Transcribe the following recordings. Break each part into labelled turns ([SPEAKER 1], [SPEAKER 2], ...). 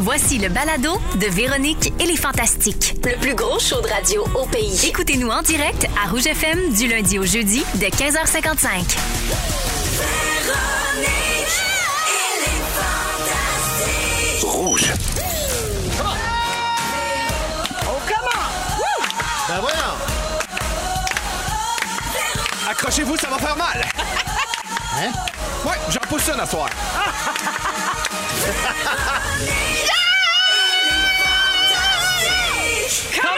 [SPEAKER 1] Voici le balado de Véronique et les Fantastiques.
[SPEAKER 2] Le plus gros show de radio au pays.
[SPEAKER 1] Écoutez-nous en direct à Rouge FM du lundi au jeudi de 15h55.
[SPEAKER 3] Rouge.
[SPEAKER 4] Ah
[SPEAKER 5] Ben voyons!
[SPEAKER 4] hein. Accrochez-vous, ça va faire mal.
[SPEAKER 5] Hein?
[SPEAKER 4] Ouais, j'en pousse un à soir.
[SPEAKER 6] Comment?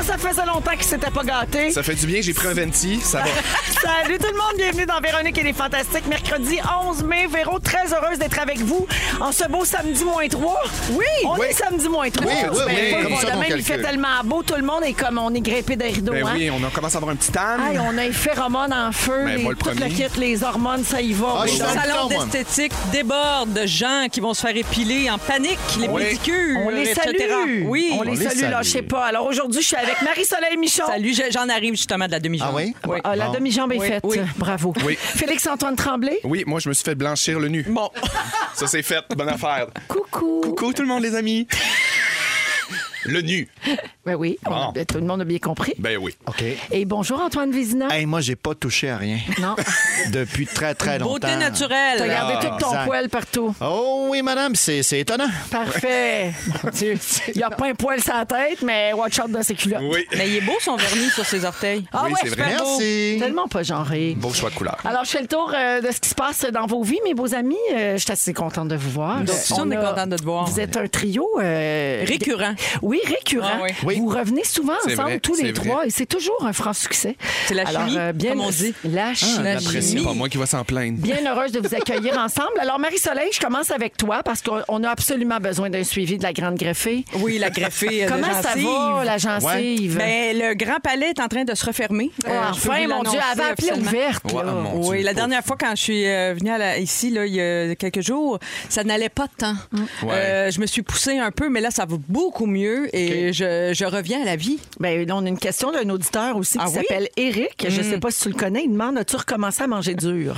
[SPEAKER 6] Ah, Ça faisait longtemps qu'il s'était pas gâté.
[SPEAKER 4] Ça fait du bien, j'ai pris un venti, ça va.
[SPEAKER 6] Salut tout le monde, bienvenue dans Véronique et les Fantastiques. Mercredi 11 mai, Véro, très heureuse d'être avec vous en ce beau samedi moins 3. Oui! On
[SPEAKER 4] Oui.
[SPEAKER 6] est samedi moins 3.
[SPEAKER 5] Oui, oui, oui,
[SPEAKER 6] Ben,
[SPEAKER 5] comme ça qu'on
[SPEAKER 6] demain, il fait
[SPEAKER 5] calcule.
[SPEAKER 6] tellement beau, tout le monde est comme on est grippé des rideaux.
[SPEAKER 4] Ben
[SPEAKER 6] hein?
[SPEAKER 4] oui, on a- commence à avoir un petit
[SPEAKER 6] Aïe,
[SPEAKER 4] tan.
[SPEAKER 6] on a les phéromones en feu,
[SPEAKER 4] Ben,
[SPEAKER 6] les,
[SPEAKER 4] moi, le
[SPEAKER 6] tout le
[SPEAKER 4] premier.
[SPEAKER 6] kit, les hormones, ça y va.
[SPEAKER 5] Ah,
[SPEAKER 6] Oui,
[SPEAKER 5] je suis
[SPEAKER 6] donc,
[SPEAKER 5] dans le
[SPEAKER 7] salon
[SPEAKER 5] temps, moi.
[SPEAKER 7] d'esthétique déborde de gens qui vont se faire épiler en panique, les
[SPEAKER 4] Oui.
[SPEAKER 7] pédicures,
[SPEAKER 6] on les
[SPEAKER 7] etc.
[SPEAKER 6] salue.
[SPEAKER 7] Oui.
[SPEAKER 6] On, les
[SPEAKER 5] les
[SPEAKER 6] salue,
[SPEAKER 5] salue.
[SPEAKER 6] lâchez pas. Alors aujourd'hui, je suis avec Marie-Soleil Michon.
[SPEAKER 7] Salut, je- j'en arrive justement de la demi-journée.
[SPEAKER 5] Ah oui?
[SPEAKER 6] Ah, la
[SPEAKER 5] Bon.
[SPEAKER 6] demi-jambe est
[SPEAKER 7] Oui,
[SPEAKER 6] faite.
[SPEAKER 7] oui.
[SPEAKER 6] Bravo.
[SPEAKER 4] Oui.
[SPEAKER 6] Félix-Antoine Tremblay.
[SPEAKER 4] Oui, moi, je me suis fait blanchir le nu.
[SPEAKER 7] Bon,
[SPEAKER 4] Ça, c'est fait. Bonne affaire.
[SPEAKER 6] Coucou.
[SPEAKER 4] Coucou, tout le monde, les amis. Le nu.
[SPEAKER 6] Ben oui, on a-
[SPEAKER 4] Bon.
[SPEAKER 6] tout le monde a bien compris.
[SPEAKER 4] Ben oui.
[SPEAKER 5] OK.
[SPEAKER 6] Et bonjour Antoine Vézina.
[SPEAKER 5] Hey, moi, j'ai pas touché à rien
[SPEAKER 6] Non,
[SPEAKER 5] depuis très, très longtemps.
[SPEAKER 7] beauté
[SPEAKER 4] Ah,
[SPEAKER 6] t'as
[SPEAKER 7] naturelle.
[SPEAKER 6] gardé tout ton
[SPEAKER 5] exact.
[SPEAKER 6] poil partout.
[SPEAKER 5] Oh oui, madame, c'est c'est étonnant.
[SPEAKER 6] Parfait. Mon Dieu. Il n'y a pas un poil sur la tête, mais watch out dans ses culottes.
[SPEAKER 4] Oui.
[SPEAKER 7] Mais il est beau son vernis sur ses orteils.
[SPEAKER 6] Ah
[SPEAKER 4] Oui,
[SPEAKER 6] ouais,
[SPEAKER 4] c'est
[SPEAKER 6] super
[SPEAKER 4] vrai.
[SPEAKER 6] beau.
[SPEAKER 5] Merci.
[SPEAKER 6] Tellement pas genré.
[SPEAKER 4] Beau choix de couleur.
[SPEAKER 6] Alors, je fais le tour euh, de ce qui se passe dans vos vies, mes beaux amis. Euh, je suis assez contente de vous voir.
[SPEAKER 7] Nous aussi, on est contents de te voir.
[SPEAKER 6] Vous êtes un trio. euh,
[SPEAKER 7] Récurrent.
[SPEAKER 6] Oui, récurrent.
[SPEAKER 7] Ah oui.
[SPEAKER 5] Oui.
[SPEAKER 6] Vous revenez souvent
[SPEAKER 4] C'est
[SPEAKER 6] ensemble,
[SPEAKER 4] vrai,
[SPEAKER 6] tous les
[SPEAKER 4] c'est vrai.
[SPEAKER 6] trois, et c'est toujours un franc succès.
[SPEAKER 7] C'est la
[SPEAKER 6] Alors,
[SPEAKER 7] chimie,
[SPEAKER 6] euh, bien
[SPEAKER 7] comme on dit. Ah,
[SPEAKER 6] La chimie.
[SPEAKER 7] la
[SPEAKER 4] Après, c'est
[SPEAKER 7] Jimmy.
[SPEAKER 4] pas moi qui va s'en plaindre.
[SPEAKER 6] Bien heureuse de vous accueillir ensemble. Alors, Marie-Soleil, je commence avec toi parce qu'on on a absolument besoin d'un suivi de la grande greffée.
[SPEAKER 7] Oui, la greffée. euh, de
[SPEAKER 6] Comment ça
[SPEAKER 7] gencive.
[SPEAKER 6] va, la gencive?
[SPEAKER 7] Ben, le Grand Palais est en train de se refermer.
[SPEAKER 6] Oh,
[SPEAKER 7] Euh, je
[SPEAKER 6] enfin,
[SPEAKER 7] peux vous
[SPEAKER 6] mon Dieu,
[SPEAKER 7] l'annoncer
[SPEAKER 6] elle avait appelé
[SPEAKER 7] officiellement.
[SPEAKER 6] ouverte.
[SPEAKER 4] Ouais,
[SPEAKER 6] là.
[SPEAKER 4] mon Dieu.
[SPEAKER 7] Oui, la
[SPEAKER 4] pauvre.
[SPEAKER 7] dernière fois quand je suis euh, venue à la- ici, là, il y a quelques jours, ça n'allait pas tant.
[SPEAKER 6] Mm.
[SPEAKER 7] Euh, je me suis poussée un peu, mais là, ça va beaucoup mieux et je, je reviens à la vie.
[SPEAKER 6] Ben, là, on a une question d'un auditeur aussi
[SPEAKER 7] Ah
[SPEAKER 6] qui
[SPEAKER 7] oui?
[SPEAKER 6] s'appelle Eric. Je ne sais pas si tu le connais. Il demande As-tu recommencé à manger dur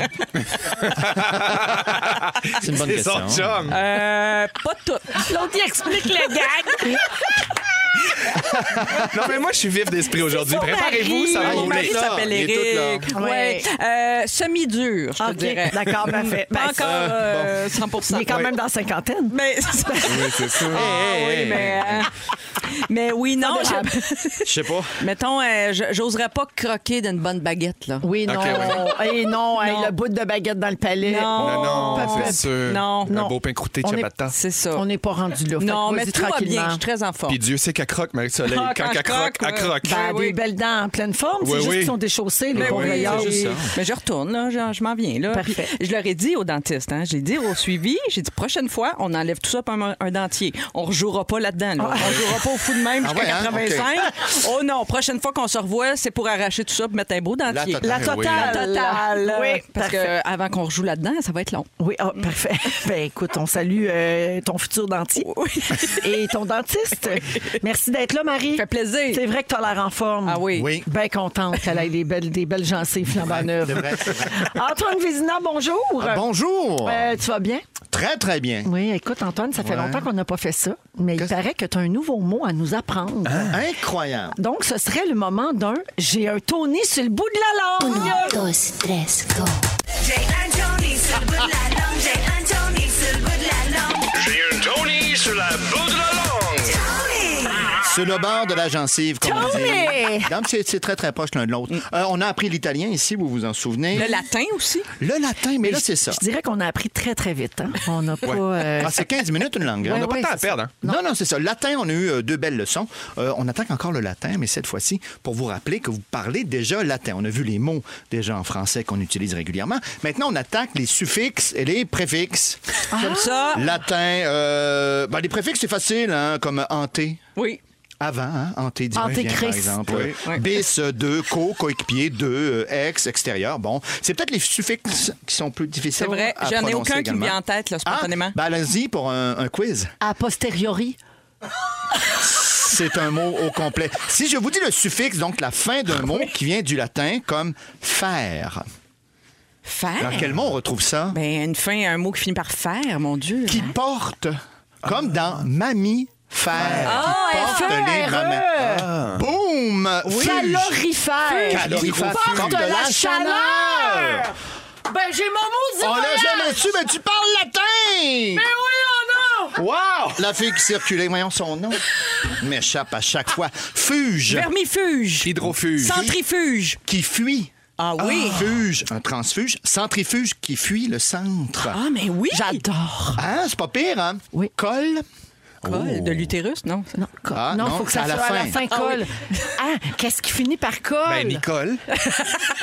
[SPEAKER 5] C'est une bonne
[SPEAKER 4] C'est
[SPEAKER 5] question.
[SPEAKER 4] son chum.
[SPEAKER 7] Euh, pas tout.
[SPEAKER 6] L'autre, il explique le gag.
[SPEAKER 4] Non, mais moi, je suis vif d'esprit aujourd'hui.
[SPEAKER 7] Son
[SPEAKER 4] Préparez-vous,
[SPEAKER 6] Ah,
[SPEAKER 7] mari,
[SPEAKER 4] ça va
[SPEAKER 7] Mon mari
[SPEAKER 4] rouler.
[SPEAKER 7] s'appelle
[SPEAKER 4] Il est tout là.
[SPEAKER 7] Eric.
[SPEAKER 6] Ouais.
[SPEAKER 7] Ouais. Euh, Semi-dur, je te
[SPEAKER 6] OK,
[SPEAKER 7] dirais.
[SPEAKER 6] d'accord, parfait.
[SPEAKER 7] Pas
[SPEAKER 6] Ben,
[SPEAKER 7] encore euh, 100
[SPEAKER 6] Il est quand même dans la cinquantaine.
[SPEAKER 7] Mais,
[SPEAKER 4] Oui, c'est ça. Eh,
[SPEAKER 7] Ah oui, mais, euh, mais oui, non,
[SPEAKER 6] dérable.
[SPEAKER 7] je-
[SPEAKER 5] Je sais pas.
[SPEAKER 7] mettons, euh, je- j'oserais pas croquer d'une bonne baguette. là.
[SPEAKER 6] Oui,
[SPEAKER 4] Ok,
[SPEAKER 6] non.
[SPEAKER 4] ouais.
[SPEAKER 6] Et non, hey,
[SPEAKER 7] Non.
[SPEAKER 6] le bout de baguette dans le palais.
[SPEAKER 7] Non.
[SPEAKER 4] Non, non,
[SPEAKER 6] Parfait.
[SPEAKER 4] c'est sûr.
[SPEAKER 7] Non.
[SPEAKER 4] Un
[SPEAKER 6] Non.
[SPEAKER 4] beau pain croûté de
[SPEAKER 6] On est-
[SPEAKER 4] ciabatta.
[SPEAKER 7] C'est ça.
[SPEAKER 6] On n'est pas rendu là. Fait que
[SPEAKER 7] Non,
[SPEAKER 6] vas-y
[SPEAKER 7] mais tout va bien, je suis très en forme.
[SPEAKER 4] Puis Dieu sait qu'elle croque, Marie-Soleil.
[SPEAKER 7] Ah,
[SPEAKER 4] Quand
[SPEAKER 7] quand
[SPEAKER 4] qu'elle
[SPEAKER 7] je
[SPEAKER 4] croque,
[SPEAKER 7] croque,
[SPEAKER 4] elle
[SPEAKER 7] ouais.
[SPEAKER 4] croque.
[SPEAKER 6] Ben,
[SPEAKER 7] oui. Ben
[SPEAKER 6] Des belles dents en pleine forme.
[SPEAKER 4] Oui,
[SPEAKER 6] c'est juste
[SPEAKER 4] oui.
[SPEAKER 6] qu'ils sont déchaussés, les
[SPEAKER 4] Oui,
[SPEAKER 6] pauvres
[SPEAKER 4] oui, c'est
[SPEAKER 6] vieillards.
[SPEAKER 4] juste ça.
[SPEAKER 7] Mais je retourne, là, je, je m'en viens. Là.
[SPEAKER 6] Parfait.
[SPEAKER 7] Puis, Je leur ai dit au dentiste, hein, j'ai dit au suivi, j'ai dit prochaine fois, on enlève tout ça par un, un dentier. On ne rejouera pas là-dedans. là. On ne jouera pas au fou de même
[SPEAKER 5] Ah
[SPEAKER 7] jusqu'à
[SPEAKER 5] ouais, hein?
[SPEAKER 7] 85. Oh non, prochaine fois qu'on se revoit, c'est pour arracher tout ça et mettre un beau dentier.
[SPEAKER 5] totale.
[SPEAKER 6] La
[SPEAKER 4] Ben
[SPEAKER 6] totale.
[SPEAKER 4] oui.
[SPEAKER 7] La totale.
[SPEAKER 6] Oui,
[SPEAKER 7] Parce
[SPEAKER 6] parfait.
[SPEAKER 7] que avant qu'on rejoue là-dedans, ça va être long.
[SPEAKER 6] Oui, ah, parfait. Ben écoute, on salue euh, ton futur dentier et ton dentiste. Merci d'être là, Marie.
[SPEAKER 7] Ça fait plaisir.
[SPEAKER 6] C'est vrai que t'as l'air en forme.
[SPEAKER 7] Ah oui.
[SPEAKER 5] Oui.
[SPEAKER 6] Bien contente qu'elle ait des belles, des belles gencives flambant neuves.
[SPEAKER 5] C'est vrai, c'est vrai. Ah,
[SPEAKER 6] Antoine Vézina, bonjour.
[SPEAKER 5] Bonjour.
[SPEAKER 6] Euh, tu vas bien?
[SPEAKER 5] Très, très bien.
[SPEAKER 6] Oui, écoute, Antoine, ça fait
[SPEAKER 5] Ouais.
[SPEAKER 6] longtemps qu'on n'a pas fait ça, mais il
[SPEAKER 5] Qu'est-ce- Ah.
[SPEAKER 6] paraît que tu as un nouveau mot à nous apprendre.
[SPEAKER 5] Incroyable.
[SPEAKER 6] Donc, ce serait le moment d'un j'ai un Tony sur le bout de la langue.
[SPEAKER 8] J'ai un Tony sur le bout de la langue. J'ai un Tony sur le bout de la langue.
[SPEAKER 3] J'ai un Tony sur la bout de la langue.
[SPEAKER 8] Tony!
[SPEAKER 5] Sur le bord de la gencive, comme on
[SPEAKER 6] Tony!
[SPEAKER 5] dit. Donc, c'est c'est très, très proche l'un de l'autre. Euh, on a appris l'italien ici, vous vous en souvenez.
[SPEAKER 7] Le latin aussi.
[SPEAKER 5] Le latin, mais là, c'est ça.
[SPEAKER 6] Je dirais qu'on a appris très, très vite. hein. On n'a pas. euh,
[SPEAKER 5] Ah, c'est 15 minutes une langue. hein?
[SPEAKER 6] Ouais,
[SPEAKER 5] On a
[SPEAKER 4] Pas
[SPEAKER 6] ouais,
[SPEAKER 4] de temps à
[SPEAKER 6] c'est ça.
[SPEAKER 4] perdre, hein?
[SPEAKER 5] Non, non, c'est ça. Latin, on a eu euh, deux belles leçons. Euh, on attaque encore le latin, mais cette fois-ci, pour vous rappeler que vous parlez déjà latin. On a vu les mots déjà en français qu'on utilise régulièrement. Maintenant, on attaque les suffixes et les préfixes.
[SPEAKER 7] Comme ça.
[SPEAKER 5] Latin, euh, ben, les préfixes, c'est facile, hein, comme hanté.
[SPEAKER 7] Oui.
[SPEAKER 5] Avant, hein, hanté, divin,
[SPEAKER 6] Hanté
[SPEAKER 5] vient, par
[SPEAKER 6] Christ.
[SPEAKER 5] exemple.
[SPEAKER 4] Oui.
[SPEAKER 5] Euh, Bis, euh, deux, co, coéquipier, deux, euh, ex, extérieur. Bon, c'est peut-être les suffixes qui sont plus difficiles
[SPEAKER 7] C'est vrai.
[SPEAKER 5] à
[SPEAKER 7] J'en ai
[SPEAKER 5] prononcer
[SPEAKER 7] aucun qui me
[SPEAKER 5] également.
[SPEAKER 7] vient en tête, là, spontanément.
[SPEAKER 5] Ah, ben, allons-y pour un- un quiz.
[SPEAKER 6] A posteriori.
[SPEAKER 5] C'est un mot au complet. Si je vous dis le suffixe, donc la fin d'un
[SPEAKER 9] Ah
[SPEAKER 5] mot qui vient du latin, comme faire.
[SPEAKER 7] Faire.
[SPEAKER 5] Dans quel mot on retrouve ça?
[SPEAKER 9] hein?
[SPEAKER 7] Ben, une fin, un mot qui finit par faire, mon Dieu.
[SPEAKER 5] Qui porte Comme dans Mamie Faire.
[SPEAKER 9] Ah,
[SPEAKER 5] qui porte les mamans. Boum! Fuge.
[SPEAKER 9] Calorifère.
[SPEAKER 5] Calorifère.
[SPEAKER 9] Porte
[SPEAKER 5] Comme
[SPEAKER 9] la,
[SPEAKER 5] de
[SPEAKER 9] chaleur.
[SPEAKER 5] la chaleur. Oh,
[SPEAKER 9] Ben, j'ai mon mot
[SPEAKER 5] On l'a jamais su, mais tu parles latin!
[SPEAKER 9] Mais oui, oh on a!
[SPEAKER 5] Wow! La fille qui circulait, voyons son nom, m'échappe à chaque fois. Fuge,
[SPEAKER 7] Vermifuge.
[SPEAKER 4] Hydrofuge.
[SPEAKER 7] Centrifuge.
[SPEAKER 5] qui fuit.
[SPEAKER 7] Ah oui.
[SPEAKER 5] Fuge, un transfuge. Centrifuge qui fuit le centre.
[SPEAKER 7] Ah, mais oui.
[SPEAKER 9] J'adore.
[SPEAKER 5] Hein, c'est pas pire, hein?
[SPEAKER 9] Oui.
[SPEAKER 5] Colle.
[SPEAKER 7] Col De l'utérus, non?
[SPEAKER 9] Non, col.
[SPEAKER 5] Ah,
[SPEAKER 9] non,
[SPEAKER 5] non,
[SPEAKER 9] faut que
[SPEAKER 5] c'est
[SPEAKER 9] ça
[SPEAKER 5] à
[SPEAKER 9] soit
[SPEAKER 5] la
[SPEAKER 9] à la fin
[SPEAKER 5] fin.
[SPEAKER 9] colle. Ah, qu'est-ce qui finit par colle?
[SPEAKER 4] Ben, Nicole.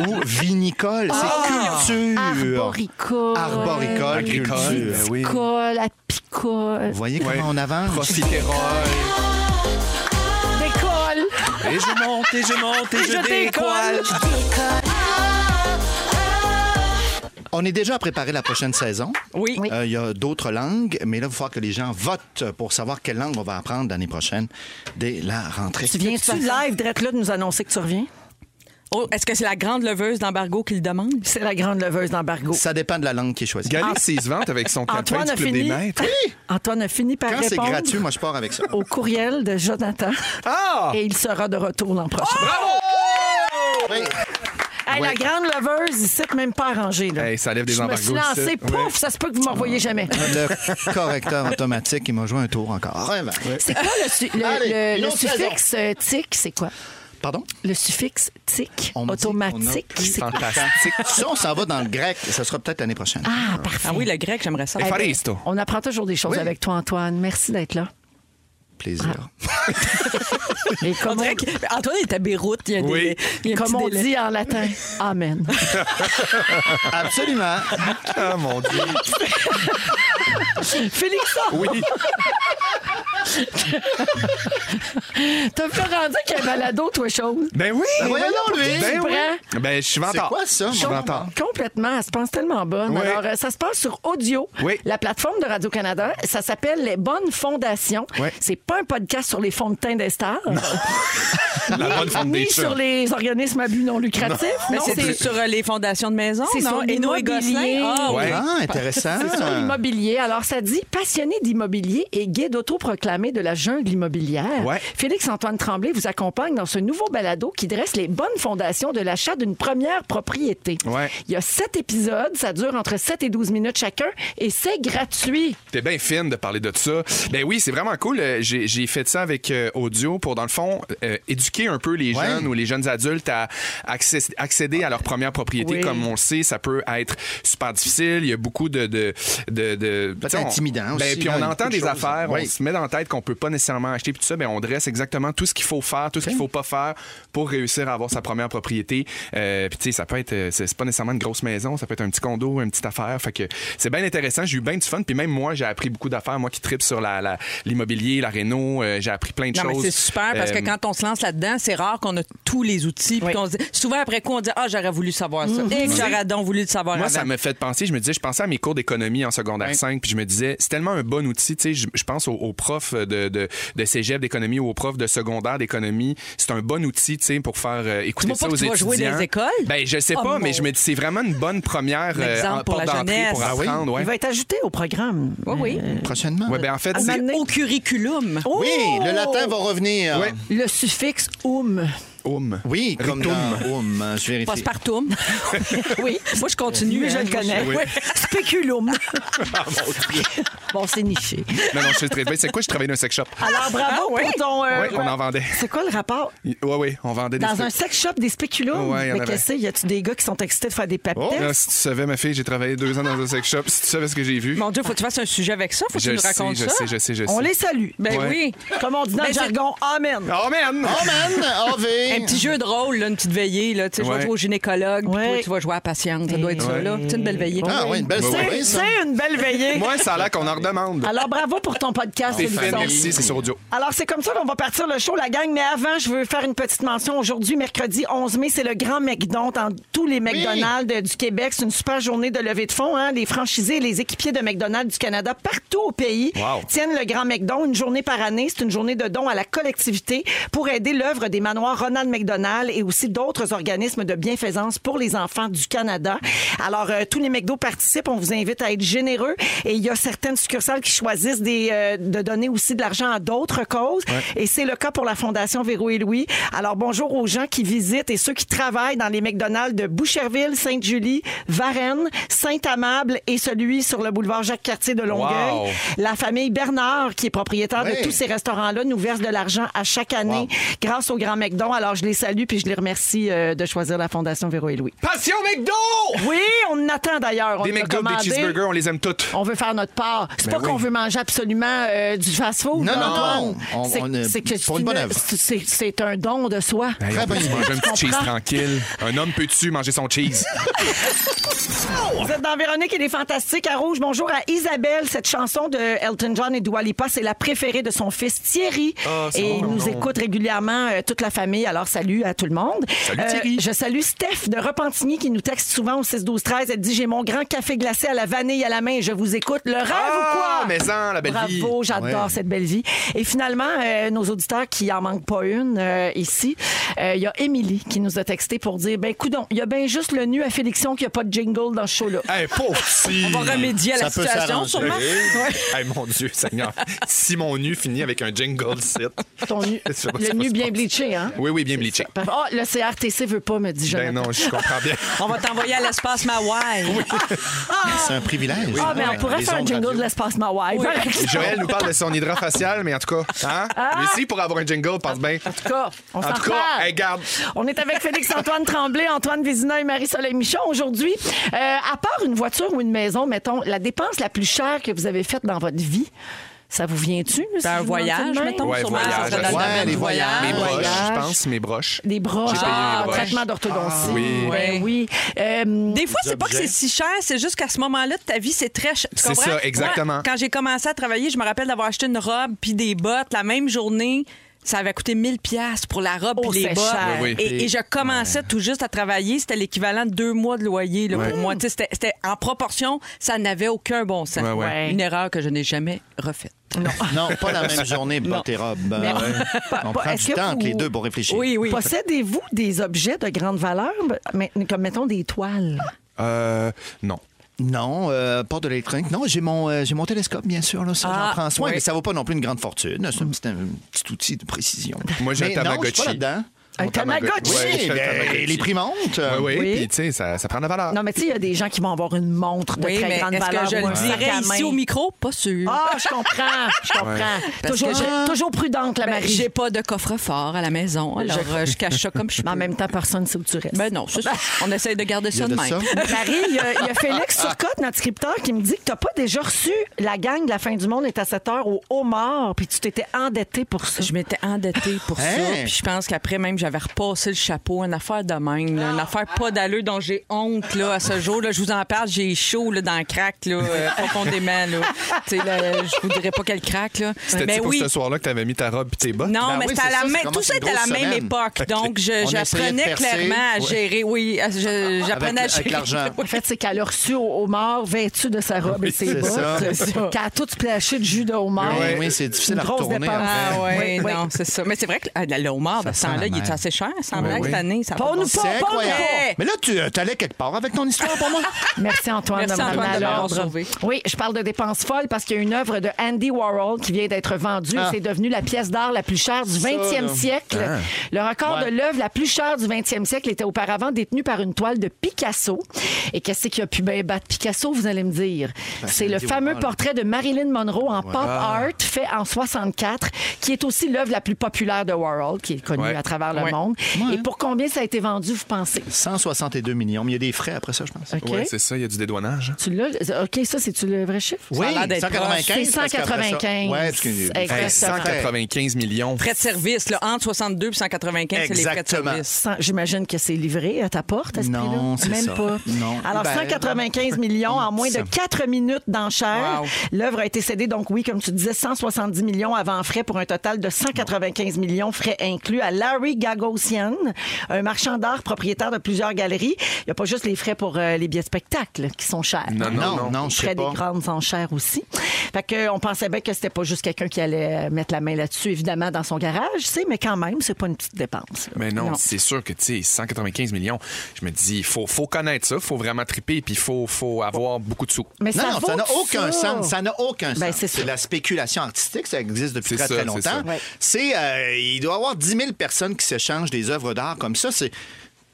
[SPEAKER 5] ou vinicole.
[SPEAKER 9] Ah.
[SPEAKER 5] C'est culture.
[SPEAKER 9] Arboricole.
[SPEAKER 5] Arboricole,
[SPEAKER 4] Agricole,
[SPEAKER 5] culture.
[SPEAKER 4] euh, oui.
[SPEAKER 9] Viticole, apicole.
[SPEAKER 5] Vous voyez comment on avance?
[SPEAKER 4] Profiterole.
[SPEAKER 9] Décolle.
[SPEAKER 6] Ah,
[SPEAKER 4] Et je monte, et je monte, et je décolle.
[SPEAKER 5] On est déjà à préparer la prochaine saison.
[SPEAKER 7] Oui.
[SPEAKER 9] Oui.
[SPEAKER 5] Euh, Il y a d'autres langues, mais là, il va falloir que les gens votent pour savoir quelle langue on va apprendre l'année prochaine dès la rentrée.
[SPEAKER 9] Tu viens de
[SPEAKER 6] Tu live, drette là, de nous annoncer que tu reviens?
[SPEAKER 7] Oh, Est-ce que c'est la grande leveuse d'embargo qui le demande?
[SPEAKER 6] C'est la grande leveuse d'embargo.
[SPEAKER 5] Ça dépend de la langue qui est choisie.
[SPEAKER 4] Galix, s'il se vante avec son calepin
[SPEAKER 6] Antoine
[SPEAKER 4] du
[SPEAKER 6] a
[SPEAKER 4] Club des
[SPEAKER 6] fini.
[SPEAKER 4] Maîtres.
[SPEAKER 6] Antoine a fini par
[SPEAKER 5] Quand c'est
[SPEAKER 6] répondre
[SPEAKER 5] gratuit, moi, je pars avec ça.
[SPEAKER 6] au courriel de Jonathan
[SPEAKER 4] Ah!
[SPEAKER 6] et il sera de retour l'an prochain.
[SPEAKER 5] Oui.
[SPEAKER 6] Hey, La
[SPEAKER 5] Ah! Ouais.
[SPEAKER 6] grande leveuse, ici, même pas arrangée. Là.
[SPEAKER 4] Hey, ça lève des
[SPEAKER 6] Je me suis
[SPEAKER 4] embargos,
[SPEAKER 6] lancée,
[SPEAKER 4] ici.
[SPEAKER 6] pouf,
[SPEAKER 4] Ouais.
[SPEAKER 6] ça se peut que vous ne m'envoyez jamais.
[SPEAKER 5] Le correcteur automatique, il m'a joué un tour encore. Ouais, ben, ouais.
[SPEAKER 9] C'est quoi le, su- le-
[SPEAKER 5] Allez,
[SPEAKER 9] le-
[SPEAKER 5] une
[SPEAKER 9] le
[SPEAKER 5] autre
[SPEAKER 9] suffixe euh, tic? C'est quoi?
[SPEAKER 5] Pardon?
[SPEAKER 9] Le suffixe tic
[SPEAKER 5] On me dit qu'on a
[SPEAKER 9] automatique?
[SPEAKER 5] pris
[SPEAKER 9] C'est quoi?
[SPEAKER 4] Fantastique.
[SPEAKER 5] Ça, on s'en va dans le grec. Ça sera peut-être l'année prochaine.
[SPEAKER 9] Ah, parfait.
[SPEAKER 7] Ah oui, le grec, j'aimerais ça.
[SPEAKER 9] Eh ben,
[SPEAKER 4] Faristo.
[SPEAKER 9] on apprend toujours des choses
[SPEAKER 5] Oui.
[SPEAKER 9] avec toi, Antoine. Merci d'être là.
[SPEAKER 5] Plaisir.
[SPEAKER 9] Et
[SPEAKER 7] On
[SPEAKER 9] comme,
[SPEAKER 7] dirait
[SPEAKER 9] on,
[SPEAKER 7] que- Antoine est à Beyrouth. Il y a des,
[SPEAKER 4] Oui.
[SPEAKER 7] il y a un
[SPEAKER 9] comme
[SPEAKER 7] petit
[SPEAKER 9] on
[SPEAKER 7] délai.
[SPEAKER 9] dit en latin, Amen.
[SPEAKER 5] Absolument.
[SPEAKER 4] Ah, mon Dieu.
[SPEAKER 9] Félix,
[SPEAKER 4] Oui.
[SPEAKER 9] t'as fait rendu qu'il y a un balado, toi, chose.
[SPEAKER 4] Ben oui.
[SPEAKER 5] Ben voyons donc, lui.
[SPEAKER 9] Tu
[SPEAKER 4] Ben oui. Ben, je suis en
[SPEAKER 5] C'est
[SPEAKER 4] retard.
[SPEAKER 5] quoi, ça,
[SPEAKER 4] Je suis
[SPEAKER 5] mon
[SPEAKER 4] en retard.
[SPEAKER 9] Complètement, elle se pense tellement bonne.
[SPEAKER 4] Oui.
[SPEAKER 9] Alors, euh, ça se passe sur Audio,
[SPEAKER 4] Oui.
[SPEAKER 9] la plateforme de Radio-Canada. Ça s'appelle Les Bonnes Fondations.
[SPEAKER 4] Oui.
[SPEAKER 9] C'est pas un podcast sur les fonds de teint des stars.
[SPEAKER 4] La bonne femme
[SPEAKER 9] ni
[SPEAKER 4] des
[SPEAKER 9] sur
[SPEAKER 4] chats.
[SPEAKER 9] les organismes à but non lucratif.
[SPEAKER 7] Mais
[SPEAKER 9] Non,
[SPEAKER 7] c'est plus sur euh, les fondations de maisons,
[SPEAKER 9] C'est sur
[SPEAKER 7] non? Eno et
[SPEAKER 9] l'immobilier.
[SPEAKER 7] Gosselin. Ah, oui.
[SPEAKER 4] Ouais.
[SPEAKER 5] Ah, intéressant.
[SPEAKER 9] C'est sur l'immobilier. Alors, ça dit passionné d'immobilier et guide autoproclamé de la jungle immobilière.
[SPEAKER 4] Ouais.
[SPEAKER 9] Félix-Antoine Tremblay vous accompagne dans ce nouveau balado qui dresse les bonnes fondations de l'achat d'une première propriété.
[SPEAKER 4] Ouais.
[SPEAKER 9] Il y a sept épisodes. Ça dure entre 7 et 12 minutes chacun et c'est gratuit.
[SPEAKER 4] T'es bien fine de parler de ça. Ben oui, c'est vraiment cool. Euh, J'ai j'ai fait ça avec euh, Audio pour, dans le fond, euh, éduquer un peu les
[SPEAKER 5] Ouais.
[SPEAKER 4] jeunes ou les jeunes adultes à accé- accéder à leur première propriété.
[SPEAKER 9] Oui.
[SPEAKER 4] Comme on le sait, ça peut être super difficile. Il y a beaucoup de... de, de, de-
[SPEAKER 5] Peut-être
[SPEAKER 4] tu sais, on-
[SPEAKER 5] intimidant
[SPEAKER 4] Ben,
[SPEAKER 5] aussi,
[SPEAKER 4] Puis
[SPEAKER 5] là,
[SPEAKER 4] on
[SPEAKER 5] il y a
[SPEAKER 4] entend
[SPEAKER 5] beaucoup de
[SPEAKER 4] des
[SPEAKER 5] choses.
[SPEAKER 4] affaires, on
[SPEAKER 5] Oui.
[SPEAKER 4] se met dans la tête qu'on peut pas nécessairement acheter. Puis tout ça, ben, on dresse exactement tout ce qu'il faut faire, tout ce qu'il faut pas faire pour réussir à avoir sa première propriété. Euh, puis tu sais, ça peut être... euh, C'est c'est pas nécessairement une grosse maison, ça peut être un petit condo, une petite affaire. Fait que c'est bien intéressant. J'ai eu bien du fun. Puis même moi, j'ai appris beaucoup d'affaires. Moi qui tripe sur la- la- l'immobilier, la, réno, euh, j'ai appris plein de
[SPEAKER 7] Non, mais
[SPEAKER 4] choses.
[SPEAKER 7] c'est super parce que
[SPEAKER 4] Euh,
[SPEAKER 7] quand on se lance là-dedans, c'est rare qu'on a tous les outils. puis
[SPEAKER 9] Oui. Mm-hmm.
[SPEAKER 7] qu'on se dit- souvent, après quoi, on dit Ah, j'aurais voulu savoir ça. Et que j'aurais donc voulu le savoir
[SPEAKER 4] Moi,
[SPEAKER 7] avant.
[SPEAKER 4] ça me fait penser, je me disais, je pensais à mes cours d'économie en secondaire 5, puis je me disais, c'est tellement un bon outil, tu sais, je, je pense aux, aux profs de, de, de cégep d'économie ou aux profs de secondaire d'économie, c'est un bon outil, tu sais, pour faire euh, écouter
[SPEAKER 7] vois pas
[SPEAKER 4] ça
[SPEAKER 7] que
[SPEAKER 4] aux
[SPEAKER 7] tu vas
[SPEAKER 4] étudiants.
[SPEAKER 7] jouer dans les écoles?
[SPEAKER 4] Ben, je sais
[SPEAKER 7] Oh,
[SPEAKER 4] pas,
[SPEAKER 7] mon-
[SPEAKER 4] mais je me dis, c'est vraiment une bonne première euh,
[SPEAKER 7] Un exemple pour
[SPEAKER 4] porte
[SPEAKER 7] la
[SPEAKER 4] d'entrée pour
[SPEAKER 7] jeunesse. Ah
[SPEAKER 4] apprendre, ouais.
[SPEAKER 6] Il va être ajouté au programme. Euh,
[SPEAKER 7] Oui, oui.
[SPEAKER 5] Prochainement.
[SPEAKER 4] Ouais, ben en fait, c'est...
[SPEAKER 7] Au curriculum.
[SPEAKER 9] Oh.
[SPEAKER 5] Oui, le
[SPEAKER 6] Oh!
[SPEAKER 5] latin va revenir.
[SPEAKER 4] Ouais.
[SPEAKER 9] Le suffixe oum.
[SPEAKER 4] Oum.
[SPEAKER 5] Oui, comme dans Oum, je vérifie.
[SPEAKER 7] Passepartout. oui. Moi, je continue.
[SPEAKER 6] Lui, je
[SPEAKER 7] hein.
[SPEAKER 6] le connais.
[SPEAKER 4] Oui.
[SPEAKER 6] Spéculum.
[SPEAKER 9] Bon, c'est niché.
[SPEAKER 4] Non, non, je fais le travail. C'est quoi, je travaillais dans un sex shop?
[SPEAKER 6] Alors, bravo
[SPEAKER 7] Ah, ouais.
[SPEAKER 6] pour ton... euh,
[SPEAKER 4] Ouais, on en vendait.
[SPEAKER 6] C'est quoi le rapport?
[SPEAKER 4] Oui, oui, on vendait des
[SPEAKER 6] Dans un
[SPEAKER 4] trucs.
[SPEAKER 6] sex shop, des spéculums?
[SPEAKER 4] Ouais, il y en avait.
[SPEAKER 6] Mais
[SPEAKER 4] Oh,
[SPEAKER 6] qu'est-ce que c'est? Y a-tu des gars qui sont excités de faire des papettes?
[SPEAKER 4] Là, Ah, si tu savais, ma fille, j'ai travaillé deux ans dans un sex shop. Si tu savais ce que j'ai vu.
[SPEAKER 7] Mon Dieu, faut que tu fasses un sujet avec ça. Faut que
[SPEAKER 4] je
[SPEAKER 7] tu nous
[SPEAKER 4] sais,
[SPEAKER 7] racontes
[SPEAKER 4] je
[SPEAKER 7] ça.
[SPEAKER 4] sais, je sais, je sais.
[SPEAKER 6] on les salue.
[SPEAKER 7] Ben oui.
[SPEAKER 6] Comme on dit dans
[SPEAKER 7] Mais
[SPEAKER 6] le
[SPEAKER 7] c'est-
[SPEAKER 6] jargon, amen.
[SPEAKER 4] Oh, man!
[SPEAKER 5] Amen,
[SPEAKER 7] Un
[SPEAKER 5] Ave.
[SPEAKER 7] petit jeu de rôle, là, une petite veillée. Là. Tu sais, Je
[SPEAKER 4] Ouais.
[SPEAKER 7] vais jouer au gynécologue, puis
[SPEAKER 6] Ouais.
[SPEAKER 7] toi, tu vas jouer à la patiente. Ça doit être ça. là. C'est une belle veillée.
[SPEAKER 5] Ah oui, une belle
[SPEAKER 6] C'est
[SPEAKER 5] surprise. ça.
[SPEAKER 6] c'est une belle veillée.
[SPEAKER 4] Moi, ça a l'air qu'on en redemande.
[SPEAKER 6] Alors, bravo pour ton podcast,
[SPEAKER 4] Ah, C'est
[SPEAKER 6] Félixon.
[SPEAKER 4] fait, merci, c'est sur audio.
[SPEAKER 6] Alors, c'est comme ça qu'on va partir le show, la gang. Mais avant, je veux faire une petite mention. Aujourd'hui, mercredi 11 mai, c'est le grand McDon dans tous les McDonald's du Québec. C'est une super journée de levée de fonds. Hein? Les franchisés et les équipiers de McDonald's du Canada partout au pays
[SPEAKER 4] Wow.
[SPEAKER 6] tiennent le grand McDon une journée par année. C'est une journée de don à la collectivité pour aider l'œuvre des manoirs Ronald McDonald et aussi d'autres organismes de bienfaisance pour les enfants du Canada. Alors, euh, tous les McDo participent. On vous invite à être généreux. Et il y a certaines succursales qui choisissent des, euh, de donner aussi de l'argent à d'autres causes. Et c'est le cas pour la Fondation Véro et Louis. Alors, bonjour aux gens qui visitent et ceux qui travaillent dans les McDonald's de Boucherville, Sainte-Julie, Varennes, Saint-Amable et celui sur le boulevard Jacques-Cartier de Longueuil.
[SPEAKER 4] Wow.
[SPEAKER 6] La famille Bernard, qui est propriétaire
[SPEAKER 5] Oui.
[SPEAKER 6] de tous ces restaurants-là, nous verse de l'argent à chaque année grâce au Grand McDon. Alors, je les salue puis je les remercie euh, de choisir la Fondation Véro et Louis.
[SPEAKER 4] Passion McDo!
[SPEAKER 6] Oui, on en attend d'ailleurs. On
[SPEAKER 4] Des
[SPEAKER 6] l'a
[SPEAKER 4] McDo, des
[SPEAKER 6] commandé.
[SPEAKER 4] cheeseburgers, on les aime toutes.
[SPEAKER 6] On veut faire notre part. C'est
[SPEAKER 4] Ben
[SPEAKER 6] pas
[SPEAKER 4] oui.
[SPEAKER 6] qu'on veut manger absolument euh, du fast-food.
[SPEAKER 5] Non, non,
[SPEAKER 6] Antoine.
[SPEAKER 5] non. On-
[SPEAKER 6] C'est-
[SPEAKER 5] on est
[SPEAKER 6] c'est que
[SPEAKER 5] pour
[SPEAKER 6] c'est
[SPEAKER 5] une bonne œuvre.
[SPEAKER 6] c'est- C'est c'est un don de soi.
[SPEAKER 4] Hey, on
[SPEAKER 5] bonne
[SPEAKER 4] peut se
[SPEAKER 5] idée.
[SPEAKER 4] manger un petit cheese
[SPEAKER 6] comprends.
[SPEAKER 4] tranquille. Un homme peut-tu manger son cheese?
[SPEAKER 6] Vous êtes dans Véronique et les Fantastiques à Rouge. Bonjour à Isabelle. Cette chanson de Elton John et Dua Lipa, c'est la préférée de son fils Thierry.
[SPEAKER 4] Ah, c'est
[SPEAKER 6] et
[SPEAKER 4] bon,
[SPEAKER 6] il nous
[SPEAKER 4] non.
[SPEAKER 6] écoute régulièrement euh, toute la famille. Alors, salut à tout le monde. Euh,
[SPEAKER 4] Salut, Thierry.
[SPEAKER 6] Je salue Steph de Repentigny qui nous texte souvent au 6-12-13. Elle dit « J'ai mon grand café glacé à la vanille à la main et je vous écoute. Le rêve ou quoi? »
[SPEAKER 4] Ah, mais en, la belle
[SPEAKER 6] Bravo,
[SPEAKER 4] vie.
[SPEAKER 6] j'adore
[SPEAKER 5] Ouais.
[SPEAKER 6] cette belle vie. Et finalement, euh, nos auditeurs qui en manquent pas une euh, ici, euh, il y a Émilie qui nous a texté pour dire ben coudon, il y a bien juste le nu à Félixion qu'il n'y a pas de jingle dans ce show-là.
[SPEAKER 4] Hey, pauvre petit.
[SPEAKER 7] On va remédier à la
[SPEAKER 5] Ça peut
[SPEAKER 7] situation,
[SPEAKER 5] s'arranger.
[SPEAKER 7] sûrement.
[SPEAKER 4] Hey, mon Dieu, Seigneur. si mon nu finit avec un jingle set.
[SPEAKER 6] Ton nu,
[SPEAKER 4] Je sais pas
[SPEAKER 6] le
[SPEAKER 4] si
[SPEAKER 6] nu
[SPEAKER 4] ça
[SPEAKER 6] bien
[SPEAKER 4] se passe.
[SPEAKER 6] bleaché, hein?
[SPEAKER 4] Oui, oui, bien bleaché.
[SPEAKER 6] Ah, le CRTC veut pas, me dit Jonathan.
[SPEAKER 4] Ben non, je comprends bien.
[SPEAKER 7] On va t'envoyer à l'espace Mawai.
[SPEAKER 5] C'est un privilège.
[SPEAKER 6] Ah, ben on
[SPEAKER 5] Ouais.
[SPEAKER 6] pourrait
[SPEAKER 5] Les
[SPEAKER 6] faire un
[SPEAKER 5] ondes
[SPEAKER 6] jingle
[SPEAKER 5] radio.
[SPEAKER 6] de l'espace Mawai.
[SPEAKER 7] Oui.
[SPEAKER 6] par exemple.
[SPEAKER 4] Joël nous parle de son hydrofacial, mais en tout cas, hein? Lui aussi, pour avoir un jingle, pense bien.
[SPEAKER 6] En tout cas, Ah! on s'en
[SPEAKER 4] En tout
[SPEAKER 6] reparle.
[SPEAKER 4] cas, hey, garde.
[SPEAKER 6] On est avec Félix-Antoine Tremblay, Antoine Vézina et Marie-Soleil Michon aujourd'hui. Euh, à part une voiture ou une maison, mettons, la dépense la plus chère que vous avez faite dans votre vie, ça vous vient-tu? là, si
[SPEAKER 7] Ben, un
[SPEAKER 6] je vous demande
[SPEAKER 7] voyage,
[SPEAKER 6] ça de même?
[SPEAKER 7] mettons,
[SPEAKER 4] Ouais,
[SPEAKER 7] sûrement.
[SPEAKER 4] voyage.
[SPEAKER 7] ça serait dans le
[SPEAKER 5] Ouais,
[SPEAKER 7] domaine
[SPEAKER 5] les
[SPEAKER 7] du voyage.
[SPEAKER 4] Mes
[SPEAKER 5] voyages.
[SPEAKER 4] broches,
[SPEAKER 6] voyage.
[SPEAKER 4] je pense, mes broches.
[SPEAKER 6] Des broches,
[SPEAKER 4] J'ai payé
[SPEAKER 6] ah,
[SPEAKER 4] mes broches.
[SPEAKER 6] traitement d'orthodontie.
[SPEAKER 7] ben, Ah, oui.
[SPEAKER 6] Ben oui. Euh,
[SPEAKER 7] Des fois, c'est pas que
[SPEAKER 5] objets.
[SPEAKER 7] c'est si cher, c'est juste qu'à ce moment-là de ta vie, c'est très cher. Tu
[SPEAKER 4] C'est
[SPEAKER 7] comprends?
[SPEAKER 4] ça, exactement.
[SPEAKER 7] Moi, quand j'ai commencé à travailler, je me rappelle d'avoir acheté une robe puis des bottes la même journée. Ça avait coûté 1000 pièces pour la robe
[SPEAKER 6] Oh,
[SPEAKER 7] puis les
[SPEAKER 6] c'est
[SPEAKER 7] bottes.
[SPEAKER 6] cher.
[SPEAKER 4] Oui, oui.
[SPEAKER 7] Et, et je commençais tout juste à travailler. C'était l'équivalent de deux mois de loyer là, pour moi. Tu sais, C'était c'était- en proportion, ça n'avait aucun bon sens.
[SPEAKER 4] Ouais, ouais.
[SPEAKER 6] Ouais.
[SPEAKER 7] Une erreur que je n'ai jamais refaite.
[SPEAKER 5] Non, pas la même journée, bottes et robes. Ben,
[SPEAKER 6] Mais-
[SPEAKER 5] ouais.
[SPEAKER 6] Pas-
[SPEAKER 5] On
[SPEAKER 6] pas-
[SPEAKER 5] prend
[SPEAKER 6] est-ce
[SPEAKER 5] du
[SPEAKER 6] que
[SPEAKER 5] temps entre
[SPEAKER 6] vous-
[SPEAKER 5] les deux pour réfléchir.
[SPEAKER 7] Oui, oui.
[SPEAKER 6] Possédez-vous des objets de grande valeur, mais- comme mettons des toiles?
[SPEAKER 4] Euh, non.
[SPEAKER 5] Non, euh, pas de l'électronique. Non, j'ai mon, euh, j'ai mon télescope, bien sûr. Là, ça,
[SPEAKER 7] Ah,
[SPEAKER 5] j'en prends soin,
[SPEAKER 7] ouais.
[SPEAKER 5] mais ça vaut pas non plus une grande fortune. C'est un petit, un petit outil de précision.
[SPEAKER 4] Moi, j'ai
[SPEAKER 5] Mais
[SPEAKER 4] un
[SPEAKER 5] Non, je suis pas
[SPEAKER 4] Tamagotchi.
[SPEAKER 5] là-dedans.
[SPEAKER 6] Un
[SPEAKER 4] Mon Tamagotchi.
[SPEAKER 6] Tamagotchi?
[SPEAKER 4] Ouais, j'ai un
[SPEAKER 5] Ben,
[SPEAKER 4] Tamagotchi.
[SPEAKER 5] les prix montent.
[SPEAKER 4] Oui, oui.
[SPEAKER 6] Oui.
[SPEAKER 4] Puis, tu sais, ça, ça prend de la valeur.
[SPEAKER 6] Non, mais tu sais, il y a des gens qui vont avoir une montre de
[SPEAKER 7] Oui,
[SPEAKER 6] très
[SPEAKER 7] mais
[SPEAKER 6] grande
[SPEAKER 7] est-ce
[SPEAKER 6] valeur.
[SPEAKER 7] que je
[SPEAKER 6] ou
[SPEAKER 7] le
[SPEAKER 6] un sac
[SPEAKER 7] dirais
[SPEAKER 6] à main.
[SPEAKER 7] ici au micro? Pas sûr.
[SPEAKER 6] Ah, je comprends, je comprends.
[SPEAKER 7] Parce
[SPEAKER 6] Toujours,
[SPEAKER 7] que je-
[SPEAKER 6] toujours prudente, la
[SPEAKER 7] Ben,
[SPEAKER 6] Marie.
[SPEAKER 7] j'ai pas de coffre-fort à la maison, alors
[SPEAKER 6] Je-
[SPEAKER 7] euh, je cache ça comme je peux.
[SPEAKER 6] Mais en même temps, personne ne sait où tu restes.
[SPEAKER 7] Ben non, c'est ça. On essaye de garder
[SPEAKER 5] Il y
[SPEAKER 7] ça
[SPEAKER 5] a
[SPEAKER 7] de
[SPEAKER 5] de
[SPEAKER 7] même.
[SPEAKER 5] ça.
[SPEAKER 6] Marie, il y, a- il y a Félix Turcotte, notre scripteur, qui me dit que t'as pas déjà reçu la gang de la fin du monde est à 7 heures au homard, puis tu t'étais endetté pour ça.
[SPEAKER 7] Je m'étais endettée pour ça.
[SPEAKER 5] Hein?
[SPEAKER 7] Puis je pense qu'après, même, j'avais repassé le chapeau. Une affaire de même. là. Une affaire pas d'allure dont j'ai honte là, à ce jour. Là, je vous en parle, j'ai chaud là, dans le crack, là, euh, profondément. Là. Tu sais, là, je vous dirais pas quel crack. Là.
[SPEAKER 4] C'était-tu
[SPEAKER 7] Mais
[SPEAKER 4] pour
[SPEAKER 7] oui.
[SPEAKER 4] ce soir-là que t'avais mis ta robe et tes bottes?
[SPEAKER 7] Non,
[SPEAKER 5] Ben
[SPEAKER 7] mais
[SPEAKER 5] oui,
[SPEAKER 7] c'était à
[SPEAKER 5] c'est
[SPEAKER 7] la
[SPEAKER 5] ça,
[SPEAKER 7] même.
[SPEAKER 5] ça
[SPEAKER 7] Tout ça
[SPEAKER 5] commence une
[SPEAKER 7] était à la
[SPEAKER 5] grosse
[SPEAKER 7] même
[SPEAKER 5] semaine.
[SPEAKER 7] époque. Donc, je-
[SPEAKER 5] On essayait
[SPEAKER 7] j'apprenais
[SPEAKER 5] de percer.
[SPEAKER 7] clairement à
[SPEAKER 5] Ouais.
[SPEAKER 7] gérer. Oui, à- je-
[SPEAKER 5] Avec,
[SPEAKER 7] j'apprenais à
[SPEAKER 5] avec
[SPEAKER 7] gérer.
[SPEAKER 5] l'argent.
[SPEAKER 6] En fait, c'est qu'elle a reçu au homard vêtu de sa robe et ses
[SPEAKER 5] c'est ça.
[SPEAKER 6] bottes. Qu'elle a tout splashé de jus de homard.
[SPEAKER 5] Oui, oui, c'est difficile
[SPEAKER 6] Une
[SPEAKER 5] à
[SPEAKER 6] grosse
[SPEAKER 5] retourner
[SPEAKER 6] dépense.
[SPEAKER 5] après.
[SPEAKER 7] Ah ouais,
[SPEAKER 6] Oui, oui.
[SPEAKER 7] non, c'est ça. Mais c'est vrai que euh, le homard, de ce
[SPEAKER 5] sent la
[SPEAKER 7] temps-là, il est
[SPEAKER 5] mer.
[SPEAKER 7] assez cher, sans
[SPEAKER 4] Oui,
[SPEAKER 7] blague,
[SPEAKER 4] oui.
[SPEAKER 7] cette année. Ça a pas
[SPEAKER 6] Pas
[SPEAKER 7] de bon
[SPEAKER 6] nous
[SPEAKER 7] sens.
[SPEAKER 5] C'est
[SPEAKER 6] pas, pas,
[SPEAKER 5] incroyable.
[SPEAKER 7] mais-
[SPEAKER 5] Mais là, tu allais quelque part avec ton histoire pour moi.
[SPEAKER 6] Merci Antoine
[SPEAKER 7] Merci,
[SPEAKER 6] de me
[SPEAKER 7] Antoine,
[SPEAKER 6] ramener
[SPEAKER 7] de
[SPEAKER 6] à
[SPEAKER 7] m'avoir
[SPEAKER 6] l'ordre.
[SPEAKER 7] sauvé.
[SPEAKER 6] Oui, je parle de dépenses folles parce qu'il y a une œuvre de Andy Warhol qui vient d'être vendue.
[SPEAKER 5] Ah.
[SPEAKER 6] C'est devenu la pièce d'art la plus chère du 20e siècle. Le record
[SPEAKER 5] Ouais.
[SPEAKER 6] de l'œuvre la plus chère du 20e siècle était auparavant détenue par une toile de Picasso. Et qu'est-ce qui a pu bien battre Picasso, vous allez me dire? C'est le
[SPEAKER 5] Andy
[SPEAKER 6] fameux
[SPEAKER 5] Warhol.
[SPEAKER 6] portrait de Marilyn Monroe en pop art fait en 64, qui est aussi l'œuvre la plus populaire de Warhol, qui est connue
[SPEAKER 4] Ouais.
[SPEAKER 6] à travers le
[SPEAKER 7] Ouais.
[SPEAKER 6] monde. Et pour combien ça a été vendu, vous pensez?
[SPEAKER 5] 162 millions, mais il y a des frais après ça, je pense.
[SPEAKER 6] OK.
[SPEAKER 4] Ouais, c'est ça, il y a du dédouanage. hein.
[SPEAKER 6] Tu l'as? OK, ça, c'est-tu le vrai chiffre?
[SPEAKER 7] a l'air d'être
[SPEAKER 5] C'est
[SPEAKER 6] proche. C'est 195.
[SPEAKER 5] Ouais, parce que-
[SPEAKER 6] Exactement.
[SPEAKER 4] Hey,
[SPEAKER 6] Ouais, c'est vrai.
[SPEAKER 4] 195 millions.
[SPEAKER 7] Frais de service, là, entre 62 et 195, c'est les frais de
[SPEAKER 5] Exactement.
[SPEAKER 7] service.
[SPEAKER 6] Cent- J'imagine que c'est livré à ta porte à ce prix-là.
[SPEAKER 5] Non, c'est
[SPEAKER 6] Même
[SPEAKER 5] ça.
[SPEAKER 6] pas.
[SPEAKER 5] Non.
[SPEAKER 6] Alors,
[SPEAKER 5] Ben,
[SPEAKER 6] 195 millions en moins de
[SPEAKER 5] ça.
[SPEAKER 6] 4 minutes d'enchères.
[SPEAKER 7] Wow.
[SPEAKER 6] L'œuvre a été cédée, donc oui, comme tu disais, 170 millions avant frais pour un total de 195 millions frais inclus à Larry Ga- Lagosian, un marchand d'art propriétaire de plusieurs galeries. Il n'y a pas juste les frais pour euh, les billets de spectacle qui sont chers.
[SPEAKER 4] Non, non, non.
[SPEAKER 5] non,
[SPEAKER 6] Les
[SPEAKER 5] je
[SPEAKER 6] frais
[SPEAKER 5] sais pas.
[SPEAKER 6] des grandes enchères aussi. Fait que, euh, on pensait bien que c'était pas juste quelqu'un qui allait euh, mettre la main là-dessus, évidemment, dans son garage, tu sais, mais quand même, c'est pas une petite dépense. là.
[SPEAKER 4] Mais non, c'est sûr que, tu sais, 195 millions, je me dis, il faut, faut connaître ça, faut vraiment triper, puis il faut, faut avoir beaucoup de sous.
[SPEAKER 6] Mais
[SPEAKER 5] Non, non, ça
[SPEAKER 6] vaut
[SPEAKER 5] n'a
[SPEAKER 6] tout
[SPEAKER 5] aucun
[SPEAKER 6] ça.
[SPEAKER 5] sens. Ça n'a aucun
[SPEAKER 6] Ben,
[SPEAKER 5] sens.
[SPEAKER 6] c'est
[SPEAKER 5] C'est
[SPEAKER 6] ça.
[SPEAKER 5] la spéculation artistique, ça existe depuis
[SPEAKER 4] C'est
[SPEAKER 5] très,
[SPEAKER 4] ça,
[SPEAKER 5] très
[SPEAKER 4] c'est
[SPEAKER 5] longtemps.
[SPEAKER 4] ça. Ouais.
[SPEAKER 5] C'est, euh, il doit y avoir 10 000 personnes qui s'échangent des œuvres d'art comme ça. C'est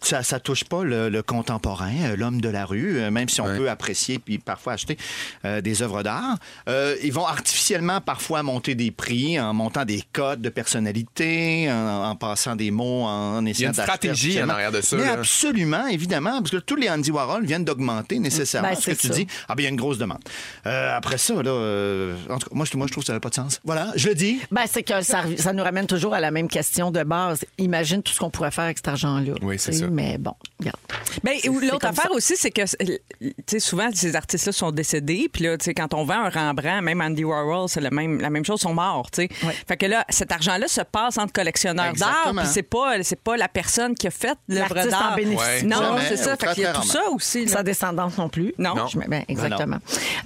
[SPEAKER 5] ça, ça touche pas le, le contemporain, euh, l'homme de la rue, euh, même si on peut apprécier puis parfois acheter euh, des œuvres d'art. Euh, ils vont artificiellement parfois monter des prix en montant des codes de personnalité, en, en passant des mots, en, en essayant
[SPEAKER 4] une
[SPEAKER 5] d'acheter
[SPEAKER 4] stratégie en
[SPEAKER 5] artificiellement.
[SPEAKER 4] arrière de ça,
[SPEAKER 5] Mais
[SPEAKER 4] là.
[SPEAKER 5] absolument, évidemment, parce que tous les Andy Warhol viennent d'augmenter nécessairement.
[SPEAKER 6] Ben,
[SPEAKER 5] ce
[SPEAKER 6] c'est
[SPEAKER 5] que tu
[SPEAKER 6] ça.
[SPEAKER 5] dis, ah ben il y a une grosse demande. Euh, après ça, là, euh, en tout cas, moi je, moi, je trouve que ça n'a pas de sens. Voilà, je le dis.
[SPEAKER 6] Ben, c'est que ça, rev- ça nous ramène toujours à la même question de base. Imagine tout ce qu'on pourrait faire avec cet argent-là.
[SPEAKER 4] Oui, c'est
[SPEAKER 6] Tu sais,
[SPEAKER 4] ça.
[SPEAKER 6] Mais bon, regarde.
[SPEAKER 7] Ben,
[SPEAKER 6] C'est- c'est
[SPEAKER 7] l'autre
[SPEAKER 6] comme
[SPEAKER 7] affaire
[SPEAKER 6] ça.
[SPEAKER 7] aussi, c'est que euh, tu sais, souvent, ces artistes-là sont décédés. Puis là, tu sais, quand on vend un Rembrandt, même Andy Warhol, c'est le même, la même chose, sont morts. tu sais. Fait que là, cet argent-là se passe entre collectionneurs d'art.
[SPEAKER 5] Exactement.
[SPEAKER 7] Puis c'est pas, c'est pas la personne qui a fait l'œuvre
[SPEAKER 6] L'artiste en
[SPEAKER 7] d'art.
[SPEAKER 6] bénéficie.
[SPEAKER 7] Non,
[SPEAKER 5] Jamais.
[SPEAKER 7] c'est
[SPEAKER 5] Au
[SPEAKER 7] ça. Fait qu'il y a
[SPEAKER 5] contraire,
[SPEAKER 7] tout ça aussi. là.
[SPEAKER 6] Sans descendance non plus.
[SPEAKER 7] Non. Non.
[SPEAKER 6] Je me- ben, exactement.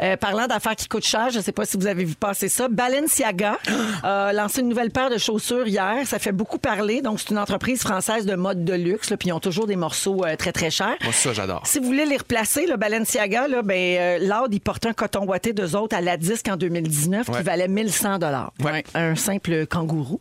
[SPEAKER 6] Euh, parlant d'affaires qui coûtent cher, je ne sais pas si vous avez vu passer ça. Balenciaga euh, a lancé une nouvelle paire de chaussures hier. Ça fait beaucoup parler. Donc, c'est une entreprise française de mode de luxe. là, Puis, ils ont toujours des morceaux euh, très, très chers.
[SPEAKER 4] Moi, ça, j'adore.
[SPEAKER 6] Si vous voulez les replacer, le Balenciaga, là, ben, euh, Lord, il portait un coton ouaté d'eux autres à la disque en 2019 qui
[SPEAKER 4] Ouais.
[SPEAKER 6] valait 1100
[SPEAKER 4] Ouais.
[SPEAKER 6] Un simple kangourou.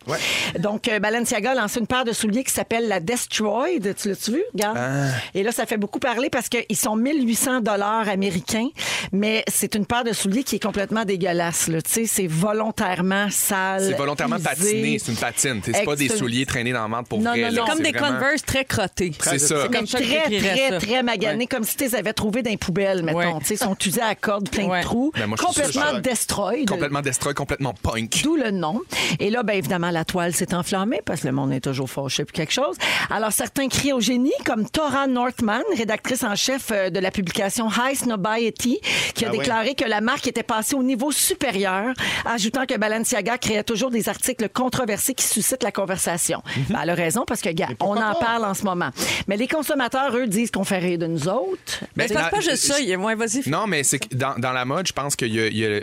[SPEAKER 6] Donc, euh, Balenciaga a lancé une paire de souliers qui s'appelle la Destroyed. Tu l'as-tu vu? Regarde.
[SPEAKER 4] Ah.
[SPEAKER 6] Et là, ça fait beaucoup parler parce qu'ils sont 1800 américains, mais c'est une paire de souliers qui est complètement dégueulasse. là. Tu sais, c'est volontairement sale.
[SPEAKER 4] C'est volontairement
[SPEAKER 6] usé.
[SPEAKER 4] patiné, c'est une patine. tu sais, C'est pas des
[SPEAKER 6] Ex-
[SPEAKER 4] souliers traînés dans la menthe pour
[SPEAKER 6] Non,
[SPEAKER 4] vrai.
[SPEAKER 6] non,
[SPEAKER 4] là,
[SPEAKER 6] non.
[SPEAKER 4] c'est
[SPEAKER 7] Comme des
[SPEAKER 4] vraiment-
[SPEAKER 7] Converse très crottés.
[SPEAKER 4] C'est ça.
[SPEAKER 7] comme ça que
[SPEAKER 6] très,
[SPEAKER 7] j'écrirais
[SPEAKER 6] très,
[SPEAKER 7] ça.
[SPEAKER 6] très magané, comme si tu les avais trouvés dans les poubelles, mettons.
[SPEAKER 7] Ouais.
[SPEAKER 6] Tu sais, Ils sont usés à cordes, plein
[SPEAKER 7] Ouais.
[SPEAKER 6] de trous,
[SPEAKER 4] Ben, moi, je trouve ça
[SPEAKER 6] complètement
[SPEAKER 4] super.
[SPEAKER 6] destroyed.
[SPEAKER 4] Complètement destroy, complètement punk.
[SPEAKER 6] D'où le nom. Et là, ben évidemment, la toile s'est enflammée parce que le monde est toujours fâché pour quelque chose. Alors, certains crient au génie, comme Tora Northman, rédactrice en chef euh, de la publication High Snobiety, qui a
[SPEAKER 5] Ah ouais.
[SPEAKER 6] déclaré que la marque était passée au niveau supérieur, ajoutant que Balenciaga créait toujours des articles controversés qui suscitent la conversation. Ben, elle a raison parce que, gars, on en
[SPEAKER 5] Mhm. pas?
[SPEAKER 6] parle en ce moment. Mais les consommateurs, eux, disent qu'on fait rire de nous autres.
[SPEAKER 5] Ben,
[SPEAKER 7] Mais c'est
[SPEAKER 4] la-
[SPEAKER 7] pas juste ça. Il y a- ouais, vas-y.
[SPEAKER 4] Non, mais c'est que dans, dans la mode, je pense que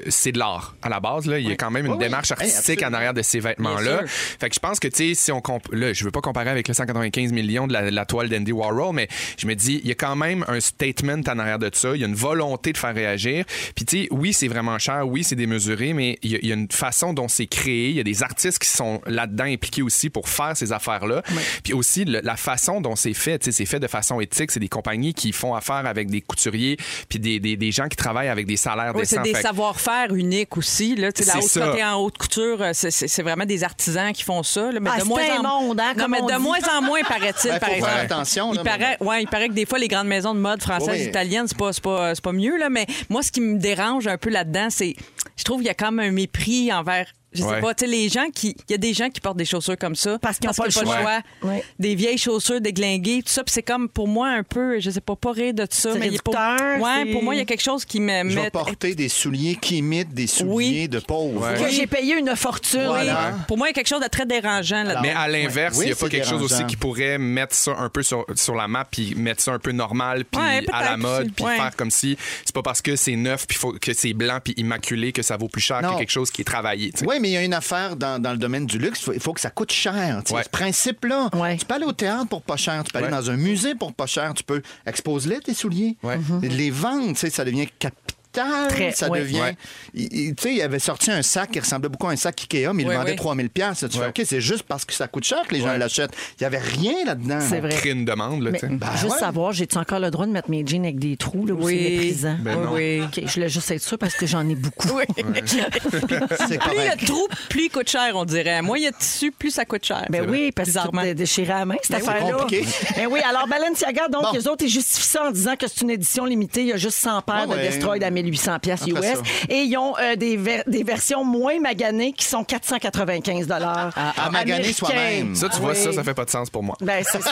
[SPEAKER 4] c'est de l'art à la base. Là. Il y a quand même une
[SPEAKER 5] Oui, oui.
[SPEAKER 4] démarche
[SPEAKER 5] Hey,
[SPEAKER 4] artistique en
[SPEAKER 5] absolument.
[SPEAKER 4] arrière de ces vêtements-là.
[SPEAKER 7] Bien sûr.
[SPEAKER 4] Fait que je pense que, tu sais, si on comp- là, je veux pas comparer avec le 195 millions de la, la toile d'Andy Warhol, mais je me dis, il y a quand même un statement en arrière de ça. Il y a une volonté de faire réagir. Puis, tu sais, oui, c'est vraiment cher, oui, c'est démesuré, mais il y, a- il y a une façon dont c'est créé. Il y a des artistes qui sont là-dedans impliqués aussi pour faire ces affaires-là. Puis aussi, le- la façon dont c'est fait, tu sais, c'est fait de façon éthique. C'est des compagnies qui font affaire avec des couturiers, puis des, des- des gens qui travaillent avec des salaires
[SPEAKER 7] Oui, c'est
[SPEAKER 4] décents.
[SPEAKER 7] des
[SPEAKER 4] Fait que-
[SPEAKER 7] savoir-faire uniques aussi. Là, Tu sais, la
[SPEAKER 4] C'est
[SPEAKER 7] haute
[SPEAKER 4] ça.
[SPEAKER 7] côté en haute couture, euh, c'est- c'est c'est vraiment des artisans qui font ça. là, mais
[SPEAKER 6] Ah,
[SPEAKER 7] de
[SPEAKER 6] c'est
[SPEAKER 7] moins
[SPEAKER 6] un
[SPEAKER 7] en
[SPEAKER 6] monde, hein,
[SPEAKER 7] Non,
[SPEAKER 6] comme
[SPEAKER 7] mais
[SPEAKER 6] on
[SPEAKER 7] de
[SPEAKER 6] dit.
[SPEAKER 7] moins en moins, paraît-il,
[SPEAKER 5] Ben, faut
[SPEAKER 7] par
[SPEAKER 5] faire
[SPEAKER 7] exemple.
[SPEAKER 5] attention,
[SPEAKER 7] Il,
[SPEAKER 5] là,
[SPEAKER 7] paraît, ouais, il paraît que des fois, les grandes maisons de mode françaises,
[SPEAKER 5] Oui, oui.
[SPEAKER 7] italiennes, c'est pas, c'est pas, c'est pas mieux. Là, mais moi, ce qui me dérange un peu là-dedans, c'est je trouve qu'il y a quand même un mépris envers. Je sais
[SPEAKER 4] Ouais.
[SPEAKER 7] pas, tu sais, les gens qui. Il y a des gens qui portent des chaussures comme ça.
[SPEAKER 6] Parce qu'ils ont pas
[SPEAKER 7] qu'il
[SPEAKER 6] le
[SPEAKER 7] y a
[SPEAKER 6] choix. Ouais.
[SPEAKER 7] Des vieilles chaussures déglinguées, tout ça. Puis c'est comme, pour moi, un peu, je sais pas, pas rire de tout ça.
[SPEAKER 6] C'est
[SPEAKER 7] mais il y a pour-
[SPEAKER 6] réducteur,
[SPEAKER 7] ouais,
[SPEAKER 6] c'est-
[SPEAKER 7] pour moi, il y a quelque chose qui me
[SPEAKER 5] Je
[SPEAKER 7] met
[SPEAKER 5] vais porter des souliers qui imitent des souliers
[SPEAKER 7] Oui.
[SPEAKER 5] de pauvres.
[SPEAKER 4] Ouais.
[SPEAKER 6] Que j'ai payé une fortune.
[SPEAKER 5] Voilà.
[SPEAKER 7] Pour moi, il y a quelque chose de très dérangeant là-dedans.
[SPEAKER 4] Mais à l'inverse,
[SPEAKER 5] Oui,
[SPEAKER 4] il y a pas
[SPEAKER 5] c'est
[SPEAKER 4] quelque chose aussi
[SPEAKER 5] dérangeant.
[SPEAKER 4] qui pourrait mettre ça un peu sur, sur la map, puis mettre ça un peu normal, puis
[SPEAKER 7] Ouais,
[SPEAKER 4] à
[SPEAKER 7] peut-être
[SPEAKER 4] la mode,
[SPEAKER 7] aussi.
[SPEAKER 4] puis
[SPEAKER 7] Ouais.
[SPEAKER 4] faire comme si c'est pas parce que c'est neuf, puis faut- que c'est blanc, puis immaculé, que ça vaut plus cher
[SPEAKER 5] Non.
[SPEAKER 4] que quelque chose qui est travaillé. tu sais.
[SPEAKER 5] Oui, mais il y a une affaire dans, dans le domaine du luxe. faut- Il faut, que ça coûte cher. tu sais.
[SPEAKER 4] Ouais.
[SPEAKER 5] Ce principe-là,
[SPEAKER 6] Ouais.
[SPEAKER 5] tu peux aller au théâtre pour pas cher, tu peux aller
[SPEAKER 4] Ouais.
[SPEAKER 5] dans un musée pour pas cher, tu peux exposer-les tes souliers. Mhm.
[SPEAKER 4] Ouais.
[SPEAKER 5] Les vendre, tu sais, ça devient capital.
[SPEAKER 6] Très,
[SPEAKER 5] ça
[SPEAKER 6] ouais.
[SPEAKER 5] devient.
[SPEAKER 4] Ouais.
[SPEAKER 5] il- il- Tu sais, il avait sorti un sac qui ressemblait beaucoup à un sac Ikea, mais il
[SPEAKER 7] Ouais,
[SPEAKER 5] le vendait
[SPEAKER 7] ouais.
[SPEAKER 5] 3000 pièces. Tu fais,
[SPEAKER 4] Ouais.
[SPEAKER 5] OK, c'est juste parce que ça coûte cher que les gens l'achètent. Il y avait rien là-dedans.
[SPEAKER 6] C'est vrai.
[SPEAKER 4] Créer une demande, là,
[SPEAKER 6] Mais
[SPEAKER 4] tu sais.
[SPEAKER 5] Ben
[SPEAKER 6] juste
[SPEAKER 5] ouais.
[SPEAKER 6] savoir, j'ai-tu encore le droit de mettre mes jeans avec des trous, là, ou
[SPEAKER 7] Oui.
[SPEAKER 6] c'est méprisant?
[SPEAKER 7] Ben Oui, non. oui.
[SPEAKER 6] OK, je voulais juste être sûre parce que j'en ai beaucoup.
[SPEAKER 5] C'est
[SPEAKER 7] Plus
[SPEAKER 5] correct.
[SPEAKER 7] le trou, plus il coûte cher, on dirait. Moins il y a de tissu, plus ça coûte cher.
[SPEAKER 6] Ben oui, parce que
[SPEAKER 7] Bizarrement.
[SPEAKER 6] tu déchiré à la main, cette
[SPEAKER 5] Ben oui,
[SPEAKER 6] affaire-là.
[SPEAKER 5] compliqué.
[SPEAKER 6] Ben oui, alors Balenciaga, donc,
[SPEAKER 5] Bon.
[SPEAKER 6] les autres, ils justifient ça en disant que c'est une édition limitée, il y a juste 100 paires
[SPEAKER 5] Ouais,
[SPEAKER 6] de
[SPEAKER 5] ouais.
[SPEAKER 6] Destroy 1800 pièces
[SPEAKER 5] ben, Après
[SPEAKER 6] US. Et ils ont euh, des, ver- des versions moins maganées qui sont 495 dollars.
[SPEAKER 5] à maganer soi-même.
[SPEAKER 4] Ça, tu vois,
[SPEAKER 6] Oui.
[SPEAKER 4] ça, ça fait pas de sens pour moi.
[SPEAKER 6] Ben, c'est ça.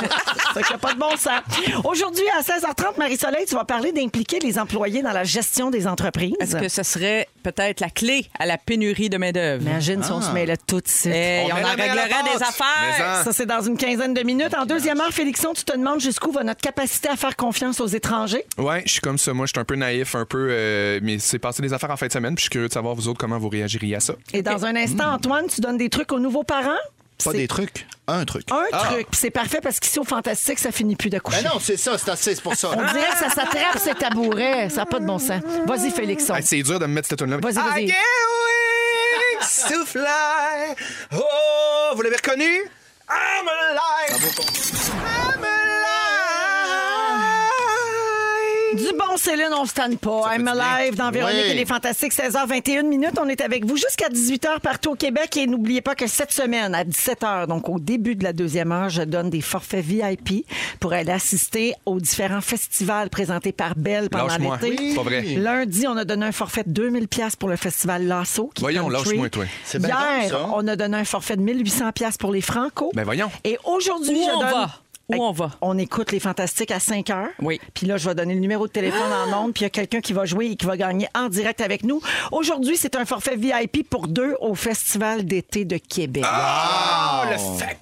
[SPEAKER 6] Ça fait pas de bon sens. Aujourd'hui, à 16h30, Marie-Soleil, tu vas parler d'impliquer les employés dans la gestion des entreprises.
[SPEAKER 7] Est-ce que ce serait peut-être la clé à la pénurie de main-d'œuvre?
[SPEAKER 6] Ben, Imagine
[SPEAKER 5] Ah.
[SPEAKER 6] si on se mêlait tout de suite.
[SPEAKER 5] Eh.
[SPEAKER 7] Hey,
[SPEAKER 4] On
[SPEAKER 7] on,
[SPEAKER 4] met la
[SPEAKER 7] en
[SPEAKER 4] main à la
[SPEAKER 7] réglerait
[SPEAKER 4] pâte.
[SPEAKER 7] des affaires.
[SPEAKER 4] Mais en-
[SPEAKER 6] Ça, c'est dans une quinzaine de minutes. En deuxième heure, Félixon, tu te demandes jusqu'où va notre capacité à faire confiance aux étrangers.
[SPEAKER 4] Ouais, je suis comme ça. Moi, je suis un peu naïf, un peu. euh, mais c'est passé des affaires en fin de semaine. Puis je suis curieux de savoir, vous autres, comment vous réagiriez à ça.
[SPEAKER 6] Et dans un instant, Antoine, tu donnes des trucs aux nouveaux parents.
[SPEAKER 5] Hmm. Pas
[SPEAKER 6] C'est
[SPEAKER 5] des trucs, un truc.
[SPEAKER 6] Un truc. Puis c'est parfait parce qu'ici, au Fantastique, ça finit plus d'accoucher.
[SPEAKER 5] Ben Ah. non, c'est ça, c'est assez, c'est pour ça.
[SPEAKER 9] On dirait que ça s'attrape, ce tabouret. Ça n'a pas de bon sens. Vas-y, Félixon.
[SPEAKER 5] Ah,
[SPEAKER 4] Hey, c'est dur de me mettre cette tune-là.
[SPEAKER 9] Vas-y, vas-y.
[SPEAKER 4] I get wings to fly. Eh Oh, vous l'avez reconnu? I'm alive. I'm alive.
[SPEAKER 6] Du bon, Céline, on se tanne pas. I'm alive dans Véronique
[SPEAKER 5] Oui.
[SPEAKER 6] et les Fantastiques, 16h21 minutes. On est avec vous jusqu'à 18h partout au Québec. Et n'oubliez pas que cette semaine, à 17h, donc au début de la deuxième heure, je donne des forfaits VIP pour aller assister aux différents festivals présentés par Belle pendant
[SPEAKER 4] Lâche-moi.
[SPEAKER 6] l'été.
[SPEAKER 4] Oui. Pas vrai.
[SPEAKER 6] Lundi, on a donné un forfait de 2000 pièces pour le festival Lasso. qui est
[SPEAKER 4] Voyons,
[SPEAKER 6] country.
[SPEAKER 4] lâche-moi, toi.
[SPEAKER 5] C'est bien
[SPEAKER 6] Hier,
[SPEAKER 5] bon, ça.
[SPEAKER 6] on a donné un forfait de 1800 pièces pour les Franco.
[SPEAKER 4] Ben voyons.
[SPEAKER 6] Et aujourd'hui,
[SPEAKER 7] Où
[SPEAKER 6] je
[SPEAKER 7] on
[SPEAKER 6] donne-
[SPEAKER 7] va? Où on va?
[SPEAKER 6] on écoute les Fantastiques à 5 heures.
[SPEAKER 7] Oui. Ah!
[SPEAKER 6] Puis là, je vais donner le numéro de téléphone en ondes, puis il y a quelqu'un qui va jouer et qui va gagner en direct avec nous. Aujourd'hui, c'est un forfait VIP pour deux au Festival d'été de Québec.
[SPEAKER 5] Ah!
[SPEAKER 4] Oh, le fait.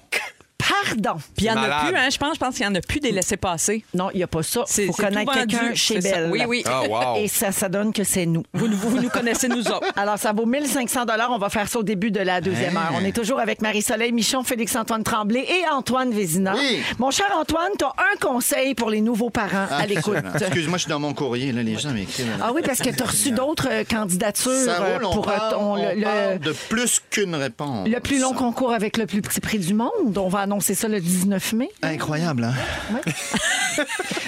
[SPEAKER 6] Pardon.
[SPEAKER 7] Puis il n'y en a
[SPEAKER 4] malade.
[SPEAKER 7] plus, hein, je pense. Je pense qu'il n'y en a plus des laissés-passer.
[SPEAKER 6] Non, il n'y a pas ça.
[SPEAKER 7] C'est-
[SPEAKER 6] Il faut
[SPEAKER 7] c'est
[SPEAKER 6] connaître
[SPEAKER 7] tout vendu,
[SPEAKER 6] quelqu'un chez
[SPEAKER 7] c'est ça.
[SPEAKER 6] Belle.
[SPEAKER 7] Oui, oui.
[SPEAKER 4] Oh, wow.
[SPEAKER 6] Et ça, ça donne que c'est nous.
[SPEAKER 7] Vous, nous- vous nous connaissez, nous autres.
[SPEAKER 6] Alors, ça vaut 1500 dollars. On va faire ça au début de la deuxième
[SPEAKER 5] Hein?
[SPEAKER 6] heure. On est toujours avec Marie-Soleil Michon, Félix-Antoine Tremblay et Antoine Vézina.
[SPEAKER 5] Oui.
[SPEAKER 6] Mon cher Antoine, tu as un conseil pour les nouveaux parents
[SPEAKER 5] Ah,
[SPEAKER 6] à l'écoute.
[SPEAKER 5] Excuse-moi, je suis dans mon courrier, là, les gens m'écrivent.
[SPEAKER 6] Ah oui, parce que tu as reçu d'autres euh, candidatures
[SPEAKER 5] Ça
[SPEAKER 6] euh,
[SPEAKER 5] roule, on,
[SPEAKER 6] pour euh,
[SPEAKER 5] parle,
[SPEAKER 6] ton-
[SPEAKER 5] on
[SPEAKER 6] le,
[SPEAKER 5] parle
[SPEAKER 6] le-
[SPEAKER 5] de plus qu'une réponse.
[SPEAKER 6] le plus long concours avec le plus petit prix du monde. On va annoncer ça le 19 mai.
[SPEAKER 5] Incroyable, hein?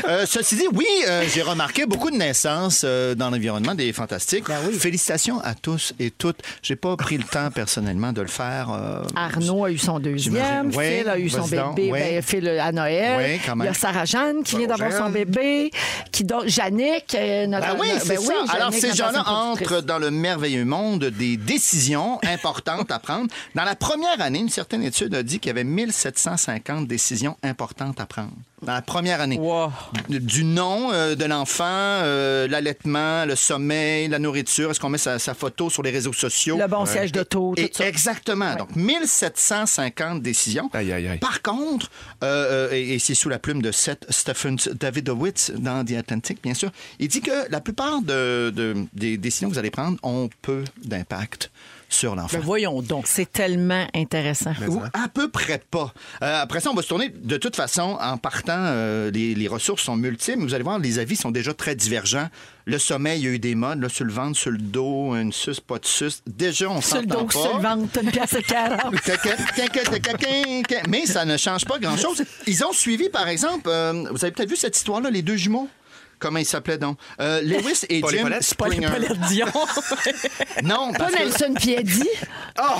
[SPEAKER 5] Euh, ceci dit, oui, euh, j'ai remarqué beaucoup de naissances euh, dans l'environnement des Fantastiques.
[SPEAKER 6] Ben
[SPEAKER 5] Félicitations à tous et toutes. J'ai pas pris le temps personnellement de le faire. euh,
[SPEAKER 9] Arnaud a eu son deuxième,
[SPEAKER 5] J'imagine. Oui,
[SPEAKER 9] Phil a eu son
[SPEAKER 5] vas-y donc,
[SPEAKER 9] bébé,
[SPEAKER 5] oui.
[SPEAKER 9] ben, Phil à Noël.
[SPEAKER 5] Oui, quand
[SPEAKER 9] Il
[SPEAKER 5] même.
[SPEAKER 9] y a Sarah Jeanne qui vient
[SPEAKER 5] Bonjour,
[SPEAKER 9] d'avoir son
[SPEAKER 5] Jeanne.
[SPEAKER 9] bébé, qui donne Yannick, euh, notre
[SPEAKER 5] Ben oui,
[SPEAKER 9] ben
[SPEAKER 5] c'est
[SPEAKER 9] oui,
[SPEAKER 5] ça.
[SPEAKER 9] Yannick,
[SPEAKER 5] Alors, ces
[SPEAKER 9] notre
[SPEAKER 5] gens-là
[SPEAKER 9] ancienne
[SPEAKER 5] entrent
[SPEAKER 9] productrice.
[SPEAKER 5] dans le merveilleux monde des décisions importantes à prendre. Dans la première année, une certaine étude a dit qu'il y avait 1750 décisions importantes à prendre. Dans la première année.
[SPEAKER 7] Wow.
[SPEAKER 5] Du- Du nom euh, de l'enfant, euh, l'allaitement, le sommeil, la nourriture, est-ce qu'on met sa, sa photo sur les réseaux sociaux?
[SPEAKER 6] Le bon siège d'auto, tout
[SPEAKER 5] Et-
[SPEAKER 6] ça.
[SPEAKER 5] Exactement. Donc, 1750 décisions.
[SPEAKER 4] Aïe, aïe, aïe.
[SPEAKER 5] Par contre, euh, euh, et, et c'est sous la plume de Seth Stephen Davidowitz dans The Atlantic, bien sûr, il dit que la plupart de- de- des décisions que vous allez prendre ont peu d'impact sur l'enfant.
[SPEAKER 7] Ben, voyons donc.
[SPEAKER 6] C'est tellement intéressant.
[SPEAKER 5] Ou à peu près pas. Euh, après ça, on va se tourner. De toute façon, en partant, euh, les, les ressources sont multiples. mais Vous allez voir, les avis sont déjà très divergents. Le sommeil, il y a eu des modes, là, sur le ventre, sur le dos, une suce, pas de suce. Déjà, on
[SPEAKER 6] Sur le
[SPEAKER 5] s'entend
[SPEAKER 6] dos,
[SPEAKER 5] pas.
[SPEAKER 6] sur le ventre, t'as une pièce de 40.
[SPEAKER 5] Mais ça ne change pas grand-chose. Ils ont suivi, par exemple, euh, vous avez peut-être vu cette histoire-là, les deux jumeaux. Comment ils s'appelaient donc? Euh, Lewis et
[SPEAKER 4] Paul et
[SPEAKER 5] Jim
[SPEAKER 4] Paulette?
[SPEAKER 5] Springer.
[SPEAKER 7] Paulette Dion.
[SPEAKER 5] Non,
[SPEAKER 9] Pas
[SPEAKER 5] parce que-
[SPEAKER 9] Nelson Piedi,
[SPEAKER 5] Ah!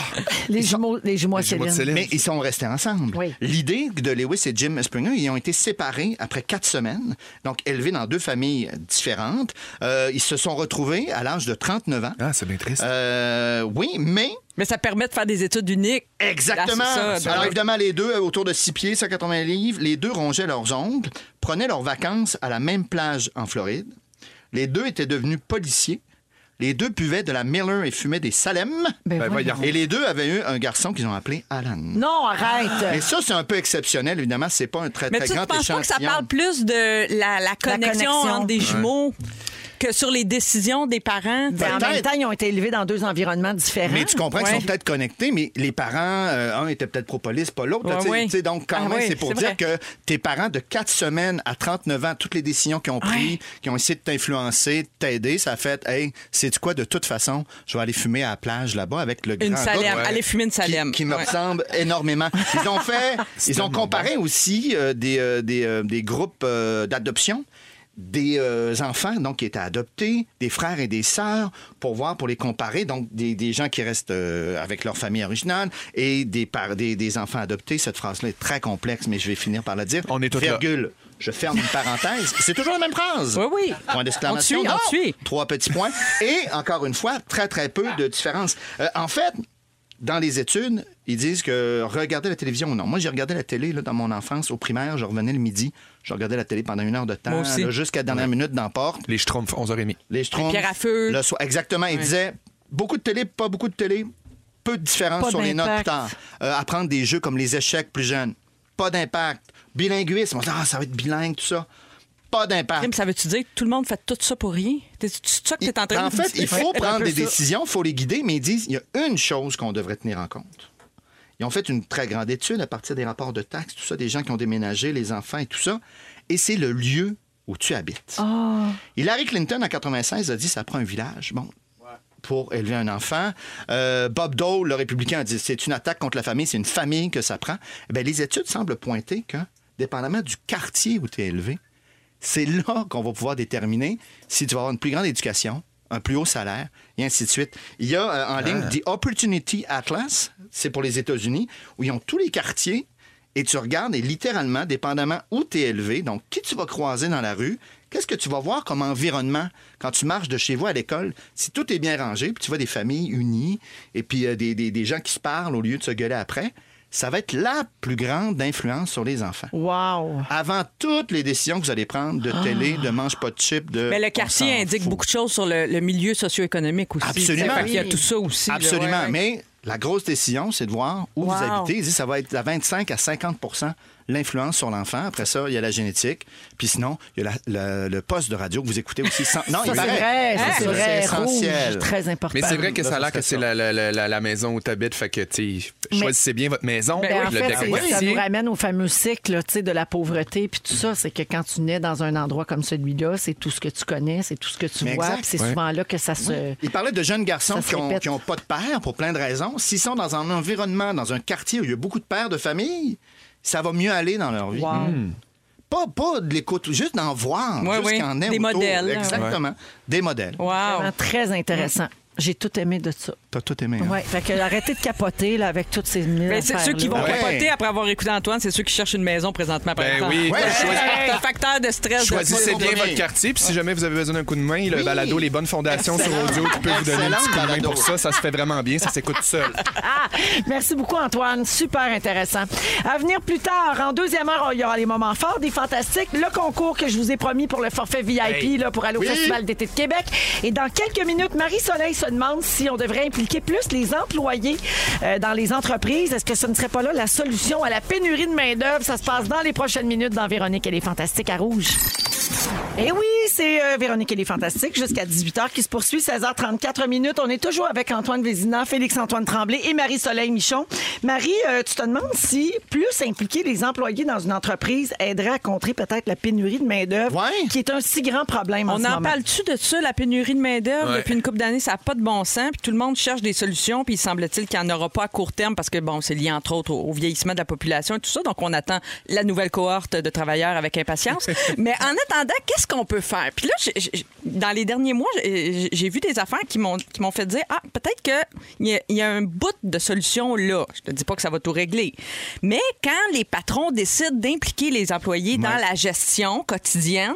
[SPEAKER 9] les jumeaux, les jumeaux à
[SPEAKER 4] jumeaux de
[SPEAKER 9] Céline.
[SPEAKER 4] Céline.
[SPEAKER 5] Mais ils sont restés ensemble.
[SPEAKER 9] Oui.
[SPEAKER 5] L'idée de Lewis et Jim Springer, ils ont été séparés après quatre semaines, donc élevés dans deux familles différentes. Euh, ils se sont retrouvés à l'âge de 39 ans.
[SPEAKER 4] Ah, c'est bien triste.
[SPEAKER 5] Euh, oui, mais
[SPEAKER 7] Mais ça permet de faire des études uniques.
[SPEAKER 5] Exactement.
[SPEAKER 7] Ah, c'est ça.
[SPEAKER 5] Alors évidemment, les deux, euh, autour de 6 pieds, 180 livres, les deux rongeaient leurs ongles, prenaient leurs vacances à la même plage en Floride. Les deux étaient devenus policiers. Les deux buvaient de la Miller et fumaient des Salem.
[SPEAKER 4] Ben, voyons.
[SPEAKER 5] Et les deux avaient eu un garçon qu'ils ont appelé Alan.
[SPEAKER 6] Non, arrête.
[SPEAKER 5] Mais ça, c'est un peu exceptionnel, évidemment. C'est pas un très,
[SPEAKER 7] Mais
[SPEAKER 5] très
[SPEAKER 7] tu ne
[SPEAKER 5] grand
[SPEAKER 7] penses pas que ça
[SPEAKER 5] échantillon.
[SPEAKER 7] parle plus de la, la
[SPEAKER 6] connexion.
[SPEAKER 7] connexion entre des jumeaux que sur les décisions des parents?
[SPEAKER 6] Mais en
[SPEAKER 5] peut-être.
[SPEAKER 6] même temps, ils ont été élevés dans deux environnements différents.
[SPEAKER 5] Mais tu comprends qu'ils
[SPEAKER 7] Ouais.
[SPEAKER 5] sont peut-être connectés, mais les parents, euh, un était peut-être propolis, pas l'autre. là,
[SPEAKER 7] Ouais,
[SPEAKER 5] tu sais,
[SPEAKER 7] ouais.
[SPEAKER 5] tu sais, Donc, quand
[SPEAKER 7] Ah
[SPEAKER 5] même,
[SPEAKER 7] ouais,
[SPEAKER 5] c'est pour
[SPEAKER 7] c'est
[SPEAKER 5] dire que tes parents de 4 semaines à 39 ans, toutes les décisions qu'ils ont prises, qui ont essayé de t'influencer, de t'aider, ça a fait, hey, c'est quoi, de toute façon, je vais aller fumer à la plage là-bas avec le
[SPEAKER 7] Une
[SPEAKER 5] grand
[SPEAKER 7] Salem.
[SPEAKER 5] gars qui-
[SPEAKER 7] Aller fumer une
[SPEAKER 5] qui-
[SPEAKER 7] Salem.
[SPEAKER 5] Qui, me
[SPEAKER 7] Ouais.
[SPEAKER 5] ressemble énormément. Ils ont fait, ils ont comparé aussi euh, des, euh, des, euh, des groupes euh, d'adoption. des euh, enfants donc, qui étaient adoptés, des frères et des sœurs, pour voir, pour les comparer, donc des, des gens qui restent euh, avec leur famille originale et des, par- des, des enfants adoptés. Cette phrase-là est très complexe, mais je vais finir par la dire.
[SPEAKER 4] On est tous là.
[SPEAKER 5] Virgule. Je ferme une parenthèse. C'est toujours la même phrase.
[SPEAKER 7] Oui, oui.
[SPEAKER 5] Point d'exclamation.
[SPEAKER 7] On te suit, on te
[SPEAKER 5] Non.
[SPEAKER 7] suit.
[SPEAKER 5] Trois petits points. Et encore une fois, très, très peu de différence. Euh, en fait, dans les études, ils disent que regarder la télévision ou non. Moi, j'ai regardé la télé là, dans mon enfance, au primaire, je revenais le midi. Je regardais la télé pendant une heure de temps,
[SPEAKER 7] Moi aussi.
[SPEAKER 5] là, jusqu'à la dernière minute dans la porte.
[SPEAKER 4] Les Schtroumpfs, 11h30.
[SPEAKER 5] Les Schtroumpfs,
[SPEAKER 7] pierres à feu.
[SPEAKER 5] Le soir. Exactement. Ils disaient beaucoup de télé, pas beaucoup de télé, peu de différence
[SPEAKER 7] Pas
[SPEAKER 5] sur les notes plus
[SPEAKER 7] d'impact.
[SPEAKER 5] tard. Euh, apprendre des jeux comme les échecs plus jeunes, pas d'impact. Bilinguisme, on se dit, ah, ça va être bilingue, tout ça. Pas d'impact.
[SPEAKER 7] Crime, Ça veut-tu dire que tout le monde fait tout ça pour rien? C'est ça que t'es en train de
[SPEAKER 5] fait, il faut
[SPEAKER 7] Ouais, un
[SPEAKER 5] prendre
[SPEAKER 7] peu
[SPEAKER 5] des
[SPEAKER 7] ça.
[SPEAKER 5] décisions, il faut les guider, mais ils disent il y a une chose qu'on devrait tenir en compte. Ils ont fait une très grande étude à partir des rapports de taxes, tout ça, des gens qui ont déménagé, les enfants et tout ça, et c'est le lieu où tu habites.
[SPEAKER 7] Ah.
[SPEAKER 5] Hillary Clinton, en 96, a dit ça prend un village. Bon. Pour élever un enfant. Euh, Bob Dole, le républicain, a dit c'est une attaque contre la famille, c'est une famille que ça prend. Eh bien, les études semblent pointer que, dépendamment du quartier où tu es élevé, c'est là qu'on va pouvoir déterminer si tu vas avoir une plus grande éducation, un plus haut salaire, et ainsi de suite. Il y a euh, en ligne The Opportunity Atlas, c'est pour les États-Unis, où ils ont tous les quartiers et tu regardes et littéralement, dépendamment où tu es élevé, donc qui tu vas croiser dans la rue, qu'est-ce que tu vas voir comme environnement quand tu marches de chez vous à l'école, si tout est bien rangé, puis tu vois des familles unies et puis euh, des, des- des gens qui se parlent au lieu de se gueuler après, ça va être la plus grande influence sur les enfants
[SPEAKER 10] Wow.
[SPEAKER 5] avant toutes les décisions que vous allez prendre de télé, de mange pas de chips, de.
[SPEAKER 7] Ah. Mais le
[SPEAKER 5] on
[SPEAKER 7] quartier
[SPEAKER 5] s'en
[SPEAKER 7] indique
[SPEAKER 5] fout.
[SPEAKER 7] beaucoup de choses sur le, le milieu socio-économique aussi.
[SPEAKER 5] Absolument.
[SPEAKER 7] Il y a tout ça aussi. là,
[SPEAKER 5] Absolument.
[SPEAKER 7] ouais, ouais.
[SPEAKER 5] Mais la grosse décision, c'est de voir où
[SPEAKER 7] Wow.
[SPEAKER 5] vous habitez. Ils disent ça va être à 25 à 50 l'influence sur l'enfant. Après ça, il y a la génétique. Puis sinon, il y a la- le, le poste de radio que vous écoutez aussi. sans- Non,
[SPEAKER 6] Ça, c'est
[SPEAKER 5] il paraît.
[SPEAKER 6] vrai, ça,
[SPEAKER 5] Hein?
[SPEAKER 6] c'est vrai.
[SPEAKER 5] essentiel.
[SPEAKER 6] Rouge, très important. Ben,
[SPEAKER 4] Mais c'est vrai que
[SPEAKER 5] Ben, Là,
[SPEAKER 4] ça a
[SPEAKER 5] ça
[SPEAKER 4] l'air
[SPEAKER 5] serait
[SPEAKER 4] que c'est
[SPEAKER 5] ça.
[SPEAKER 4] la, la- la- la- la maison où tu habites. Fait que, tu sais, choisissez bien votre maison,
[SPEAKER 6] Ben, en
[SPEAKER 4] Ah le
[SPEAKER 6] fait,
[SPEAKER 4] décor.
[SPEAKER 6] c'est- ça nous ramène au fameux cycle là, tu sais, de la pauvreté puis tout ça. C'est que quand tu nais dans un endroit comme celui-là, c'est tout ce que tu connais, c'est tout ce que tu
[SPEAKER 5] Mais
[SPEAKER 6] vois,
[SPEAKER 5] exact.
[SPEAKER 6] puis c'est
[SPEAKER 4] Ouais.
[SPEAKER 6] souvent là que ça se...
[SPEAKER 5] Il parlait de jeunes garçons
[SPEAKER 6] Ça se
[SPEAKER 5] qui ont,
[SPEAKER 6] répète.
[SPEAKER 5] qui ont pas de père pour plein de raisons. S'ils sont dans un environnement, dans un quartier où il y a beaucoup de pères de famille, ça va mieux aller dans leur vie. Hmm. Pas, pas de l'écoute, juste d'en voir.
[SPEAKER 7] Ouais,
[SPEAKER 5] juste
[SPEAKER 7] ouais.
[SPEAKER 5] qu'il y en ait
[SPEAKER 7] Des
[SPEAKER 5] autour.
[SPEAKER 7] modèles, hein.
[SPEAKER 5] Exactement. Des modèles.
[SPEAKER 7] Wow.
[SPEAKER 6] Vraiment Très intéressant. J'ai tout aimé de ça.
[SPEAKER 5] T'as tout aimé. hein?
[SPEAKER 6] Ouais, fait que arrêtez de capoter là, avec toutes ces mille
[SPEAKER 7] Mais c'est
[SPEAKER 6] affaires-là.
[SPEAKER 7] ceux qui vont
[SPEAKER 5] Ouais.
[SPEAKER 7] capoter après avoir écouté Antoine, c'est ceux qui cherchent une maison présentement. Par
[SPEAKER 4] Ben
[SPEAKER 7] exemple.
[SPEAKER 4] oui.
[SPEAKER 5] Ouais.
[SPEAKER 7] C'est un facteur de stress. de-
[SPEAKER 4] Choisissez bien
[SPEAKER 5] Premier.
[SPEAKER 4] votre quartier. Puis si jamais vous avez besoin d'un coup de main, le balado, les bonnes fondations
[SPEAKER 5] Excellent.
[SPEAKER 4] sur audio qui peut vous donner un petit coup
[SPEAKER 5] Excellent
[SPEAKER 4] de main pour
[SPEAKER 5] balado.
[SPEAKER 4] ça. Ça se fait vraiment bien. Ça s'écoute seul.
[SPEAKER 6] Ah, merci beaucoup, Antoine. Super intéressant. À venir plus tard, en deuxième heure, il y aura les moments forts, des fantastiques, le concours que je vous ai promis pour le forfait VIP là, pour aller au Festival d'été de Québec. Et dans quelques minutes, Marie-Soleil se demande si on devrait impliquer plus les employés euh, dans les entreprises. Est-ce que ce ne serait pas là la solution à la pénurie de main-d'œuvre? Ça se passe dans les prochaines minutes dans Véronique et les Fantastiques à Rouge. Eh oui, c'est euh, Véronique et les Fantastiques jusqu'à 18h qui se poursuit, 16h34 minutes. On est toujours avec Antoine Vézina, Félix-Antoine Tremblay et Marie-Soleil Michon. Marie, euh, tu te demandes si plus impliquer les employés dans une entreprise aiderait à contrer peut-être la pénurie de main-d'œuvre,
[SPEAKER 5] Ouais.
[SPEAKER 6] qui est un si grand problème en
[SPEAKER 7] On
[SPEAKER 6] ce
[SPEAKER 7] en
[SPEAKER 6] moment.
[SPEAKER 7] parle-tu de ça, la pénurie de main-d'œuvre?
[SPEAKER 4] Ouais.
[SPEAKER 7] Depuis une couple d'années, ça n'a pas de bon sens. Puis tout le monde cherche des solutions. Puis il semble-t-il qu'il n'y en aura pas à court terme parce que, bon, c'est lié entre autres au, au vieillissement de la population et tout ça. Donc on attend la nouvelle cohorte de travailleurs avec impatience. Mais en attendant, qu'est-ce qu'on peut faire? Puis là, j'ai- j'ai- dans les derniers mois, j'ai j'ai vu des affaires qui m'ont qui m'ont fait dire Ah, peut-être qu'il y, a- il y a un bout de solution là. Je te dis pas que ça va tout régler. Mais quand les patrons décident d'impliquer les employés dans la gestion quotidienne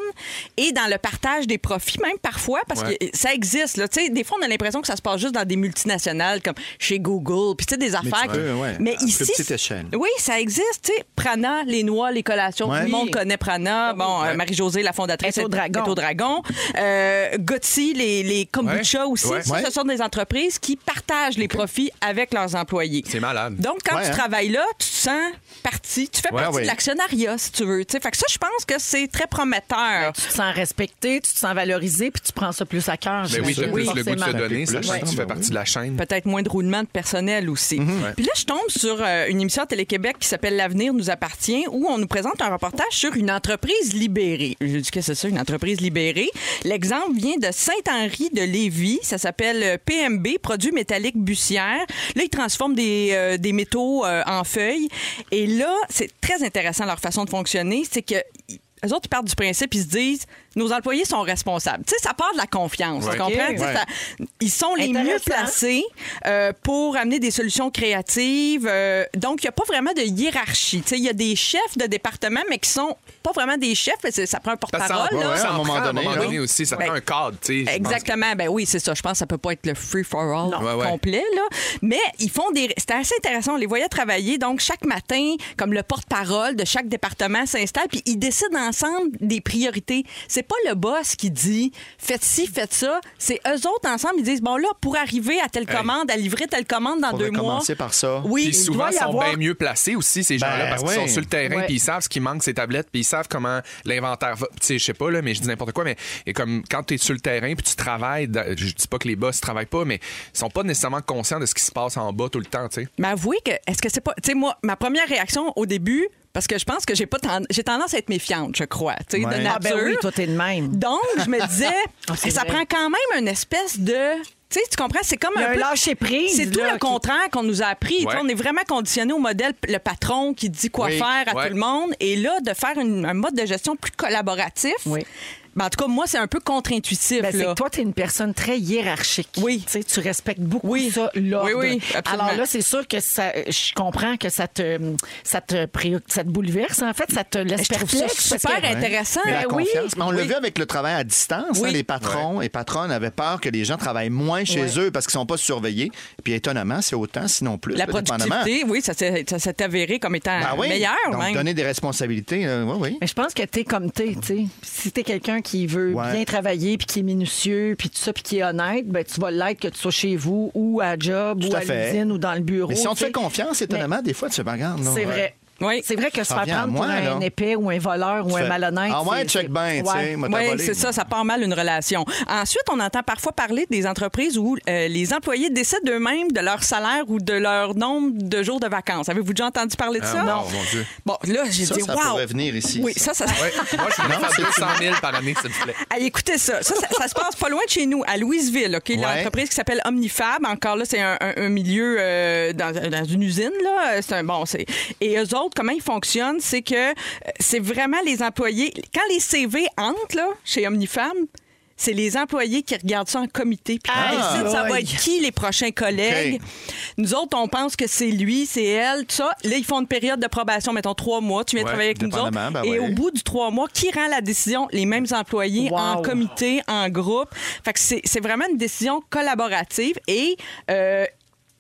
[SPEAKER 7] et dans le partage des profits, même parfois, parce
[SPEAKER 4] Ouais.
[SPEAKER 7] que ça existe. Là. Tu sais, Des fois, on a l'impression que ça se passe juste dans des multinationales comme chez Google, puis tu sais, des affaires.
[SPEAKER 5] tu peux,
[SPEAKER 7] que-
[SPEAKER 5] ouais,
[SPEAKER 7] mais
[SPEAKER 5] à plus
[SPEAKER 7] ici.
[SPEAKER 5] petite échelle.
[SPEAKER 7] Oui, ça existe. tu sais. Prana, les noix, les collations.
[SPEAKER 5] Ouais.
[SPEAKER 7] Tout le monde
[SPEAKER 5] Oui.
[SPEAKER 7] connaît Prana. Bon, euh, Marie-Josée, la fondatrice,
[SPEAKER 6] Est au dragon.
[SPEAKER 7] est au dragon. Euh, Gotti, les, les kombucha
[SPEAKER 4] Ouais.
[SPEAKER 7] aussi.
[SPEAKER 4] Ouais.
[SPEAKER 7] Ça,
[SPEAKER 5] Ouais.
[SPEAKER 7] Ce sont des entreprises qui partagent les profits avec leurs employés.
[SPEAKER 4] C'est malade. Ben
[SPEAKER 7] Donc, quand
[SPEAKER 5] Ouais,
[SPEAKER 7] tu
[SPEAKER 5] hein.
[SPEAKER 7] travailles là, tu te sens partie. Tu fais
[SPEAKER 4] Ouais,
[SPEAKER 7] partie
[SPEAKER 4] ouais.
[SPEAKER 7] de l'actionnariat, si tu veux. tu sais. Fait que ça, je pense que c'est très prometteur.
[SPEAKER 6] Tu te sens respecté, tu te sens valorisé, puis tu prends ça plus à cœur.
[SPEAKER 4] Mais Ben oui,
[SPEAKER 6] j'imagine.
[SPEAKER 4] t'as plus le goût de se
[SPEAKER 6] forcément.
[SPEAKER 4] donner,
[SPEAKER 5] Plus,
[SPEAKER 4] sachant que tu
[SPEAKER 5] ouais.
[SPEAKER 4] fais partie de la chaîne.
[SPEAKER 7] peut-être moins de roulement de personnel aussi.
[SPEAKER 4] Mhm.
[SPEAKER 7] Puis là, je tombe sur euh, une émission à Télé-Québec qui s'appelle L'Avenir nous appartient, où on nous présente un reportage sur une entreprise libérée. Je dis que c'est ça, une entreprise libérée. L'exemple vient de Saint-Henri de Lévis. Ça s'appelle euh, PMB, Produits métalliques bussières. Là, ils transforment des, euh, des métaux euh, en feuilles. Et là, c'est très intéressant leur façon de fonctionner. C'est que... Eux autres, ils partent du principe, ils se disent nos employés sont responsables. Tu sais, ça part de la confiance.
[SPEAKER 4] Ouais.
[SPEAKER 7] Tu comprends?
[SPEAKER 4] Ok.
[SPEAKER 7] Tu sais,
[SPEAKER 4] Ouais.
[SPEAKER 7] ça- ils sont les mieux
[SPEAKER 9] Intéressant.
[SPEAKER 7] placés euh, pour amener des solutions créatives. Euh, donc, il n'y a pas vraiment de hiérarchie. Tu sais, Il y a des chefs de département, mais qui sont pas vraiment des chefs. mais c'est- Ça prend un
[SPEAKER 4] Parce que ça en-
[SPEAKER 7] porte-parole. là.
[SPEAKER 4] ça en
[SPEAKER 5] à un moment
[SPEAKER 4] prend
[SPEAKER 5] donné, là.
[SPEAKER 4] aussi. Ça
[SPEAKER 7] Ouais.
[SPEAKER 4] prend un cadre, tu sais. je pense.
[SPEAKER 7] Exactement. Ben oui, c'est ça. Je pense que ça peut pas être le free for all
[SPEAKER 4] Ouais, ouais.
[SPEAKER 7] complet là, mais ils font des c'était assez intéressant, on les voyait travailler donc chaque matin comme le porte-parole de chaque département s'installe puis ils décident ensemble des priorités. C'est pas le boss qui dit faites ci, faites ça, c'est eux autres ensemble ils disent bon là pour arriver à telle
[SPEAKER 4] Hey.
[SPEAKER 7] commande, à livrer telle commande dans
[SPEAKER 5] Faudrait
[SPEAKER 7] deux mois.
[SPEAKER 5] commencer par ça.
[SPEAKER 7] Oui,
[SPEAKER 4] Puis souvent,
[SPEAKER 6] doit y
[SPEAKER 4] ils sont
[SPEAKER 6] avoir-
[SPEAKER 4] bien mieux placés aussi, ces gens-là,
[SPEAKER 5] Ben,
[SPEAKER 4] parce qu'ils
[SPEAKER 5] ouais.
[SPEAKER 4] sont sur le terrain,
[SPEAKER 6] Ouais.
[SPEAKER 4] puis ils savent ce qui manque, ces tablettes, puis ils savent comment l'inventaire va. Tu sais, je sais pas, là, mais je dis n'importe quoi, mais et comme quand tu es sur le terrain, puis tu travailles, dans- je dis pas que les boss travaillent pas, mais ils sont pas nécessairement conscients de ce qui se passe en bas tout le temps, tu sais.
[SPEAKER 7] Mais avouez que, est-ce que c'est pas. Tu sais, moi, ma première réaction au début, parce que je pense que j'ai pas ten- j'ai tendance à être méfiante, je crois, tu sais,
[SPEAKER 5] Ouais.
[SPEAKER 7] de nature.
[SPEAKER 5] Ah
[SPEAKER 6] ben oui, toi, t'es de même.
[SPEAKER 7] Donc, je me disais,
[SPEAKER 6] Ah, c'est
[SPEAKER 7] ça
[SPEAKER 6] vrai.
[SPEAKER 7] prend quand même une espèce de. Tu sais, tu comprends? C'est comme
[SPEAKER 6] Il y a un
[SPEAKER 7] peu-
[SPEAKER 6] lâcher-prise,
[SPEAKER 7] C'est tout
[SPEAKER 6] là,
[SPEAKER 7] le
[SPEAKER 6] qui-
[SPEAKER 7] contraire qu'on nous a appris. Tu sais,
[SPEAKER 4] Ouais.
[SPEAKER 7] On est vraiment conditionné au modèle, le patron qui dit quoi
[SPEAKER 4] Oui,
[SPEAKER 7] faire à
[SPEAKER 4] ouais.
[SPEAKER 7] tout le monde. Et là, de faire une- un mode de gestion plus collaboratif.
[SPEAKER 6] Oui.
[SPEAKER 7] Ben, en tout cas, moi, c'est un peu contre-intuitif.
[SPEAKER 6] Ben, c'est
[SPEAKER 7] là.
[SPEAKER 6] que toi, tu es une personne très hiérarchique.
[SPEAKER 7] Oui.
[SPEAKER 6] Tu sais, tu respectes beaucoup
[SPEAKER 7] Oui.
[SPEAKER 6] ça, l'ordre.
[SPEAKER 7] Oui, oui, absolument.
[SPEAKER 6] Alors là, c'est sûr que ça, je comprends que ça te, ça te, pré- ça te bouleverse, en fait. Ça te laisse
[SPEAKER 7] je trouve ça
[SPEAKER 6] perplexe. parce
[SPEAKER 7] super
[SPEAKER 6] que-
[SPEAKER 5] Ouais.
[SPEAKER 7] intéressant.
[SPEAKER 5] Hein? Mais la
[SPEAKER 7] Ben oui.
[SPEAKER 5] confiance. Mais on l'a
[SPEAKER 7] Oui.
[SPEAKER 5] vu avec le travail à distance.
[SPEAKER 7] Oui.
[SPEAKER 5] hein, les patrons et patronnes avaient peur que les gens travaillent moins chez eux parce qu'ils sont pas surveillés. Puis étonnamment, c'est autant, sinon plus.
[SPEAKER 7] La
[SPEAKER 5] là, dépendamment.
[SPEAKER 7] productivité, oui, ça s'est ça s'est avéré comme étant
[SPEAKER 5] Ben oui.
[SPEAKER 7] meilleur.
[SPEAKER 5] Donc,
[SPEAKER 7] même.
[SPEAKER 5] donner des responsabilités, euh, oui, oui.
[SPEAKER 6] Mais je pense que t'es comme t'es, tu sais. Si t'es quelqu'un qui veut
[SPEAKER 5] Ouais.
[SPEAKER 6] bien travailler, puis qui est minutieux, puis tout ça, puis qui est honnête, ben tu vas l'être que tu sois chez vous ou à job
[SPEAKER 5] Tout
[SPEAKER 6] ou
[SPEAKER 5] à
[SPEAKER 6] à,
[SPEAKER 5] fait.
[SPEAKER 6] l'usine ou dans le bureau.
[SPEAKER 5] Mais si on te
[SPEAKER 6] tu sais.
[SPEAKER 5] fait confiance, étonnamment, des fois, tu fais, ben, regarde, non,
[SPEAKER 6] C'est
[SPEAKER 5] euh,
[SPEAKER 6] vrai.
[SPEAKER 7] Oui.
[SPEAKER 6] C'est vrai que se
[SPEAKER 5] Ça
[SPEAKER 6] faire
[SPEAKER 5] revient à
[SPEAKER 6] prendre
[SPEAKER 5] moi,
[SPEAKER 6] pour un
[SPEAKER 5] là.
[SPEAKER 6] épais ou un voleur ou
[SPEAKER 5] tu
[SPEAKER 6] un
[SPEAKER 5] fais,
[SPEAKER 6] malhonnête.
[SPEAKER 5] Ah ouais,
[SPEAKER 6] c'est-
[SPEAKER 5] check
[SPEAKER 6] c'est-
[SPEAKER 5] bien, tu sais,
[SPEAKER 6] Ouais.
[SPEAKER 5] m'a
[SPEAKER 7] Oui,
[SPEAKER 5] volé.
[SPEAKER 7] c'est ça, ça part mal une relation. Ensuite, on entend parfois parler des entreprises où euh, les employés décident d'eux-mêmes de leur salaire ou de leur nombre de jours de vacances. Avez-vous déjà entendu parler de
[SPEAKER 4] Ah,
[SPEAKER 7] ça?
[SPEAKER 4] wow, mon Dieu.
[SPEAKER 7] Bon, là, j'ai
[SPEAKER 5] Ça,
[SPEAKER 7] dit,
[SPEAKER 5] ça
[SPEAKER 7] wow.
[SPEAKER 5] pourrait venir ici,
[SPEAKER 7] Oui, ça,
[SPEAKER 5] ça.
[SPEAKER 7] ça.
[SPEAKER 4] Ouais. Moi, je voudrais faire 200 000 par année, s'il vous plaît.
[SPEAKER 7] Allez, Ah, écoutez ça. Ça, ça, ça se passe pas loin de chez nous, à Louisville, OK? L'entreprise qui s'appelle Omnifab. Encore là, c'est un, un- un milieu euh, dans, dans une usine, là. Euh, C'est un bon. c'est- Et eux autres, comment ils fonctionnent, c'est que euh, c'est vraiment les employés. Quand les CV entrent, là, chez Omnifab, c'est les employés qui regardent ça en comité. Puis qui
[SPEAKER 5] Ah,
[SPEAKER 7] décident ça va
[SPEAKER 6] boy.
[SPEAKER 7] être qui les prochains collègues.
[SPEAKER 5] OK.
[SPEAKER 7] Nous autres, on pense que c'est lui, c'est elle, tout ça. Là, ils font une période de probation, mettons trois mois. Tu viens
[SPEAKER 4] Ouais,
[SPEAKER 7] travailler avec nous autres.
[SPEAKER 5] dépendamment, ben
[SPEAKER 7] et
[SPEAKER 5] ouais.
[SPEAKER 7] au bout du trois mois, qui rend la décision? Les mêmes employés
[SPEAKER 6] Wow.
[SPEAKER 7] en comité, en groupe. Fait que c'est c'est vraiment une décision collaborative et... euh,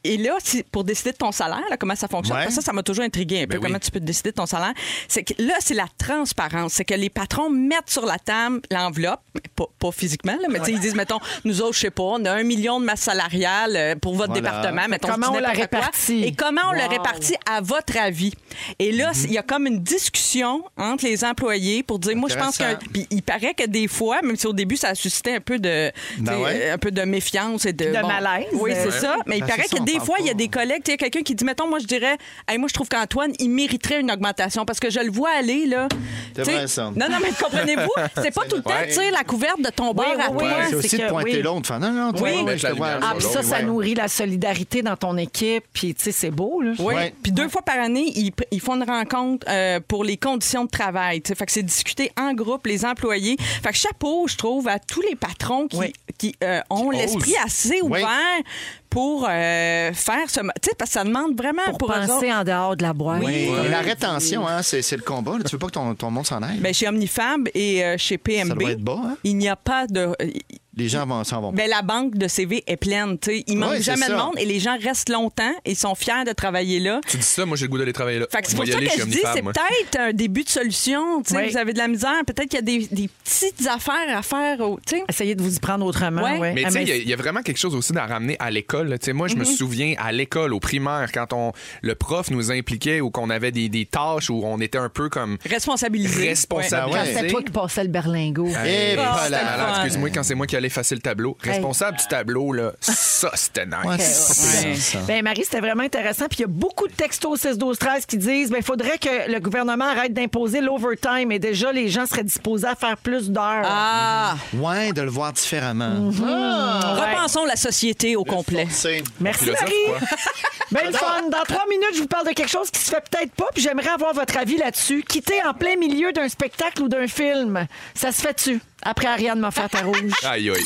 [SPEAKER 7] et là, si- pour décider de ton salaire, là, comment ça fonctionne?
[SPEAKER 5] Ouais.
[SPEAKER 7] Parce que Ça, ça m'a toujours intrigué un peu.
[SPEAKER 4] Ben oui.
[SPEAKER 7] Comment tu peux décider de ton salaire? C'est que là, c'est la transparence. C'est que les patrons mettent sur la table l'enveloppe, pas, pas physiquement, là, mais tu sais, ils disent, mettons, nous autres, je sais pas, on a un million de masse salariale euh, pour votre
[SPEAKER 5] Voilà.
[SPEAKER 7] département. Mettons,
[SPEAKER 6] Comment
[SPEAKER 7] je dis
[SPEAKER 6] on la
[SPEAKER 7] n'importe quoi.
[SPEAKER 6] répartit?
[SPEAKER 7] Et comment on le
[SPEAKER 6] Wow.
[SPEAKER 7] répartit? parti à votre avis. Et là,
[SPEAKER 5] Mhm.
[SPEAKER 7] il y a comme une discussion entre les employés pour dire, moi, je pense que...
[SPEAKER 5] Intéressant.
[SPEAKER 7] Puis il paraît que des fois, même si au début, ça a suscité un peu de, tu sais,
[SPEAKER 5] Ben ouais.
[SPEAKER 7] un peu de méfiance et de...
[SPEAKER 6] de malaise.
[SPEAKER 7] Oui, c'est
[SPEAKER 6] Ouais.
[SPEAKER 7] ça. Mais il
[SPEAKER 5] Ben,
[SPEAKER 7] paraît
[SPEAKER 5] c'est ça,
[SPEAKER 7] que
[SPEAKER 5] on
[SPEAKER 7] des
[SPEAKER 5] parle
[SPEAKER 7] fois, il y a
[SPEAKER 5] pas.
[SPEAKER 7] des collègues, tu sais, il y a quelqu'un qui dit, mettons, moi, je dirais, Hey, moi, je trouve qu'Antoine, il mériterait une augmentation parce que je le vois aller, là.
[SPEAKER 5] C'est
[SPEAKER 7] Tu sais,
[SPEAKER 5] vrai, ça.
[SPEAKER 7] Non, non, mais comprenez-vous, c'est pas tout le temps,
[SPEAKER 4] Ouais.
[SPEAKER 7] tu sais, la couverte de ton bar à
[SPEAKER 6] oui,
[SPEAKER 7] toi.
[SPEAKER 6] oui.
[SPEAKER 5] C'est
[SPEAKER 6] c'est
[SPEAKER 5] aussi de
[SPEAKER 6] que-
[SPEAKER 5] pointer
[SPEAKER 6] oui.
[SPEAKER 5] l'autre. Faire, Non, non, tu
[SPEAKER 7] Oui.
[SPEAKER 5] vois,
[SPEAKER 4] Mettre
[SPEAKER 5] je te
[SPEAKER 4] la
[SPEAKER 5] vois.
[SPEAKER 4] lumière
[SPEAKER 6] Ah,
[SPEAKER 4] sur
[SPEAKER 6] puis ça,
[SPEAKER 4] l'autre,
[SPEAKER 6] ça
[SPEAKER 4] ouais.
[SPEAKER 6] nourrit la solidarité dans ton équipe. Puis, tu sais, c'est beau, là.
[SPEAKER 7] Oui.
[SPEAKER 5] Ouais.
[SPEAKER 7] Puis deux fois par année, ils, pr- ils font une rencontre euh, pour les conditions de travail. tu sais. Fait que c'est discuté en groupe, les employés. Fait que chapeau, je trouve, à tous les patrons qui,
[SPEAKER 6] Oui.
[SPEAKER 7] qui, euh, ont
[SPEAKER 4] Qui
[SPEAKER 7] l'esprit
[SPEAKER 4] osent.
[SPEAKER 7] assez
[SPEAKER 5] Oui.
[SPEAKER 7] ouvert pour euh, faire ce. mo- Tu sais, parce que ça demande vraiment pour,
[SPEAKER 6] Pour
[SPEAKER 7] eux autres.
[SPEAKER 6] penser en dehors de la boîte.
[SPEAKER 5] Oui. La rétention, hein, c'est c'est le combat. là. Tu veux pas que ton, ton monde s'en aille.
[SPEAKER 7] Ben, chez Omnifab et euh, chez PMB,
[SPEAKER 5] Ça doit être bas, hein?
[SPEAKER 7] il n'y a pas de. euh,
[SPEAKER 5] Les gens vont- s'en vont.
[SPEAKER 7] Ben, la banque de CV est pleine. tu sais. Il manque
[SPEAKER 5] Ouais, c'est
[SPEAKER 7] jamais de
[SPEAKER 5] ça.
[SPEAKER 7] monde et les gens restent longtemps et sont fiers de travailler là.
[SPEAKER 4] Tu dis ça, moi, j'ai le goût d'aller travailler là.
[SPEAKER 7] Fait que c'est
[SPEAKER 4] Moi,
[SPEAKER 7] pour
[SPEAKER 4] y
[SPEAKER 7] ça
[SPEAKER 4] aller, hein.
[SPEAKER 7] que
[SPEAKER 4] suis
[SPEAKER 7] je dis,
[SPEAKER 4] omnifab,
[SPEAKER 7] c'est
[SPEAKER 4] moi.
[SPEAKER 7] peut-être un début de solution. tu sais,
[SPEAKER 6] Oui.
[SPEAKER 7] Vous avez de la misère, peut-être qu'il y a des, des petites affaires à faire. au- tu sais.
[SPEAKER 6] Essayez de vous y prendre autrement.
[SPEAKER 7] Ouais.
[SPEAKER 6] ouais.
[SPEAKER 4] Mais
[SPEAKER 6] Ah,
[SPEAKER 4] tu sais, il y a- il y, a vraiment quelque chose aussi à ramener à l'école. là. Tu sais, moi, je me
[SPEAKER 7] Mm-hmm.
[SPEAKER 4] souviens à l'école, au primaire, quand on, le prof nous impliquait ou qu'on avait des, des tâches où on était un peu comme
[SPEAKER 7] Responsabiliser.
[SPEAKER 4] responsable.
[SPEAKER 5] Ah ouais.
[SPEAKER 6] C'est toi qui passais le berlingot.
[SPEAKER 5] Eh,
[SPEAKER 7] Ah,
[SPEAKER 5] voilà.
[SPEAKER 7] c'était le fun.
[SPEAKER 4] Excuse-moi quand c'est moi qui allais effacer le tableau. Responsable du tableau, là, ça, c'était nice.
[SPEAKER 5] Ouais, c'est
[SPEAKER 7] Ouais.
[SPEAKER 5] ça.
[SPEAKER 6] Ben Marie, c'était vraiment intéressant. Puis il y a beaucoup de textos 6 12 13 qui disent ben faudrait que le gouvernement arrête d'imposer l'overtime et déjà les gens seraient disposés à faire plus d'heures.
[SPEAKER 7] Ah,
[SPEAKER 5] Ouais, de le voir différemment. Ah,
[SPEAKER 7] repensons la société au complet. Ah,
[SPEAKER 5] C'est-
[SPEAKER 6] Merci
[SPEAKER 4] Philosophe, quoi.
[SPEAKER 6] Marie. Belle fun. Dans trois minutes, je vous parle de quelque chose qui se fait peut-être pas, puis j'aimerais avoir votre avis là-dessus. Quitter en plein milieu d'un spectacle ou d'un film, ça se fait-tu? Après Ariane Moffat à Rouge.
[SPEAKER 4] Aïe, aïe.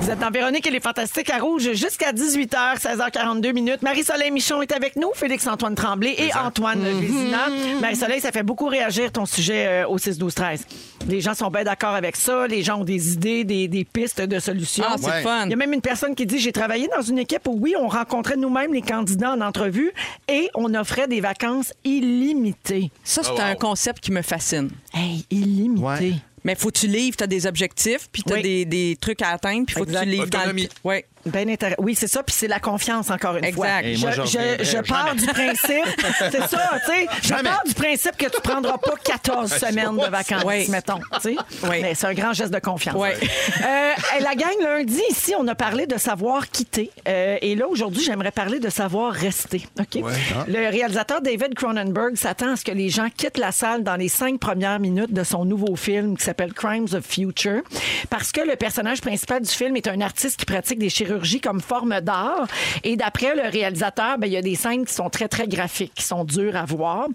[SPEAKER 6] Vous êtes dans Véronique et les Fantastiques à Rouge jusqu'à 18h, 16h42 minutes. Marie-Soleil Michon est avec nous, Félix-Antoine Tremblay et Antoine
[SPEAKER 4] Mm-hmm.
[SPEAKER 6] Vézina. Marie-Soleil, ça fait beaucoup réagir ton sujet euh, au 6-12-13. Les gens sont bien d'accord avec ça. Les gens ont des idées, des, des pistes de solutions.
[SPEAKER 7] Ah, c'est
[SPEAKER 5] Ouais.
[SPEAKER 7] fun.
[SPEAKER 6] Il y a même une personne qui dit J'ai travaillé dans une équipe où, oui, on rencontrait nous-mêmes les candidats en entrevue et on offrait des vacances illimitées.
[SPEAKER 7] Ça, c'est
[SPEAKER 4] Oh, wow.
[SPEAKER 7] un concept qui me fascine.
[SPEAKER 6] Hey, illimitées.
[SPEAKER 5] Ouais.
[SPEAKER 7] Mais faut que tu livres, tu as des objectifs, puis tu as
[SPEAKER 6] Oui.
[SPEAKER 7] des, des trucs à atteindre, puis faut que
[SPEAKER 6] Exact.
[SPEAKER 7] tu livres dans le...
[SPEAKER 4] Autonomie.
[SPEAKER 7] Ouais.
[SPEAKER 6] Ben intér- Oui, c'est ça, puis c'est la confiance, encore une
[SPEAKER 7] Exact.
[SPEAKER 6] fois.
[SPEAKER 7] Et
[SPEAKER 5] moi,
[SPEAKER 6] je,
[SPEAKER 5] je reviendrai
[SPEAKER 6] je- je
[SPEAKER 5] jamais.
[SPEAKER 6] pars du principe, c'est ça, tu sais, je
[SPEAKER 5] Jamais.
[SPEAKER 6] pars du principe que tu prendras pas 14 semaines de vacances,
[SPEAKER 7] Oui.
[SPEAKER 6] mettons, tu sais.
[SPEAKER 7] Oui.
[SPEAKER 6] Mais c'est un grand geste de confiance.
[SPEAKER 7] Oui.
[SPEAKER 6] Euh, et la gang, lundi, ici, on a parlé de savoir quitter. Euh, et là, aujourd'hui, j'aimerais parler de savoir rester, OK? Ah. Le réalisateur David Cronenberg s'attend à ce que les gens quittent la salle dans les cinq premières minutes de son nouveau film qui s'appelle Crimes of Future, parce que le personnage principal du film est un artiste qui pratique des chirurgies comme forme d'art. Et d'après le réalisateur, ben, il y a des scènes qui sont très, très graphiques, qui sont dures à voir.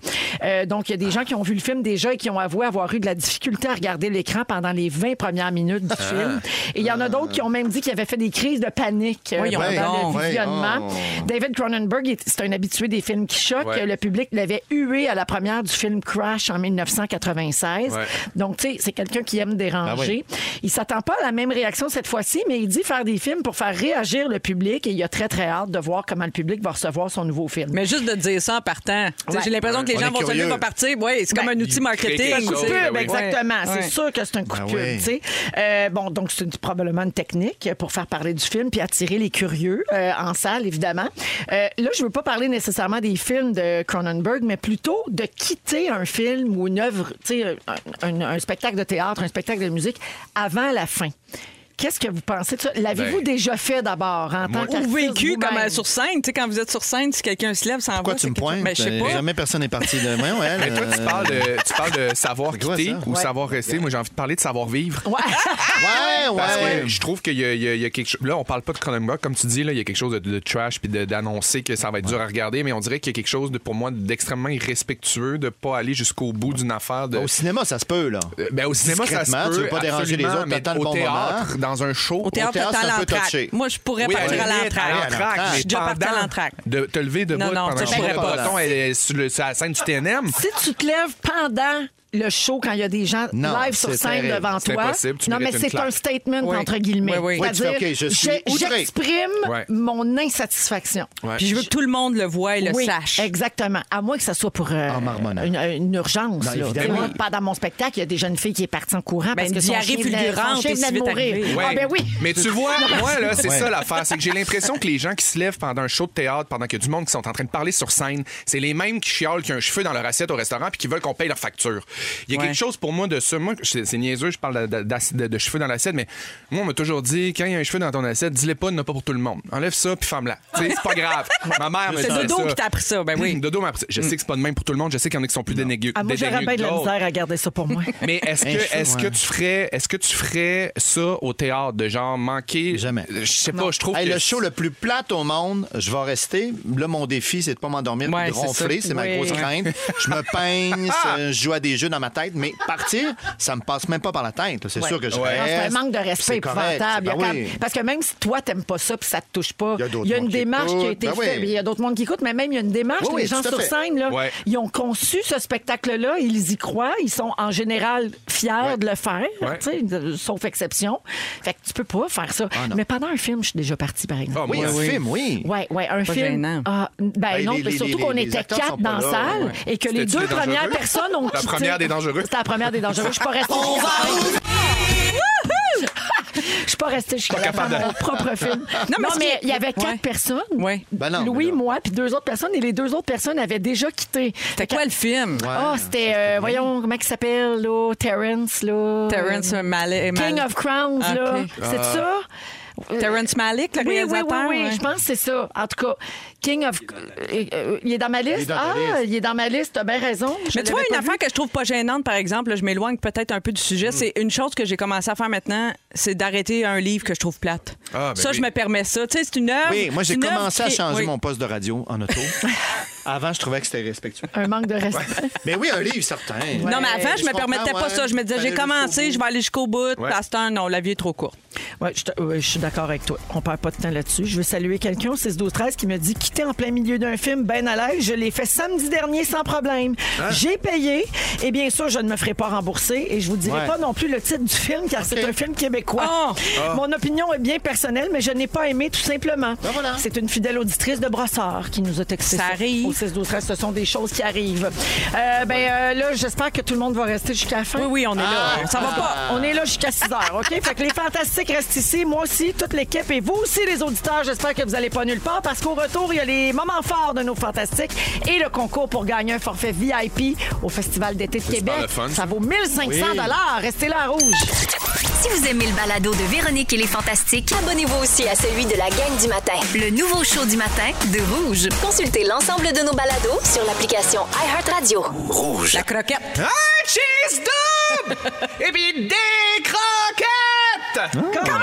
[SPEAKER 6] Euh, donc, il y a des gens qui ont vu le film déjà et qui ont avoué avoir eu de la difficulté à regarder l'écran pendant les 20 premières minutes du film. Et il y en a d'autres qui ont même dit qu'ils avaient fait des crises de panique euh,
[SPEAKER 7] Voyons
[SPEAKER 6] pendant
[SPEAKER 7] donc.
[SPEAKER 6] le visionnement. David Cronenberg, il est- c'est un habitué des films qui choquent.
[SPEAKER 4] Ouais.
[SPEAKER 6] Le public l'avait hué à la première du film Crash en 1996.
[SPEAKER 4] Ouais.
[SPEAKER 6] Donc, tu sais, c'est quelqu'un qui aime déranger. Il s'attend pas à la même réaction cette fois-ci, mais il dit faire des films pour faire réagir le public et il a très, très hâte de voir comment le public va recevoir son nouveau film.
[SPEAKER 7] Mais juste de dire ça en partant. Tu sais,
[SPEAKER 6] Ouais.
[SPEAKER 7] J'ai l'impression que les
[SPEAKER 5] On
[SPEAKER 7] gens
[SPEAKER 5] est
[SPEAKER 7] vont se
[SPEAKER 5] curieux.
[SPEAKER 7] lever, vont partir. Ouais, c'est comme
[SPEAKER 6] Ben,
[SPEAKER 7] un outil
[SPEAKER 4] il crée
[SPEAKER 7] marketing.
[SPEAKER 4] quelque
[SPEAKER 7] tu
[SPEAKER 4] chose,
[SPEAKER 7] sais.
[SPEAKER 4] ben
[SPEAKER 6] pub,
[SPEAKER 4] oui.
[SPEAKER 6] exactement.
[SPEAKER 7] Eh Ouais.
[SPEAKER 6] C'est
[SPEAKER 7] Ouais.
[SPEAKER 6] sûr que c'est un coup de
[SPEAKER 5] Ben
[SPEAKER 6] pub,
[SPEAKER 5] oui.
[SPEAKER 6] tu sais. Euh, bon, donc c'est une- probablement une technique pour faire parler du film puis attirer les curieux euh, en salle, évidemment. Euh, là, je veux pas parler nécessairement des films de Cronenberg, mais plutôt de quitter un film ou une œuvre, tu sais, un, un- un spectacle de théâtre, un spectacle de musique avant la fin. Qu'est-ce que vous pensez de ça? L'avez-vous
[SPEAKER 4] Ben,
[SPEAKER 6] déjà fait d'abord en tant
[SPEAKER 7] Ou
[SPEAKER 6] qu'artiste
[SPEAKER 7] vécu comme
[SPEAKER 6] vous-même?
[SPEAKER 7] euh, sur scène. Tu sais, quand vous êtes sur scène, si quelqu'un se lève, ça envoie.
[SPEAKER 5] Pourquoi tu me pointes? Euh, Ben,
[SPEAKER 7] Mais Ben, je sais pas.
[SPEAKER 5] Jamais personne n'est parti de. Voyons, elle,
[SPEAKER 4] Mais toi, tu
[SPEAKER 5] euh,
[SPEAKER 4] parles de, tu parles de savoir
[SPEAKER 5] C'est quoi,
[SPEAKER 4] quitter
[SPEAKER 5] ça?
[SPEAKER 4] ou
[SPEAKER 5] Ouais.
[SPEAKER 4] savoir rester. Moi, j'ai envie de parler de savoir vivre.
[SPEAKER 5] Ouais, ouais.
[SPEAKER 4] Parce que je trouve qu'il y, a- il y a- il y a quelque chose. Là, on parle pas de Cronenberg, comme tu dis, là, il y a quelque chose de, de trash puis de- d'annoncer que ça va être dur à regarder, mais on dirait qu'il y a quelque chose, de, pour moi, d'extrêmement irrespectueux de pas aller jusqu'au bout d'une affaire. De...
[SPEAKER 5] Au cinéma, ça se peut, là.
[SPEAKER 4] Euh, ben, au cinéma, ça se
[SPEAKER 5] Discrètement,
[SPEAKER 4] peut.
[SPEAKER 5] tu veux pas déranger les
[SPEAKER 4] absolument,
[SPEAKER 5] autres,
[SPEAKER 4] mais
[SPEAKER 5] t'attends le
[SPEAKER 4] au
[SPEAKER 5] bon
[SPEAKER 4] théâtre, dans un show.
[SPEAKER 7] Au théâtre,
[SPEAKER 5] théâtre,
[SPEAKER 7] t'as
[SPEAKER 5] c'est un peu touché.
[SPEAKER 7] l'entraque. Moi, je pourrais
[SPEAKER 4] Oui,
[SPEAKER 7] partir à
[SPEAKER 4] la limite, à
[SPEAKER 7] l'entraque.
[SPEAKER 4] l'entraque,
[SPEAKER 7] Je
[SPEAKER 4] mais
[SPEAKER 7] suis déjà partie à
[SPEAKER 4] pendant
[SPEAKER 7] l'entraque.
[SPEAKER 4] De te lever de
[SPEAKER 7] Non, non,
[SPEAKER 4] pendant
[SPEAKER 7] ça,
[SPEAKER 4] un
[SPEAKER 7] je
[SPEAKER 4] show
[SPEAKER 7] pourrais
[SPEAKER 4] de
[SPEAKER 7] pas,
[SPEAKER 4] peloton,
[SPEAKER 7] là.
[SPEAKER 4] elle est sur, le- sur la scène du TNM.
[SPEAKER 6] Si tu te lèves pendant le show quand il y a des gens
[SPEAKER 5] Non,
[SPEAKER 6] live sur
[SPEAKER 5] c'est
[SPEAKER 6] scène
[SPEAKER 5] terrible.
[SPEAKER 6] devant
[SPEAKER 4] C'est
[SPEAKER 6] toi.
[SPEAKER 4] impossible, tu
[SPEAKER 6] non, mais
[SPEAKER 4] mérites une
[SPEAKER 6] c'est
[SPEAKER 4] claque.
[SPEAKER 6] un statement
[SPEAKER 7] Oui.
[SPEAKER 6] entre guillemets.
[SPEAKER 7] Oui, oui.
[SPEAKER 5] Oui, tu fais,
[SPEAKER 6] C'est-à-dire,
[SPEAKER 5] OK, je suis
[SPEAKER 6] j'ai-
[SPEAKER 5] outré.
[SPEAKER 6] j'exprime
[SPEAKER 4] Ouais.
[SPEAKER 6] mon insatisfaction.
[SPEAKER 4] Ouais.
[SPEAKER 7] Puis je veux que tout le monde le voie et le
[SPEAKER 6] oui,
[SPEAKER 7] sache.
[SPEAKER 6] exactement. À moins que ça soit pour euh,
[SPEAKER 5] En marmonnant.
[SPEAKER 6] une, une urgence.
[SPEAKER 5] Non,
[SPEAKER 6] là.
[SPEAKER 5] évidemment.
[SPEAKER 6] Tu sais,
[SPEAKER 5] Ben
[SPEAKER 6] moi,
[SPEAKER 5] oui.
[SPEAKER 6] pendant mon spectacle, il y a des jeunes filles qui est partie en courant parce
[SPEAKER 7] Ben, une
[SPEAKER 6] que son
[SPEAKER 7] diarrhée
[SPEAKER 6] chien venait,
[SPEAKER 7] fulgurante
[SPEAKER 6] son chien
[SPEAKER 7] est
[SPEAKER 6] venait
[SPEAKER 7] si
[SPEAKER 6] de
[SPEAKER 7] vite
[SPEAKER 6] mourir.
[SPEAKER 7] arrivée.
[SPEAKER 4] Ouais.
[SPEAKER 6] Ah ben oui.
[SPEAKER 4] Mais tu vois, moi, là, c'est
[SPEAKER 5] Ouais.
[SPEAKER 4] ça l'affaire. C'est que j'ai l'impression que les gens qui se lèvent pendant un show de théâtre, pendant qu'il y a du monde qui sont en train de parler sur scène, c'est les mêmes qui chiolent qui ont un cheveu dans leur assiette au restaurant puis qui veulent qu'on paye leur facture. Il y a
[SPEAKER 7] Ouais.
[SPEAKER 4] quelque chose pour moi de ça. Moi, c'est c'est niaiseux, je parle de, de- d'ass- de- de cheveux dans l'assiette, mais moi, on m'a toujours dit, quand il y a un cheveu dans ton assiette, dis-le pas, il n'y en a pas pour tout le monde. Enlève ça puis ferme-la. Tu sais, c'est pas grave. Ma mère me
[SPEAKER 7] C'est
[SPEAKER 4] disait
[SPEAKER 7] Dodo
[SPEAKER 4] ça.
[SPEAKER 7] qui t'a appris ça, ben oui.
[SPEAKER 4] Dodo m'a appris ça. Je sais que c'est pas de même pour tout le monde. Je sais qu'il y en a qui sont plus dénégeux.
[SPEAKER 6] Ah, moi, j'aurais bien de la misère à garder ça pour moi.
[SPEAKER 4] Mais est-ce
[SPEAKER 5] Un
[SPEAKER 4] que,
[SPEAKER 5] cheveu,
[SPEAKER 4] est-ce que
[SPEAKER 5] ouais.
[SPEAKER 4] tu ferais, est-ce que tu ferais ça au théâtre de genre manquer
[SPEAKER 5] Jamais.
[SPEAKER 4] Je sais pas, je trouve
[SPEAKER 5] Hey,
[SPEAKER 4] que
[SPEAKER 5] le show le plus plate au monde, je vais rester. Là, mon défi, c'est de pas m'endormir,
[SPEAKER 7] Ouais,
[SPEAKER 5] de
[SPEAKER 7] c'est
[SPEAKER 5] ronfler,
[SPEAKER 7] ça.
[SPEAKER 5] c'est ma
[SPEAKER 7] Oui. Ah!
[SPEAKER 5] grosse crainte. Je me peigne, c'est- je joue à des jeux dans ma tête, mais partir, ça me passe même pas par la tête. là. C'est sûr que je
[SPEAKER 4] Ouais.
[SPEAKER 6] Non, C'est un
[SPEAKER 5] reste.
[SPEAKER 6] manque de respect
[SPEAKER 5] C'est correct.
[SPEAKER 6] épouvantable. Il
[SPEAKER 5] Ben
[SPEAKER 6] y a quand
[SPEAKER 5] oui.
[SPEAKER 6] même- Parce que même si toi, t'aimes pas ça puis ça te touche pas,
[SPEAKER 5] Il y a d'autres
[SPEAKER 6] il y a une
[SPEAKER 5] mondes qui
[SPEAKER 6] démarche qui a
[SPEAKER 5] écoutent.
[SPEAKER 6] été
[SPEAKER 5] Ben oui.
[SPEAKER 6] faite. Il y a d'autres mondes qui écoutent, mais même il y a une démarche.
[SPEAKER 5] Oui, oui,
[SPEAKER 6] les gens
[SPEAKER 5] tout à
[SPEAKER 6] sur
[SPEAKER 5] fait.
[SPEAKER 6] scène, là,
[SPEAKER 4] Ouais.
[SPEAKER 6] ils ont conçu ce spectacle-là, ils y croient, ils sont en général fiers de le faire,
[SPEAKER 4] Ouais.
[SPEAKER 6] tu sais, de- sauf exception. Fait que tu peux pas faire ça.
[SPEAKER 5] Ah, non.
[SPEAKER 6] mais pendant un film, je suis déjà partie, par exemple.
[SPEAKER 4] Ah,
[SPEAKER 5] Oui,
[SPEAKER 4] moi,
[SPEAKER 5] un
[SPEAKER 4] oui.
[SPEAKER 5] film, oui.
[SPEAKER 6] Ouais, ouais, un
[SPEAKER 7] Pas
[SPEAKER 6] film.
[SPEAKER 7] gênant.
[SPEAKER 6] Ah, ben
[SPEAKER 5] Ben,
[SPEAKER 6] non,
[SPEAKER 5] les-
[SPEAKER 6] mais
[SPEAKER 5] les-
[SPEAKER 6] surtout
[SPEAKER 5] les-
[SPEAKER 6] qu'on
[SPEAKER 5] les
[SPEAKER 6] était
[SPEAKER 5] acteurs sont
[SPEAKER 6] quatre
[SPEAKER 5] pas
[SPEAKER 6] dans la
[SPEAKER 5] là,
[SPEAKER 6] salle
[SPEAKER 5] ouais.
[SPEAKER 6] et que les
[SPEAKER 4] C'était-tu
[SPEAKER 6] deux
[SPEAKER 4] des
[SPEAKER 6] premières
[SPEAKER 4] dangereux?
[SPEAKER 6] personnes ont
[SPEAKER 4] La
[SPEAKER 6] quitté.
[SPEAKER 4] première des dangereux.
[SPEAKER 6] C'était la première des dangereux. Je suis pas restée. jusqu'à la fin. Je suis pas restée jusqu'à la fin
[SPEAKER 4] capable
[SPEAKER 6] de
[SPEAKER 4] de-
[SPEAKER 6] mon propre film. Non,
[SPEAKER 7] Non, mais
[SPEAKER 6] mais
[SPEAKER 7] ce qui-
[SPEAKER 6] il y avait quatre
[SPEAKER 7] Ouais.
[SPEAKER 6] personnes.
[SPEAKER 7] Ouais.
[SPEAKER 5] Ben non, mais
[SPEAKER 6] Louis,
[SPEAKER 5] là.
[SPEAKER 6] moi, puis deux autres personnes. Et les deux autres personnes avaient déjà quitté.
[SPEAKER 7] C'était quoi le film?
[SPEAKER 6] Ah, c'était, euh, voyons, comment il s'appelle, là? Terrence, là.
[SPEAKER 7] Terrence Malick.
[SPEAKER 6] King of Crowns,
[SPEAKER 7] euh, Ah,
[SPEAKER 6] là.
[SPEAKER 7] ok.
[SPEAKER 6] C'est ça? Euh,
[SPEAKER 7] Terrence Malick, le
[SPEAKER 6] oui, oui, oui,
[SPEAKER 7] réalisateur.
[SPEAKER 6] oui,
[SPEAKER 7] ouais.
[SPEAKER 6] je pense que c'est ça. En tout cas, King of. euh, euh, il est dans ma liste.
[SPEAKER 5] dans ta
[SPEAKER 6] ah,
[SPEAKER 5] liste.
[SPEAKER 6] il est dans ma liste, t'as bien raison. Je
[SPEAKER 7] Mais tu vois,
[SPEAKER 6] l'avais
[SPEAKER 7] une
[SPEAKER 6] pas
[SPEAKER 7] affaire
[SPEAKER 6] vu.
[SPEAKER 7] que je trouve pas gênante, par exemple, là, je m'éloigne peut-être un peu du
[SPEAKER 5] Mm.
[SPEAKER 7] sujet, c'est une chose que j'ai commencé à faire maintenant, c'est d'arrêter un livre que je trouve plate.
[SPEAKER 4] Ah, ben
[SPEAKER 7] ça,
[SPEAKER 4] oui.
[SPEAKER 7] je me permets ça. Tu sais, c'est une œuvre.
[SPEAKER 5] Oui, moi, j'ai
[SPEAKER 7] c'est une œuvre
[SPEAKER 5] commencé à
[SPEAKER 7] qui-
[SPEAKER 5] changer
[SPEAKER 7] oui.
[SPEAKER 5] mon poste de radio en auto. Avant, je trouvais que c'était respectueux.
[SPEAKER 6] Un manque de respect.
[SPEAKER 5] Mais oui, un livre, certain.
[SPEAKER 7] Non, mais avant, je me
[SPEAKER 5] comprends,
[SPEAKER 7] permettais pas
[SPEAKER 5] ouais.
[SPEAKER 7] ça. Je me disais, j'ai
[SPEAKER 5] Aller
[SPEAKER 7] commencé,
[SPEAKER 5] jusqu'au
[SPEAKER 7] je vais aller jusqu'au bout. À ce temps, non, la vie est trop courte.
[SPEAKER 6] Ouais, je, te- ouais, je suis d'accord avec toi. On perd pas de temps là-dessus. Je veux saluer quelqu'un au 6 12 13 qui me dit quitter en plein milieu d'un film ben à l'aise, je l'ai fait samedi dernier sans problème. J'ai payé et bien sûr, je ne me ferai pas rembourser et je vous dirai
[SPEAKER 5] Ouais.
[SPEAKER 6] pas non plus le titre du film car c'est un film québécois.
[SPEAKER 7] Oh!
[SPEAKER 6] Mon opinion est bien personnelle mais je n'ai pas aimé tout simplement.
[SPEAKER 5] voilà.
[SPEAKER 6] C'est une fidèle auditrice de Brossard qui nous a texté
[SPEAKER 7] Ben Ça
[SPEAKER 6] ça.
[SPEAKER 7] arrive.
[SPEAKER 6] Au 6 12 13, ce sont des choses qui arrivent. Euh, ben euh, là, j'espère que tout le monde va rester jusqu'à la fin.
[SPEAKER 7] Oui, oui, on est là. Ça va pas.
[SPEAKER 6] On est là jusqu'à 6 heures, OK? Fait que les fantastiques restent ici. Moi aussi, toute l'équipe et vous aussi, les auditeurs. J'espère que vous n'allez pas nulle part parce qu'au retour, il y a les moments forts de nos fantastiques et le concours pour gagner un forfait VIP au Festival d'été de Québec.
[SPEAKER 4] super le fun, ça.
[SPEAKER 6] Ça vaut 1500 Restez là à rouge.
[SPEAKER 11] Si vous aimez le balado de Véronique et les Fantastiques,
[SPEAKER 1] Abonnez-vous aussi à celui de la gang du matin.
[SPEAKER 11] le nouveau show du matin de Rouge.
[SPEAKER 1] Consultez l'ensemble de nos balados sur l'application iHeartRadio.
[SPEAKER 12] Rouge.
[SPEAKER 7] La croquette.
[SPEAKER 4] Ah, cheese double! Et puis des croquettes!
[SPEAKER 6] Comment?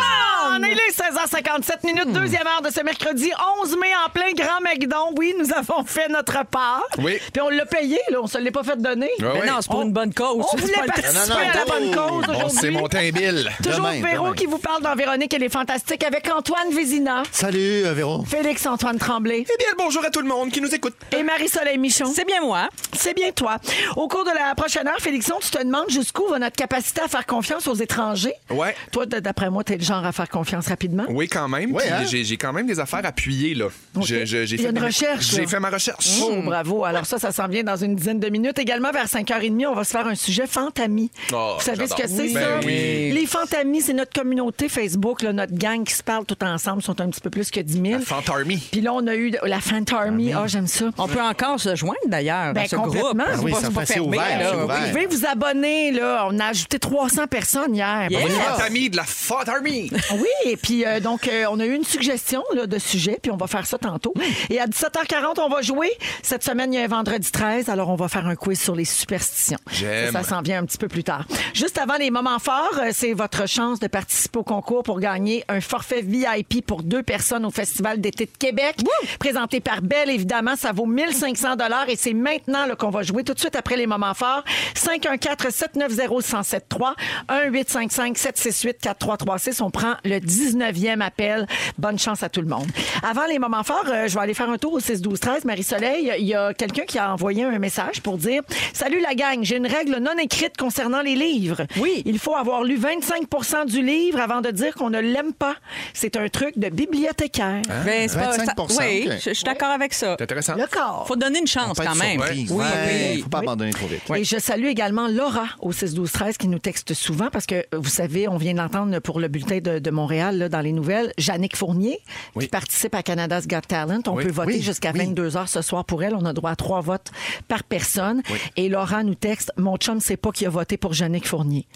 [SPEAKER 6] On est les 16h57 minutes, deuxième heure de ce mercredi 11 mai en plein Grand McDon. Oui, nous avons fait notre part.
[SPEAKER 4] Oui.
[SPEAKER 6] Puis on l'a payé, là. On se l'est pas fait donner.
[SPEAKER 4] Ah
[SPEAKER 7] Mais
[SPEAKER 4] ouais.
[SPEAKER 7] non, c'est pour une bonne cause.
[SPEAKER 6] On voulait
[SPEAKER 7] C'est pas le-
[SPEAKER 6] participer
[SPEAKER 5] Non, non,
[SPEAKER 6] à la bonne cause aujourd'hui. Eh
[SPEAKER 4] On s'est monté un bill.
[SPEAKER 6] Toujours
[SPEAKER 5] Demain,
[SPEAKER 6] Véro
[SPEAKER 5] demain.
[SPEAKER 6] qui vous parle dans Véronique et les Fantastiques avec Antoine Vézina,
[SPEAKER 5] Salut, euh, Véro.
[SPEAKER 6] Félix-Antoine Tremblay
[SPEAKER 4] Eh bien, le bonjour à tout le monde qui nous écoute.
[SPEAKER 6] et Marie-Soleil Michon.
[SPEAKER 7] C'est bien moi.
[SPEAKER 6] C'est bien toi. Au cours de la prochaine heure, Félixon, tu te demandes jusqu'où va notre capacité à faire confiance aux étrangers.
[SPEAKER 4] Ouais.
[SPEAKER 6] Toi, d- d'après moi, t'es le genre à faire confiance rapidement.
[SPEAKER 4] Oui, quand même.
[SPEAKER 5] Ouais,
[SPEAKER 4] Puis
[SPEAKER 5] hein?
[SPEAKER 4] j'ai- J'ai quand même des affaires appuyées, là. Je- je- j'ai
[SPEAKER 6] Il y a
[SPEAKER 4] fait
[SPEAKER 6] une
[SPEAKER 4] ma-
[SPEAKER 6] recherche, là.
[SPEAKER 4] J'ai fait ma recherche.
[SPEAKER 6] Oh, bravo. Alors ça, ça s'en vient dans une dizaine de minutes. Également, vers 5h30, on va se faire un sujet fantami.
[SPEAKER 4] Oh,
[SPEAKER 6] Vous savez ce que
[SPEAKER 4] j'adore.
[SPEAKER 6] c'est,
[SPEAKER 4] Oui.
[SPEAKER 6] ça?
[SPEAKER 4] Ben oui.
[SPEAKER 6] Les fantamis, c'est notre communauté Facebook, là, notre gang qui se parle tout ensemble, sont un petit peu plus que 10 000.
[SPEAKER 4] La Fantarmy.
[SPEAKER 6] Puis là, on a eu la Fantarmy. Ah, j'aime ça.
[SPEAKER 7] On peut encore se joindre d'ailleurs
[SPEAKER 6] Ben,
[SPEAKER 7] à ce
[SPEAKER 6] complètement.
[SPEAKER 7] groupe.
[SPEAKER 6] Ah
[SPEAKER 7] C'est
[SPEAKER 5] oui,
[SPEAKER 7] pas-
[SPEAKER 5] ça
[SPEAKER 7] c'est pas
[SPEAKER 5] fait- c'est
[SPEAKER 7] fermé,
[SPEAKER 5] ouvert,
[SPEAKER 7] là.
[SPEAKER 5] c'est ouvert.
[SPEAKER 6] Vous pouvez vous abonner, là. On a ajouté 300 personnes hier.
[SPEAKER 7] Yeah.
[SPEAKER 4] Fantarmy de la Fantarmy.
[SPEAKER 6] Oui, et puis euh, donc, euh, on a eu une suggestion là, de sujet, puis on va faire ça tantôt. Et à 17h40, on va jouer. Cette semaine, il y a un vendredi 13, alors on va faire un quiz sur les superstitions.
[SPEAKER 4] J'aime.
[SPEAKER 6] Ça, ça s'en vient un petit peu plus tard. Juste avant les moments forts, euh, c'est votre chance de participer au concours pour gagner un forfait VIP pour deux personnes au Festival d'été de Québec. Présenté par Belle, évidemment, ça vaut 1500 et c'est maintenant là, qu'on va jouer tout de suite après les moments forts. 514-790-1073, 1-855-768-4336. On prend le 19e appel. Bonne chance à tout le monde. Avant les moments forts, euh, je vais aller faire un tour au 6-12-13. Marie-Soleil, il y a quelqu'un qui a envoyé un message pour dire « Salut la gang, j'ai une règle non écrite concernant les livres.
[SPEAKER 7] Oui.
[SPEAKER 6] Il faut avoir lu 25 du livre avant de dire qu'on ne l'aime pas. C'est un truc de bibliothécaire.
[SPEAKER 7] Ben, c'est pas-
[SPEAKER 5] 25%,
[SPEAKER 7] ça- Oui,
[SPEAKER 5] ok.
[SPEAKER 7] je je suis d'accord avec ça.
[SPEAKER 4] C'est intéressant.
[SPEAKER 6] Le corps.
[SPEAKER 7] Faut donner une chance
[SPEAKER 5] Pas
[SPEAKER 7] quand
[SPEAKER 5] être
[SPEAKER 7] même.
[SPEAKER 5] surprise.
[SPEAKER 7] Oui,
[SPEAKER 5] Ouais,
[SPEAKER 7] oui.
[SPEAKER 5] Faut pas abandonner trop vite.
[SPEAKER 6] Et je salue également Laura au 6-12-13 qui nous texte souvent parce que, euh, vous savez, on vient d'entendre pour le bulletin de, de Montréal là, dans les nouvelles, Jannick Fournier qui participe à Canada's Got Talent. On
[SPEAKER 4] Oui.
[SPEAKER 6] peut voter
[SPEAKER 5] Oui,
[SPEAKER 6] jusqu'à
[SPEAKER 5] oui.
[SPEAKER 6] 22 heures ce soir pour elle. On a droit à trois votes par personne. Et Laura nous texte « Mon chum ne sait pas qui a voté pour Jannick Fournier.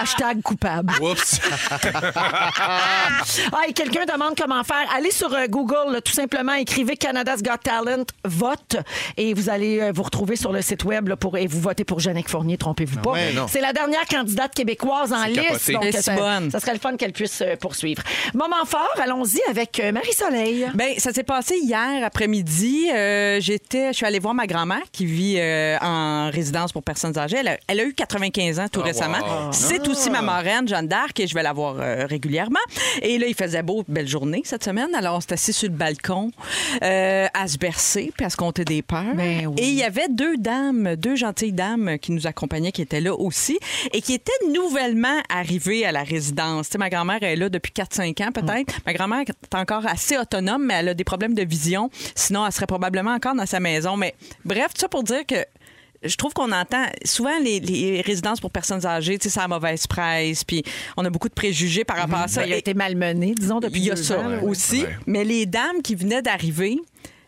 [SPEAKER 6] Hashtag coupable.
[SPEAKER 4] Oups.
[SPEAKER 6] Ah, et quelqu'un demande comment faire. Allez sur euh, Google, là, tout simplement, écrivez Canada's Got Talent, vote, et vous allez euh, vous retrouver sur le site web là, pour, et vous votez pour Jeannick Fournier, trompez-vous pas.
[SPEAKER 4] Ah non.
[SPEAKER 6] C'est la dernière candidate québécoise en
[SPEAKER 4] C'est
[SPEAKER 6] liste.
[SPEAKER 4] capoté.
[SPEAKER 6] Donc,
[SPEAKER 7] Elle est
[SPEAKER 6] ça,
[SPEAKER 7] si bonne.
[SPEAKER 6] ça serait le fun qu'elle puisse euh, poursuivre. Moment fort, allons-y avec euh, Marie-Soleil.
[SPEAKER 7] Ben, ça s'est passé hier après-midi. Euh, j'étais, je suis allée voir ma grand-mère qui vit euh, en résidence pour personnes âgées. Elle a, elle a eu 95 ans tout récemment.
[SPEAKER 6] Ah.
[SPEAKER 7] C'est aussi ma marraine, Jeanne d'Arc, et je vais la voir euh, régulièrement. Et là, il faisait beau, belle journée cette semaine. Alors, on s'est assis sur le balcon euh, à se bercer puis à se compter des peurs.
[SPEAKER 6] Ben oui.
[SPEAKER 7] Et il y avait deux dames, deux gentilles dames qui nous accompagnaient, qui étaient là aussi et qui étaient nouvellement arrivées à la résidence. Tu sais, ma grand-mère est là depuis 4-5 ans peut-être.
[SPEAKER 6] Mm.
[SPEAKER 7] Ma grand-mère est encore assez autonome, mais elle a des problèmes de vision. Sinon, elle serait probablement encore dans sa maison. Mais bref, tout ça pour dire que je trouve qu'on entend souvent les, les résidences pour personnes âgées, tu sais, c'est à mauvaise presse, puis on a beaucoup de préjugés par rapport à ça.
[SPEAKER 6] Mm-hmm. Ben, Il a
[SPEAKER 7] Et-
[SPEAKER 6] été malmené, disons, depuis
[SPEAKER 7] Ben, il y a
[SPEAKER 6] deux
[SPEAKER 7] ça
[SPEAKER 6] ans, là.
[SPEAKER 7] aussi.
[SPEAKER 4] Ouais.
[SPEAKER 7] Mais les dames qui venaient d'arriver,